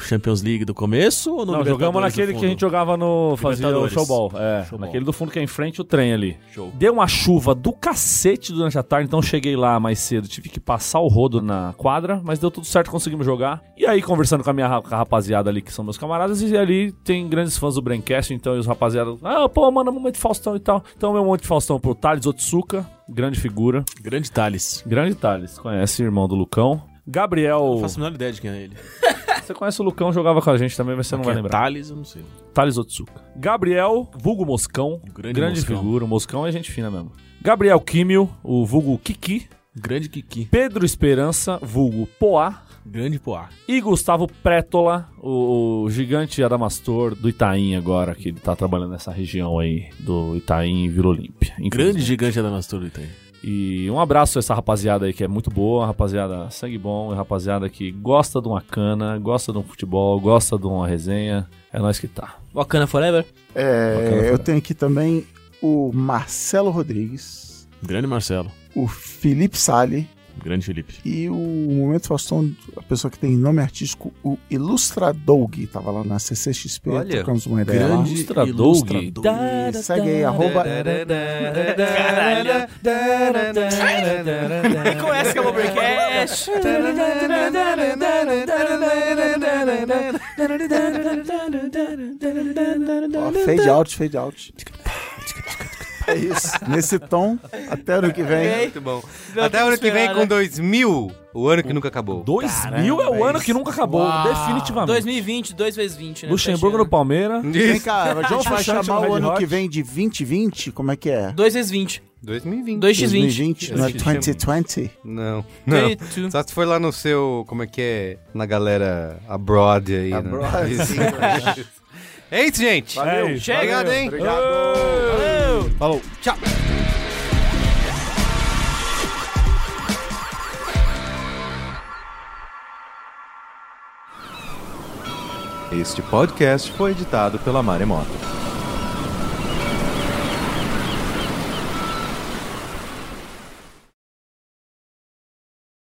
Speaker 4: Champions League do começo ou no
Speaker 7: Não, jogamos
Speaker 4: Libertadores do
Speaker 7: naquele que a gente
Speaker 4: fundo?
Speaker 7: jogava no. Fazia o
Speaker 4: Libertadores.
Speaker 7: showball. É,
Speaker 4: Showball.
Speaker 7: naquele do fundo que é em frente o trem ali. Deu uma chuva do cacete durante a tarde, então cheguei lá mais cedo. Tive que passar o rodo na quadra, mas deu tudo certo, conseguimos jogar. E aí, conversando com a minha ra- com a rapaziada ali, que são meus camaradas, e ali tem grandes fãs do Braincast, então e os rapaziada. Ah, pô, manda um monte Faustão e tal. Então, meu monte Faustão pro Thales Otsuka, grande figura.
Speaker 4: Grande Thales.
Speaker 7: Grande Thales, conhece, irmão do Lucão. Gabriel.
Speaker 4: Não faço a menor ideia de quem é ele.
Speaker 7: Você conhece o Lucão, jogava com a gente também, mas você não
Speaker 4: Quem é
Speaker 7: vai lembrar.
Speaker 4: Thales, eu não sei.
Speaker 7: Thales Otsuka. Gabriel, vulgo Moscão.
Speaker 4: grande
Speaker 7: Um Grande,
Speaker 4: Moscão.
Speaker 7: figura. O Moscão é gente fina mesmo. Gabriel Químio, o vulgo Kiki.
Speaker 4: Grande Kiki.
Speaker 7: Pedro Esperança, vulgo Poá.
Speaker 4: Grande Poá.
Speaker 7: E Gustavo Prétola, o, o gigante adamastor do Itaim agora, que ele tá trabalhando nessa região aí do Itaim e Vila Olímpia.
Speaker 4: Grande
Speaker 7: infelizmente.
Speaker 4: gigante da Masturita aí.
Speaker 7: E um abraço a essa rapaziada aí que é muito boa, rapaziada sangue bom, rapaziada que gosta de uma cana, gosta de um futebol, gosta de uma resenha. É nós que tá.
Speaker 3: Wakanda Forever.
Speaker 2: É, eu tenho aqui também o Marcelo Rodrigues,
Speaker 4: Grande Marcelo.
Speaker 2: o Felipe Sali,
Speaker 7: Grande Felipe.
Speaker 2: E o Momento Faustão, a pessoa que tem nome artístico, o Ilustra Doug, tava lá na CCXP,
Speaker 1: Olha,
Speaker 2: trocamos uma ideia lá.
Speaker 7: Grande Ilustra Doug.
Speaker 2: E segue aí, arroba...
Speaker 3: Começa que é o Overcast.
Speaker 2: Ó, fade out, fade out. É isso. Nesse tom, até ano que
Speaker 7: É
Speaker 2: vem.
Speaker 1: Muito bom.
Speaker 3: Não,
Speaker 1: Até
Speaker 3: tem
Speaker 1: o ano que vem
Speaker 3: esperar,
Speaker 1: com
Speaker 3: né?
Speaker 1: 2000, o ano que nunca acabou.
Speaker 7: 2000 é o ano que nunca acabou,
Speaker 4: Uau.
Speaker 7: definitivamente.
Speaker 3: 2020, 2 vezes 20, né?
Speaker 7: Luxemburgo no Palmeiras.
Speaker 2: Vem cá, a gente vai
Speaker 7: Faixa
Speaker 2: chamar
Speaker 7: no
Speaker 2: o
Speaker 7: Red
Speaker 2: ano
Speaker 7: Hot.
Speaker 2: que vem de 2020? Como é que é?
Speaker 3: 2 vezes 20.
Speaker 1: 2020.
Speaker 3: 2x20.
Speaker 2: 2020, não é 2020?
Speaker 1: Não, não. Só se for lá no seu, como é que é, na galera abroad aí. né?
Speaker 2: Abroad.
Speaker 1: Isso. é isso, gente.
Speaker 7: É isso.
Speaker 3: Chega,
Speaker 1: Obrigado, hein?
Speaker 7: Falou.
Speaker 11: Este podcast foi editado pela Maremoto.